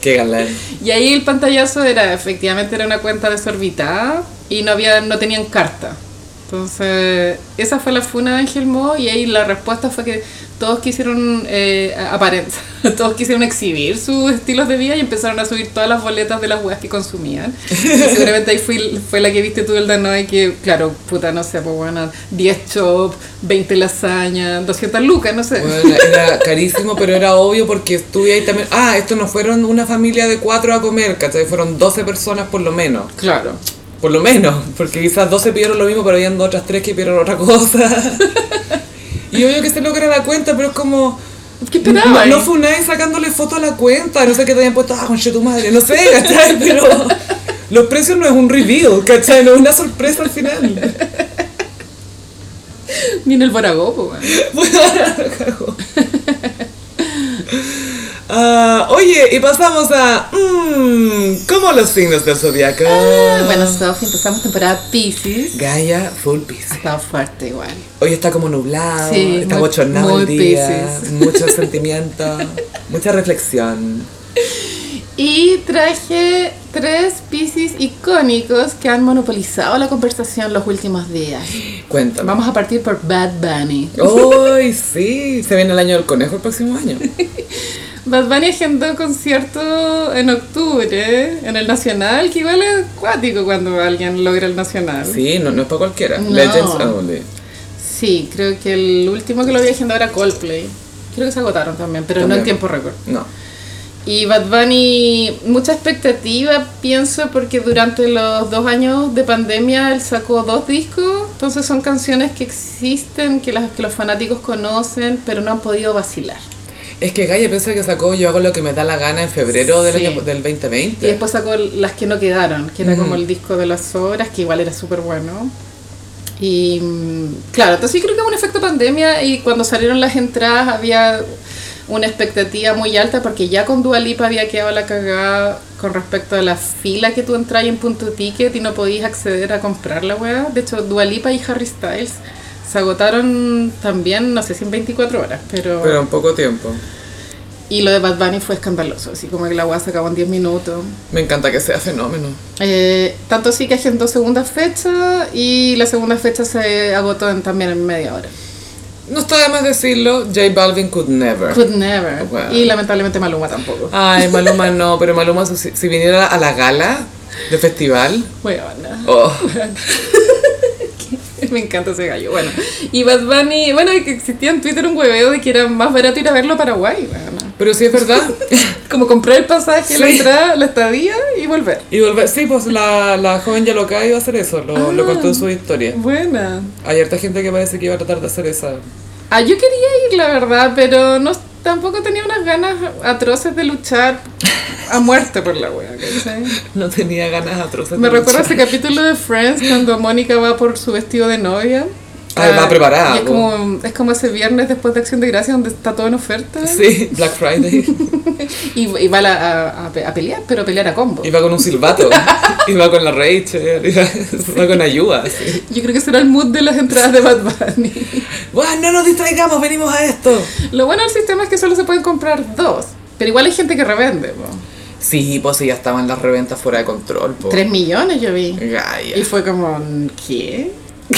Speaker 1: Qué galán.
Speaker 2: Y ahí el pantallazo era, efectivamente, era una cuenta desorbitada y no, había, no tenían carta. Entonces, esa fue la funa de Ángel Mo y ahí la respuesta fue que todos quisieron eh, aparentar, todos quisieron exhibir sus estilos de vida y empezaron a subir todas las boletas de las weas que consumían. Y seguramente ahí fui- fue la que viste tú el Danoy que, claro, puta, no sé, pues bueno, 10 chop, 20 lasañas, 200 lucas, no sé.
Speaker 1: Bueno, era carísimo, pero era obvio porque estuve ahí también. Ah, esto no fueron una familia de cuatro a comer, ¿cachai? Fueron 12 personas por lo menos.
Speaker 2: Claro.
Speaker 1: Por lo menos, porque quizás 12 pidieron lo mismo, pero habían otras tres que pidieron otra cosa. Y obvio que se logra la cuenta, pero es como.
Speaker 2: ¿Qué
Speaker 1: No,
Speaker 2: esperabas?
Speaker 1: no funai sacándole foto a la cuenta, no sé qué te hayan puesto, ah, conche tu madre, no sé, ¿cachai? Pero los precios no es un reveal, ¿cachai? No es una sorpresa al final.
Speaker 2: Ni en el Boragó, pues bueno.
Speaker 1: Bueno, ahora lo cago. Ah, oye, y pasamos a. Mmm, ¿Cómo los signos del zodiaco?
Speaker 2: Ah, Bueno, Sofi, empezamos temporada Pisces.
Speaker 1: Gaia, full Pisces.
Speaker 2: Ha estado fuerte igual.
Speaker 1: Hoy está como nublado,
Speaker 2: Sí,
Speaker 1: está
Speaker 2: muy-
Speaker 1: bochornado
Speaker 2: muy
Speaker 1: el día,
Speaker 2: Piscis.
Speaker 1: mucho sentimiento, mucha reflexión.
Speaker 2: Y traje tres Pisces icónicos que han monopolizado la conversación los últimos días.
Speaker 1: Cuéntame.
Speaker 2: Vamos a partir por Bad Bunny.
Speaker 1: ¡Ay, sí! Se viene el año del conejo el próximo año.
Speaker 2: Bad Bunny agendó concierto en octubre en el Nacional, que igual es acuático cuando alguien logra el Nacional.
Speaker 1: Sí, no, no es para cualquiera.
Speaker 2: No.
Speaker 1: Legends only.
Speaker 2: Sí, creo que el último que lo había agendado era Coldplay. Creo que se agotaron también, pero no
Speaker 1: También.
Speaker 2: en tiempo récord.
Speaker 1: No.
Speaker 2: Y Bad Bunny, mucha expectativa, pienso, porque durante los dos años de pandemia él sacó dos discos, entonces son canciones que existen, que, las, que los fanáticos conocen, pero no han podido vacilar.
Speaker 1: Es que Gaia piensa que sacó Yo hago lo que me da la gana en febrero del,
Speaker 2: Sí.
Speaker 1: año- del
Speaker 2: Y
Speaker 1: 2020.
Speaker 2: después sacó las que no quedaron, que era
Speaker 1: Ujú.
Speaker 2: como el disco de las horas, que igual era súper bueno. Y mm, claro, entonces yo creo que hubo un efecto pandemia y cuando salieron las entradas había una expectativa muy alta porque ya con Dua Lipa había quedado la cagada con respecto a la fila que tú entras en punto ticket y no podías acceder a comprar la weá. De hecho, Dua Lipa y Harry Styles se agotaron también, no sé si en 24 horas,
Speaker 1: Pero en poco tiempo.
Speaker 2: Y lo de Bad Bunny fue escandaloso, así como que la weá se acabó en 10 minutos.
Speaker 1: Me encanta que sea fenómeno.
Speaker 2: Eh, tanto sí que agendó segunda fecha y la segunda fecha se agotó en, también en media hora.
Speaker 1: No está de más decirlo, J Balvin could never.
Speaker 2: Could never.
Speaker 1: Wow.
Speaker 2: Y lamentablemente Maluma tampoco.
Speaker 1: Ay, Maluma no, pero Maluma si, si viniera a la gala de festival.
Speaker 2: Weona.
Speaker 1: Oh.
Speaker 2: Me encanta ese gallo. Bueno, y Bad Bunny, bueno, que existía en Twitter un hueveo de que era más barato ir a verlo a Paraguay. weona.
Speaker 1: Pero sí es verdad.
Speaker 2: Como comprar el pasaje, la
Speaker 1: Sí.
Speaker 2: entrada, la estadía y volver.
Speaker 1: Y volver, sí, pues la, la joven Yaloka iba a hacer eso, lo,
Speaker 2: Ah.
Speaker 1: lo contó en su historia.
Speaker 2: Buena.
Speaker 1: Hay harta gente que parece que iba a tratar de hacer esa.
Speaker 2: Ah, yo quería ir, la verdad, pero no, tampoco tenía unas ganas atroces de luchar a muerte por la wea, ¿cachai?
Speaker 1: No tenía ganas atroces.
Speaker 2: Me
Speaker 1: de
Speaker 2: recuerda
Speaker 1: luchar.
Speaker 2: ese capítulo de Friends cuando Mónica va por su vestido de novia.
Speaker 1: Ah, va preparada,
Speaker 2: y es
Speaker 1: po.
Speaker 2: como, es como ese viernes después de Acción de Gracia donde está todo en oferta.
Speaker 1: Sí, Black Friday.
Speaker 2: Y, y va a, la- a- a pe- a pelear, pero a pelear a combo.
Speaker 1: Iba con un silbato. Iba con la Rachel. Iba, iba con ayuda. sí.
Speaker 2: Yo creo que será el mood de las entradas de Bad Bunny.
Speaker 1: Bueno, no nos distraigamos, venimos a esto.
Speaker 2: Lo bueno del sistema es que solo se pueden comprar dos. Pero igual hay gente que revende. po.
Speaker 1: Sí, pues sí, ya estaban las reventas fuera de control. po.
Speaker 2: Tres millones yo
Speaker 1: Eh.
Speaker 2: vi. Y
Speaker 1: Gaya.
Speaker 2: fue como, ¿qué?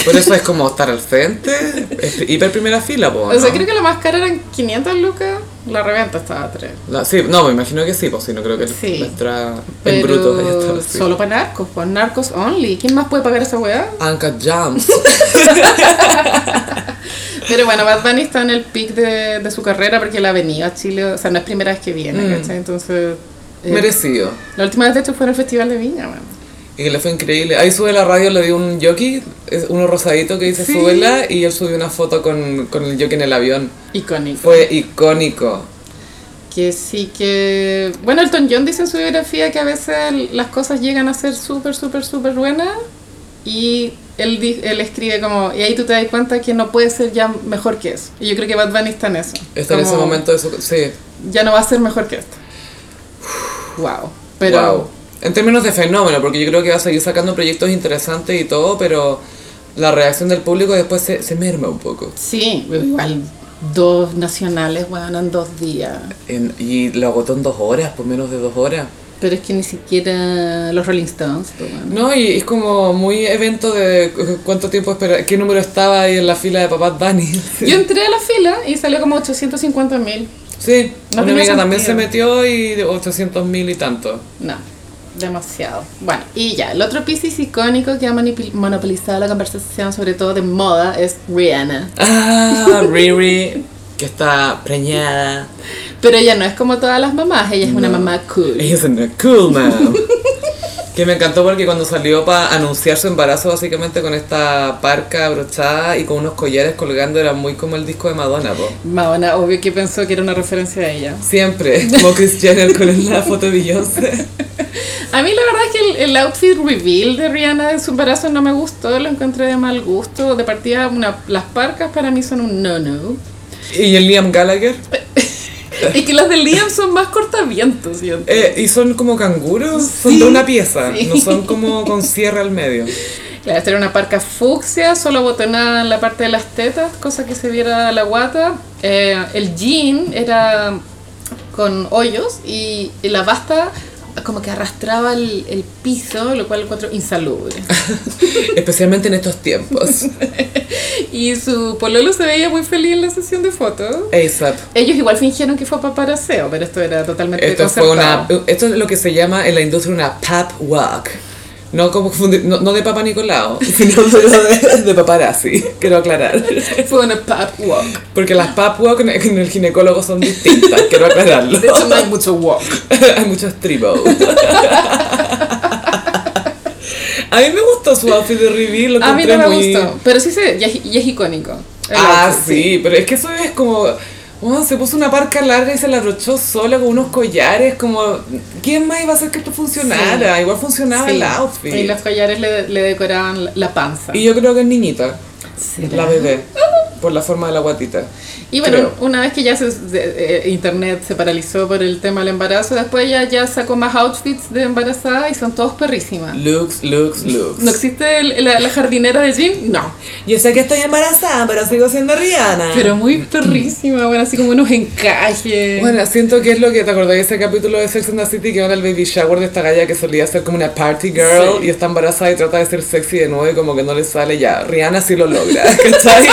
Speaker 1: Por eso es como estar al frente. es hiper primera fila, pues.
Speaker 2: O sea, creo que la más cara eran 500 lucas. La reventa estaba a 3.
Speaker 1: La- sí, no, me imagino que sí, pues si no creo que
Speaker 2: Sí.
Speaker 1: la entrada en
Speaker 2: Pero
Speaker 1: bruto haya estado así.
Speaker 2: solo para narcos, pues narcos only. ¿Quién más puede pagar esa weá?
Speaker 1: Anka Jams.
Speaker 2: Pero bueno, Bad Bunny está en el pic de, de su carrera porque él ha venido a Chile, o sea, no es primera vez que viene,
Speaker 1: Mm.
Speaker 2: ¿cachai? Entonces, eh,
Speaker 1: Merecido.
Speaker 2: la última vez de hecho fue en el Festival de Viña, weón.
Speaker 1: Y le fue increíble. Ahí sube la radio, le dio un jockey, es uno rosadito que dice
Speaker 2: Sí.
Speaker 1: súbela, y él subió una foto con, con el jockey en el avión.
Speaker 2: Icónico.
Speaker 1: Fue icónico.
Speaker 2: Que sí que... Bueno, Elton John dice en su biografía que a veces las cosas llegan a ser súper, súper, súper buenas y él, di- él escribe como... Y ahí tú te das cuenta que no puede ser ya mejor que eso. Y yo creo que Bad Bunny está en eso.
Speaker 1: Está en
Speaker 2: Como,
Speaker 1: ese momento de su... Sí,
Speaker 2: Ya no va a ser mejor que esto. Wow. Pero...
Speaker 1: wow. En términos de fenómeno, porque yo creo que va a seguir sacando proyectos interesantes y todo, pero la reacción del público después se, se merma un poco.
Speaker 2: Sí, igual dos nacionales, weón, en dos días.
Speaker 1: En- y lo agotó en dos horas, por menos de dos horas.
Speaker 2: Pero es que ni siquiera los Rolling Stones, pues, weón.
Speaker 1: No, y es como muy evento de cu- cuánto tiempo espera, qué número estaba ahí en la fila de Papá Bunny.
Speaker 2: Yo entré a la fila y salió como 850 mil.
Speaker 1: Sí,
Speaker 2: No
Speaker 1: una
Speaker 2: tenía
Speaker 1: amiga también se
Speaker 2: sentido.
Speaker 1: metió y 800 mil y tanto.
Speaker 2: No, demasiado. Bueno, y ya, el otro Piscis icónico que ha manipul- monopolizado la conversación, sobre todo de moda, es Rihanna.
Speaker 1: Ah, Riri, que está preñada.
Speaker 2: Pero ella no es como todas las mamás, ella es una mamá cool.
Speaker 1: Ella es una cool mom. Que me encantó porque cuando salió para anunciar su embarazo, básicamente con esta parca abrochada y con unos collares colgando, era muy como el disco de Madonna, po.
Speaker 2: Madonna, obvio que pensó que era una referencia a ella.
Speaker 1: Siempre, como Chris Jenner con la foto de Beyoncé.
Speaker 2: A mí la verdad es que el, el outfit reveal de Rihanna de su embarazo no me gustó, lo encontré de mal gusto. De partida, una, las parcas para mí son un no-no.
Speaker 1: Y el Liam Gallagher.
Speaker 2: Y que las de Liam son más cortavientos, siento.
Speaker 1: Eh, y son como canguros, son de una pieza, no son como con cierre al medio.
Speaker 2: Claro, esta era una parca fucsia, solo botonada en la parte de las tetas, cosa que se viera la guata. Eh, el jean era con hoyos y, y la basta como que arrastraba el, el piso, lo cual encuentro insalubre.
Speaker 1: Especialmente en estos tiempos.
Speaker 2: Y su pololo se veía muy feliz en la sesión de fotos.
Speaker 1: ASAP.
Speaker 2: Ellos igual fingieron que fue paparaseo, pero esto era totalmente
Speaker 1: Esto fue una,
Speaker 2: concertado.
Speaker 1: esto es lo que se llama en la industria una pap walk. No, como confundir- no, no de Papa Nicolau, sino de, de paparazzi, quiero aclarar.
Speaker 2: Fue una pap walk.
Speaker 1: Porque las pap walk en en el ginecólogo son distintas, quiero aclararlo.
Speaker 2: De hecho, no hay mucho walk.
Speaker 1: Hay muchos tribos. A mí me gustó su outfit de reveal, lo
Speaker 2: A mí no me
Speaker 1: encontré muy-
Speaker 2: gustó, pero sí se, y es, y es icónico. El
Speaker 1: Ah,
Speaker 2: outfit,
Speaker 1: sí, pero es que eso es como... weón, se puso una parca larga y se la abrochó sola con unos collares, como... ¿Quién más iba a hacer que esto funcionara? Igual funcionaba
Speaker 2: Sí.
Speaker 1: el outfit.
Speaker 2: Y los collares le, le decoraban la- la panza.
Speaker 1: Y yo creo que es niñita,
Speaker 2: ¿Será?
Speaker 1: la bebé, por la forma de la guatita.
Speaker 2: Y bueno,
Speaker 1: creo.
Speaker 2: una vez que ya se- de- eh, internet se paralizó por el tema del embarazo, después ella ya sacó más outfits de embarazada y son todos perrísimas.
Speaker 1: Looks, looks, looks.
Speaker 2: ¿No existe el- la, la jardinera de Jim? No.
Speaker 1: Yo sé que estoy embarazada, pero sigo siendo Rihanna.
Speaker 2: Pero muy perrísima, bueno, así como unos encajes.
Speaker 1: Bueno, siento que es lo que te acordás de ese capítulo de Sex and the City que van al baby shower de esta galla que solía ser como una party girl
Speaker 2: Sí.
Speaker 1: y está embarazada y trata de ser sexy de nuevo y como que no le sale ya. Rihanna sí lo logra, ¿cachai?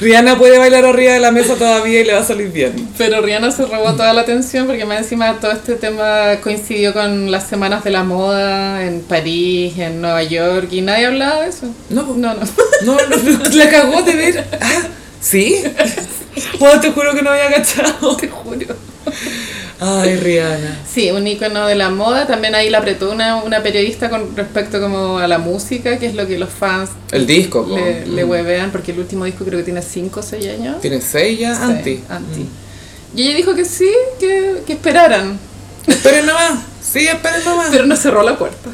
Speaker 1: Rihanna puede bailar arriba de la mesa todavía y le va a salir bien.
Speaker 2: Pero Rihanna se robó toda la atención porque más encima todo este tema coincidió con las semanas de la moda en París, en Nueva York y nadie hablaba de eso.
Speaker 1: No, pues,
Speaker 2: No, no.
Speaker 1: no, no, no, la cagó de ver. Ah, ¿Sí? Bueno, te juro que no había cachado.
Speaker 2: Te juro.
Speaker 1: Ay, Rihanna.
Speaker 2: Sí, un icono de la moda. También ahí la apretó una, una periodista con respecto como a la música, que es lo que los fans
Speaker 1: El disco, po.
Speaker 2: le, le huevean, porque el último disco creo que tiene 5 o 6 años.
Speaker 1: Tiene seis ya,
Speaker 2: Sí,
Speaker 1: anti.
Speaker 2: anti. Y ella dijo que sí, que, que esperaran,
Speaker 1: Esperen nomás. Sí, esperen nomás.
Speaker 2: pero no cerró la puerta.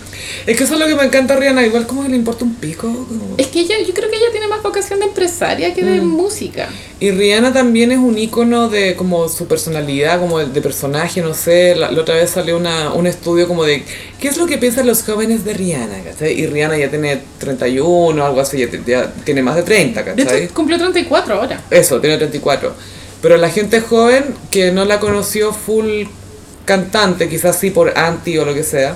Speaker 1: Es que eso es lo que me encanta a Rihanna, igual como que le importa un pico. como-
Speaker 2: Es que ella, yo creo que ella tiene más vocación de empresaria que de música.
Speaker 1: Y Rihanna también es un ícono de como su personalidad, como de personaje, no sé. La, la otra vez salió una, un estudio como de qué es lo que piensan los jóvenes de Rihanna, ¿cachai? Y Rihanna ya tiene 31 o algo así, ya, te- ya tiene más de 30,
Speaker 2: De
Speaker 1: ¿cachai?
Speaker 2: hecho, cumplió 34 ahora.
Speaker 1: Eso, tiene 34. Pero la gente joven que no la conoció full cantante, quizás sí por anti o lo que sea,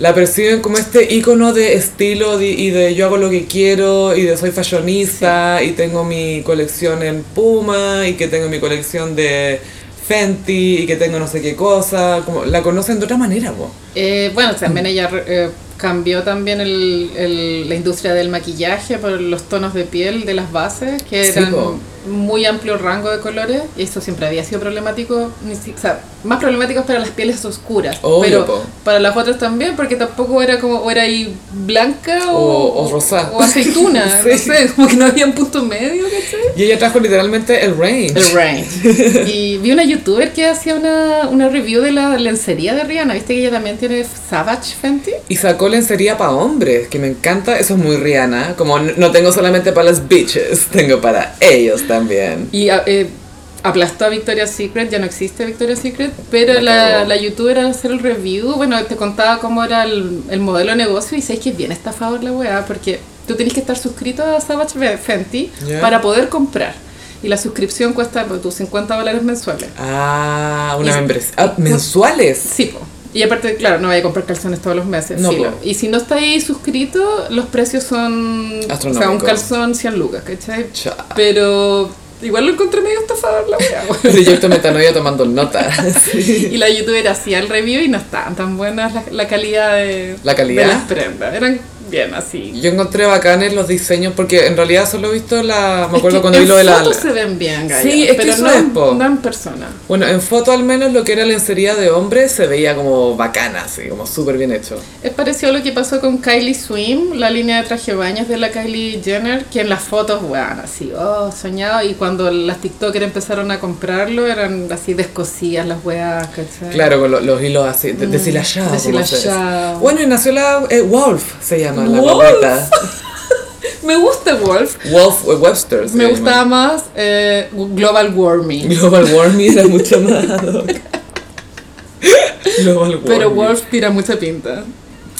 Speaker 1: la perciben como este ícono de estilo de- y de yo hago lo que quiero y de soy fashionista y tengo mi colección en Puma y que tengo mi colección de Fenty y que tengo no sé qué cosa. Como, la conocen de otra manera, po.
Speaker 2: Eh, bueno, también ella eh, cambió también el, el- la industria del maquillaje por los tonos de piel de las bases, que
Speaker 1: Sí,
Speaker 2: eran
Speaker 1: po.
Speaker 2: muy amplio rango de colores, y eso siempre había sido problemático, ni si- o sea, más problemático para las pieles oscuras,
Speaker 1: Obvio,
Speaker 2: pero
Speaker 1: po.
Speaker 2: para las otras también, porque tampoco era como, o era ahí blanca o,
Speaker 1: O- o rosá.
Speaker 2: o aceituna,
Speaker 1: Sí.
Speaker 2: no sé, como que no había un punto medio, ¿cachai?
Speaker 1: Y ella trajo literalmente el range.
Speaker 2: El range. Y vi una youtuber que hacía una, una review de la lencería de Rihanna. ¿Viste que ella también tiene Savage Fenty?
Speaker 1: Y sacó lencería para hombres, que me encanta, eso es muy Rihanna, como n- no tengo solamente para las bitches, tengo para ellos también.
Speaker 2: Y a- eh, aplastó a Victoria's Secret, ya no existe Victoria's Secret, pero
Speaker 1: La
Speaker 2: la,
Speaker 1: cagó.
Speaker 2: la youtuber al hacer el review, bueno, te contaba cómo era el, el modelo de negocio y sabes que es bien estafador la weá, porque tú tienes que estar suscrito a Savage Fe- Fenty
Speaker 1: Ya.
Speaker 2: para poder comprar. Y la suscripción cuesta pues, tus 50 dólares mensuales.
Speaker 1: Ah, una
Speaker 2: Y- pues
Speaker 1: membresía. Ah, mensuales.
Speaker 2: Sí, po. Y aparte, claro, no vaya a comprar calzones todos los meses.
Speaker 1: No,
Speaker 2: filo.
Speaker 1: po.
Speaker 2: Y si no está ahí suscrito, los precios son. O sea, un
Speaker 1: Astronómicos.
Speaker 2: calzón 100 lucas, ¿cachai?
Speaker 1: Cha.
Speaker 2: Pero igual lo encontré medio estafador la wea. weón.
Speaker 1: Proyecto Metanoia tomando nota.
Speaker 2: y la youtuber hacía el review y no estaban tan buenas la, la calidad de.
Speaker 1: ¿La calidad?
Speaker 2: De las prendas. Eran bien así.
Speaker 1: Yo encontré bacanes los diseños porque en realidad solo he visto la. Me acuerdo
Speaker 2: Es que
Speaker 1: cuando vi
Speaker 2: en
Speaker 1: lo de la.
Speaker 2: fotos se ven bien, Gaya,
Speaker 1: Sí, es que
Speaker 2: pero
Speaker 1: eso
Speaker 2: no,
Speaker 1: es,
Speaker 2: en-
Speaker 1: po.
Speaker 2: no en persona.
Speaker 1: Bueno, en foto al menos lo que era lencería de hombre se veía como bacana, así, como súper bien hecho.
Speaker 2: Es parecido a lo que pasó con Kylie Swim, la línea de traje baños de la Kylie Jenner, que en las fotos, weón, así, oh, soñado. Y cuando las TikTokers empezaron a comprarlo, eran así descosidas las weas, ¿cachai?
Speaker 1: Claro, con lo- los hilos así,
Speaker 2: Mm,
Speaker 1: de- deshilachados. como se dice.
Speaker 2: deshilachados.
Speaker 1: Bueno, y nació la. eh, Wolf se llama la
Speaker 2: Wolf.
Speaker 1: guaguita.
Speaker 2: Me gusta Wolf.
Speaker 1: Wolf eh, Webster. se
Speaker 2: Me
Speaker 1: llama.
Speaker 2: gustaba más eh, Global Warming.
Speaker 1: Global Warming era mucho más ad hoc. Global Warming.
Speaker 2: Pero Wolf tira mucha pinta.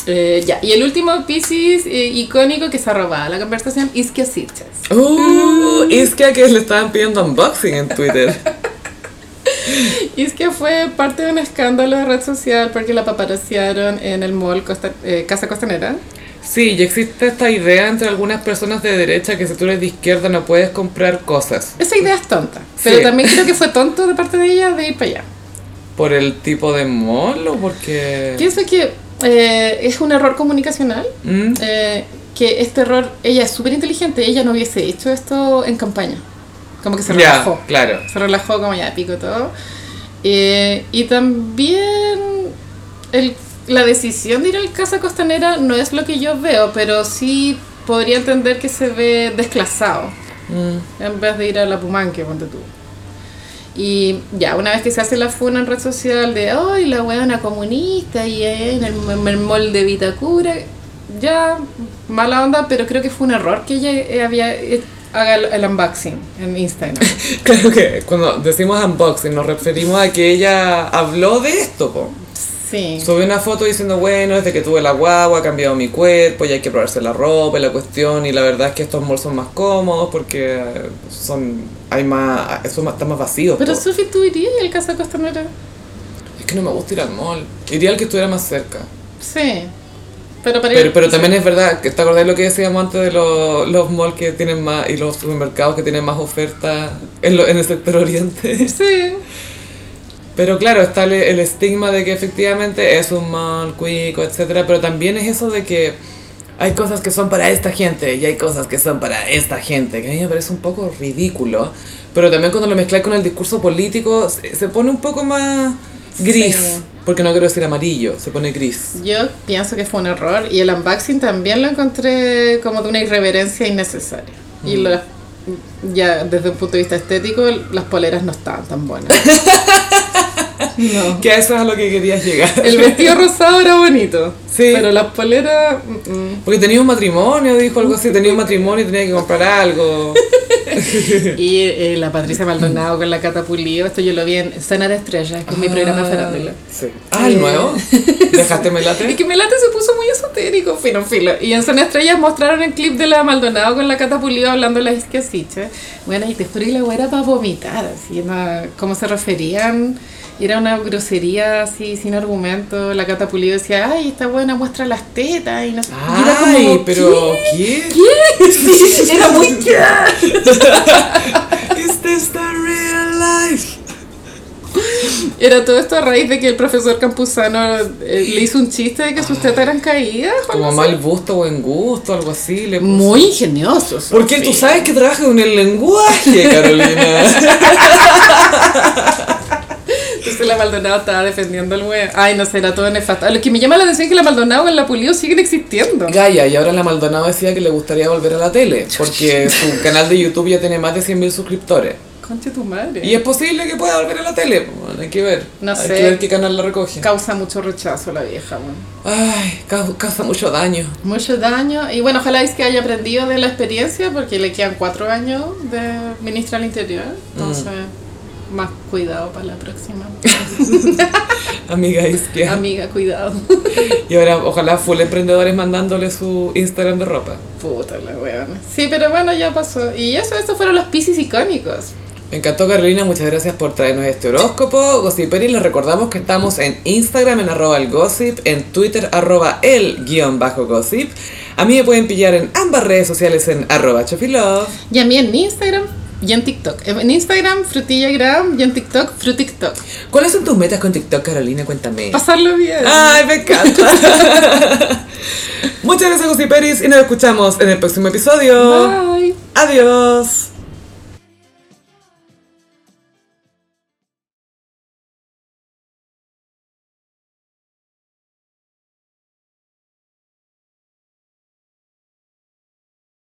Speaker 2: Eh, ya, y el último Pisces eh, icónico que se ha robado la conversación, Iskia Sitches.
Speaker 1: Uh, Iskia que le estaban pidiendo unboxing en Twitter.
Speaker 2: Y es que fue parte de un escándalo de red social porque la paparazziaron en el mall Costa- eh, Casa Costanera.
Speaker 1: Sí, y existe esta idea entre algunas personas de derecha que si tú eres de izquierda no puedes comprar cosas
Speaker 2: Esa idea es tonta, pero
Speaker 1: Sí.
Speaker 2: también creo que fue tonto de parte de ella de ir para allá.
Speaker 1: por el tipo de mall o porque...
Speaker 2: Pienso que eh, es un error comunicacional,
Speaker 1: Mm,
Speaker 2: eh, que este error, ella es súper inteligente, ella no hubiese hecho esto en campaña, como que se
Speaker 1: ya,
Speaker 2: relajó.
Speaker 1: claro.
Speaker 2: se relajó como ya pico todo. Eh, y también el- la decisión de ir al Casa Costanera no es lo que yo veo, pero sí podría entender que se ve desclasado
Speaker 1: Mm.
Speaker 2: en vez de ir a la Pumanque, ponte tú. Y ya, una vez que se hace la funa en red social de, ay, la weona comunista y eh, en el, en el mall de Vitacura, ya, mala onda, pero creo que fue un error que ella eh, había, eh, haga el- el unboxing en Instagram.
Speaker 1: Claro que cuando decimos unboxing nos referimos a que ella habló de esto, po.
Speaker 2: Sí.
Speaker 1: Subí una foto diciendo, bueno, desde que tuve la guagua ha cambiado mi cuerpo y hay que probarse la ropa y la cuestión. Y la verdad es que estos malls son más cómodos porque son, hay más, son más, están más vacíos.
Speaker 2: Pero
Speaker 1: po.
Speaker 2: Sofi, ¿tú irías al Casa Costanera?
Speaker 1: Es que no me gusta ir al mall. Iría al que estuviera más cerca.
Speaker 2: Sí. Pero para
Speaker 1: Pero, pero también es verdad, que ¿te acordás lo que decíamos antes de los, los malls que tienen más y los supermercados que tienen más ofertas en, lo- en el sector oriente?
Speaker 2: Sí.
Speaker 1: Pero claro, está el, el estigma de que efectivamente es un mal, cuico, etcétera, pero también es eso de que hay cosas que son para esta gente y hay cosas que son para esta gente, que a mí me parece un poco ridículo, pero también cuando lo mezclas con el discurso político se, se pone un poco más gris,
Speaker 2: Sí.
Speaker 1: porque no quiero decir amarillo, se pone gris.
Speaker 2: Yo pienso que fue un error y el unboxing también lo encontré como de una irreverencia innecesaria. Y lo- ya desde un punto de vista estético, las poleras no estaban tan buenas. no.
Speaker 1: Que a eso es a lo que querías llegar.
Speaker 2: El vestido rosado era bonito,
Speaker 1: Sí.
Speaker 2: pero las poleras... mm, mm.
Speaker 1: Porque tenía un matrimonio, dijo algo así, tenía un matrimonio y tenía que comprar algo.
Speaker 2: Y eh, la Patricia Maldonado con la Cata Pulido, esto yo lo vi en Cena de Estrellas, que es mi programa de farándula.
Speaker 1: Sí. Ah, el
Speaker 2: Eh.
Speaker 1: nuevo. Dejaste me late.
Speaker 2: Es que Melate se puso muy esotérico, fino, filo. Y en Zona Estrellas mostraron el clip de la Maldonado con la catapulida hablando de las esquiasiches. Bueno, y te juro que la güera para vomitar, así, ¿no? cómo se referían. Y era una grosería así, sin argumento. La Cata Pulido decía, ay, está buena, muestra las tetas y no sé. Y era como,
Speaker 1: Ay, pero ¿qué?
Speaker 2: ¿qué? Sí, era muy ¿qué?
Speaker 1: Is this the Este real life?
Speaker 2: Era todo esto a raíz de que el profesor Campuzano eh, le hizo un chiste de que sus tetas eran caídas. o
Speaker 1: Como
Speaker 2: algo
Speaker 1: mal gusto, buen gusto, algo así. Le
Speaker 2: así.
Speaker 1: puso.
Speaker 2: Muy ingenioso. Sophie.
Speaker 1: Porque tú sabes que trabaja con el lenguaje, Carolina.
Speaker 2: Entonces la Maldonado estaba defendiendo al güey. Ay, no sé, era todo nefasto. A Lo que me llama la atención es que la Maldonado en la Pulido siguen existiendo.
Speaker 1: Gaia, y ahora la Maldonado decía que le gustaría volver a la tele, porque su canal de YouTube ya tiene más de 100.000 suscriptores.
Speaker 2: Concha tu madre.
Speaker 1: Y es posible que pueda volver a la tele, pues, bueno, hay que ver.
Speaker 2: No
Speaker 1: hay
Speaker 2: sé.
Speaker 1: que ver qué canal la recoge.
Speaker 2: Causa mucho rechazo la vieja, bueno.
Speaker 1: Ay, cau- causa mucho daño.
Speaker 2: Mucho daño. Y bueno, ojalá es que haya aprendido de la experiencia, porque le quedan cuatro años de ministra del Interior. Entonces, más cuidado para la próxima.
Speaker 1: Amiga izquierda.
Speaker 2: Amiga, cuidado.
Speaker 1: Y ahora ojalá full emprendedores mandándole su Instagram de ropa.
Speaker 2: Puta la weón. Sí, pero bueno, ya pasó. Y eso, estos fueron los piscis icónicos.
Speaker 1: Me encantó Carolina, muchas gracias por traernos este horóscopo. Gossiperi, les recordamos que estamos en Instagram en arroba el gossip, en Twitter arroba el guión bajo gossip. A mí me pueden pillar en ambas redes sociales en arroba chofilove.
Speaker 2: Y a mí en Instagram y en TikTok. En Instagram, frutillagram, y en TikTok, frutiktok.
Speaker 1: ¿Cuáles son tus metas con TikTok, Carolina? Cuéntame.
Speaker 2: Pasarlo bien.
Speaker 1: Ay, me encanta. muchas gracias, Gossiperis, y nos escuchamos en el próximo episodio.
Speaker 2: Bye.
Speaker 1: Adiós.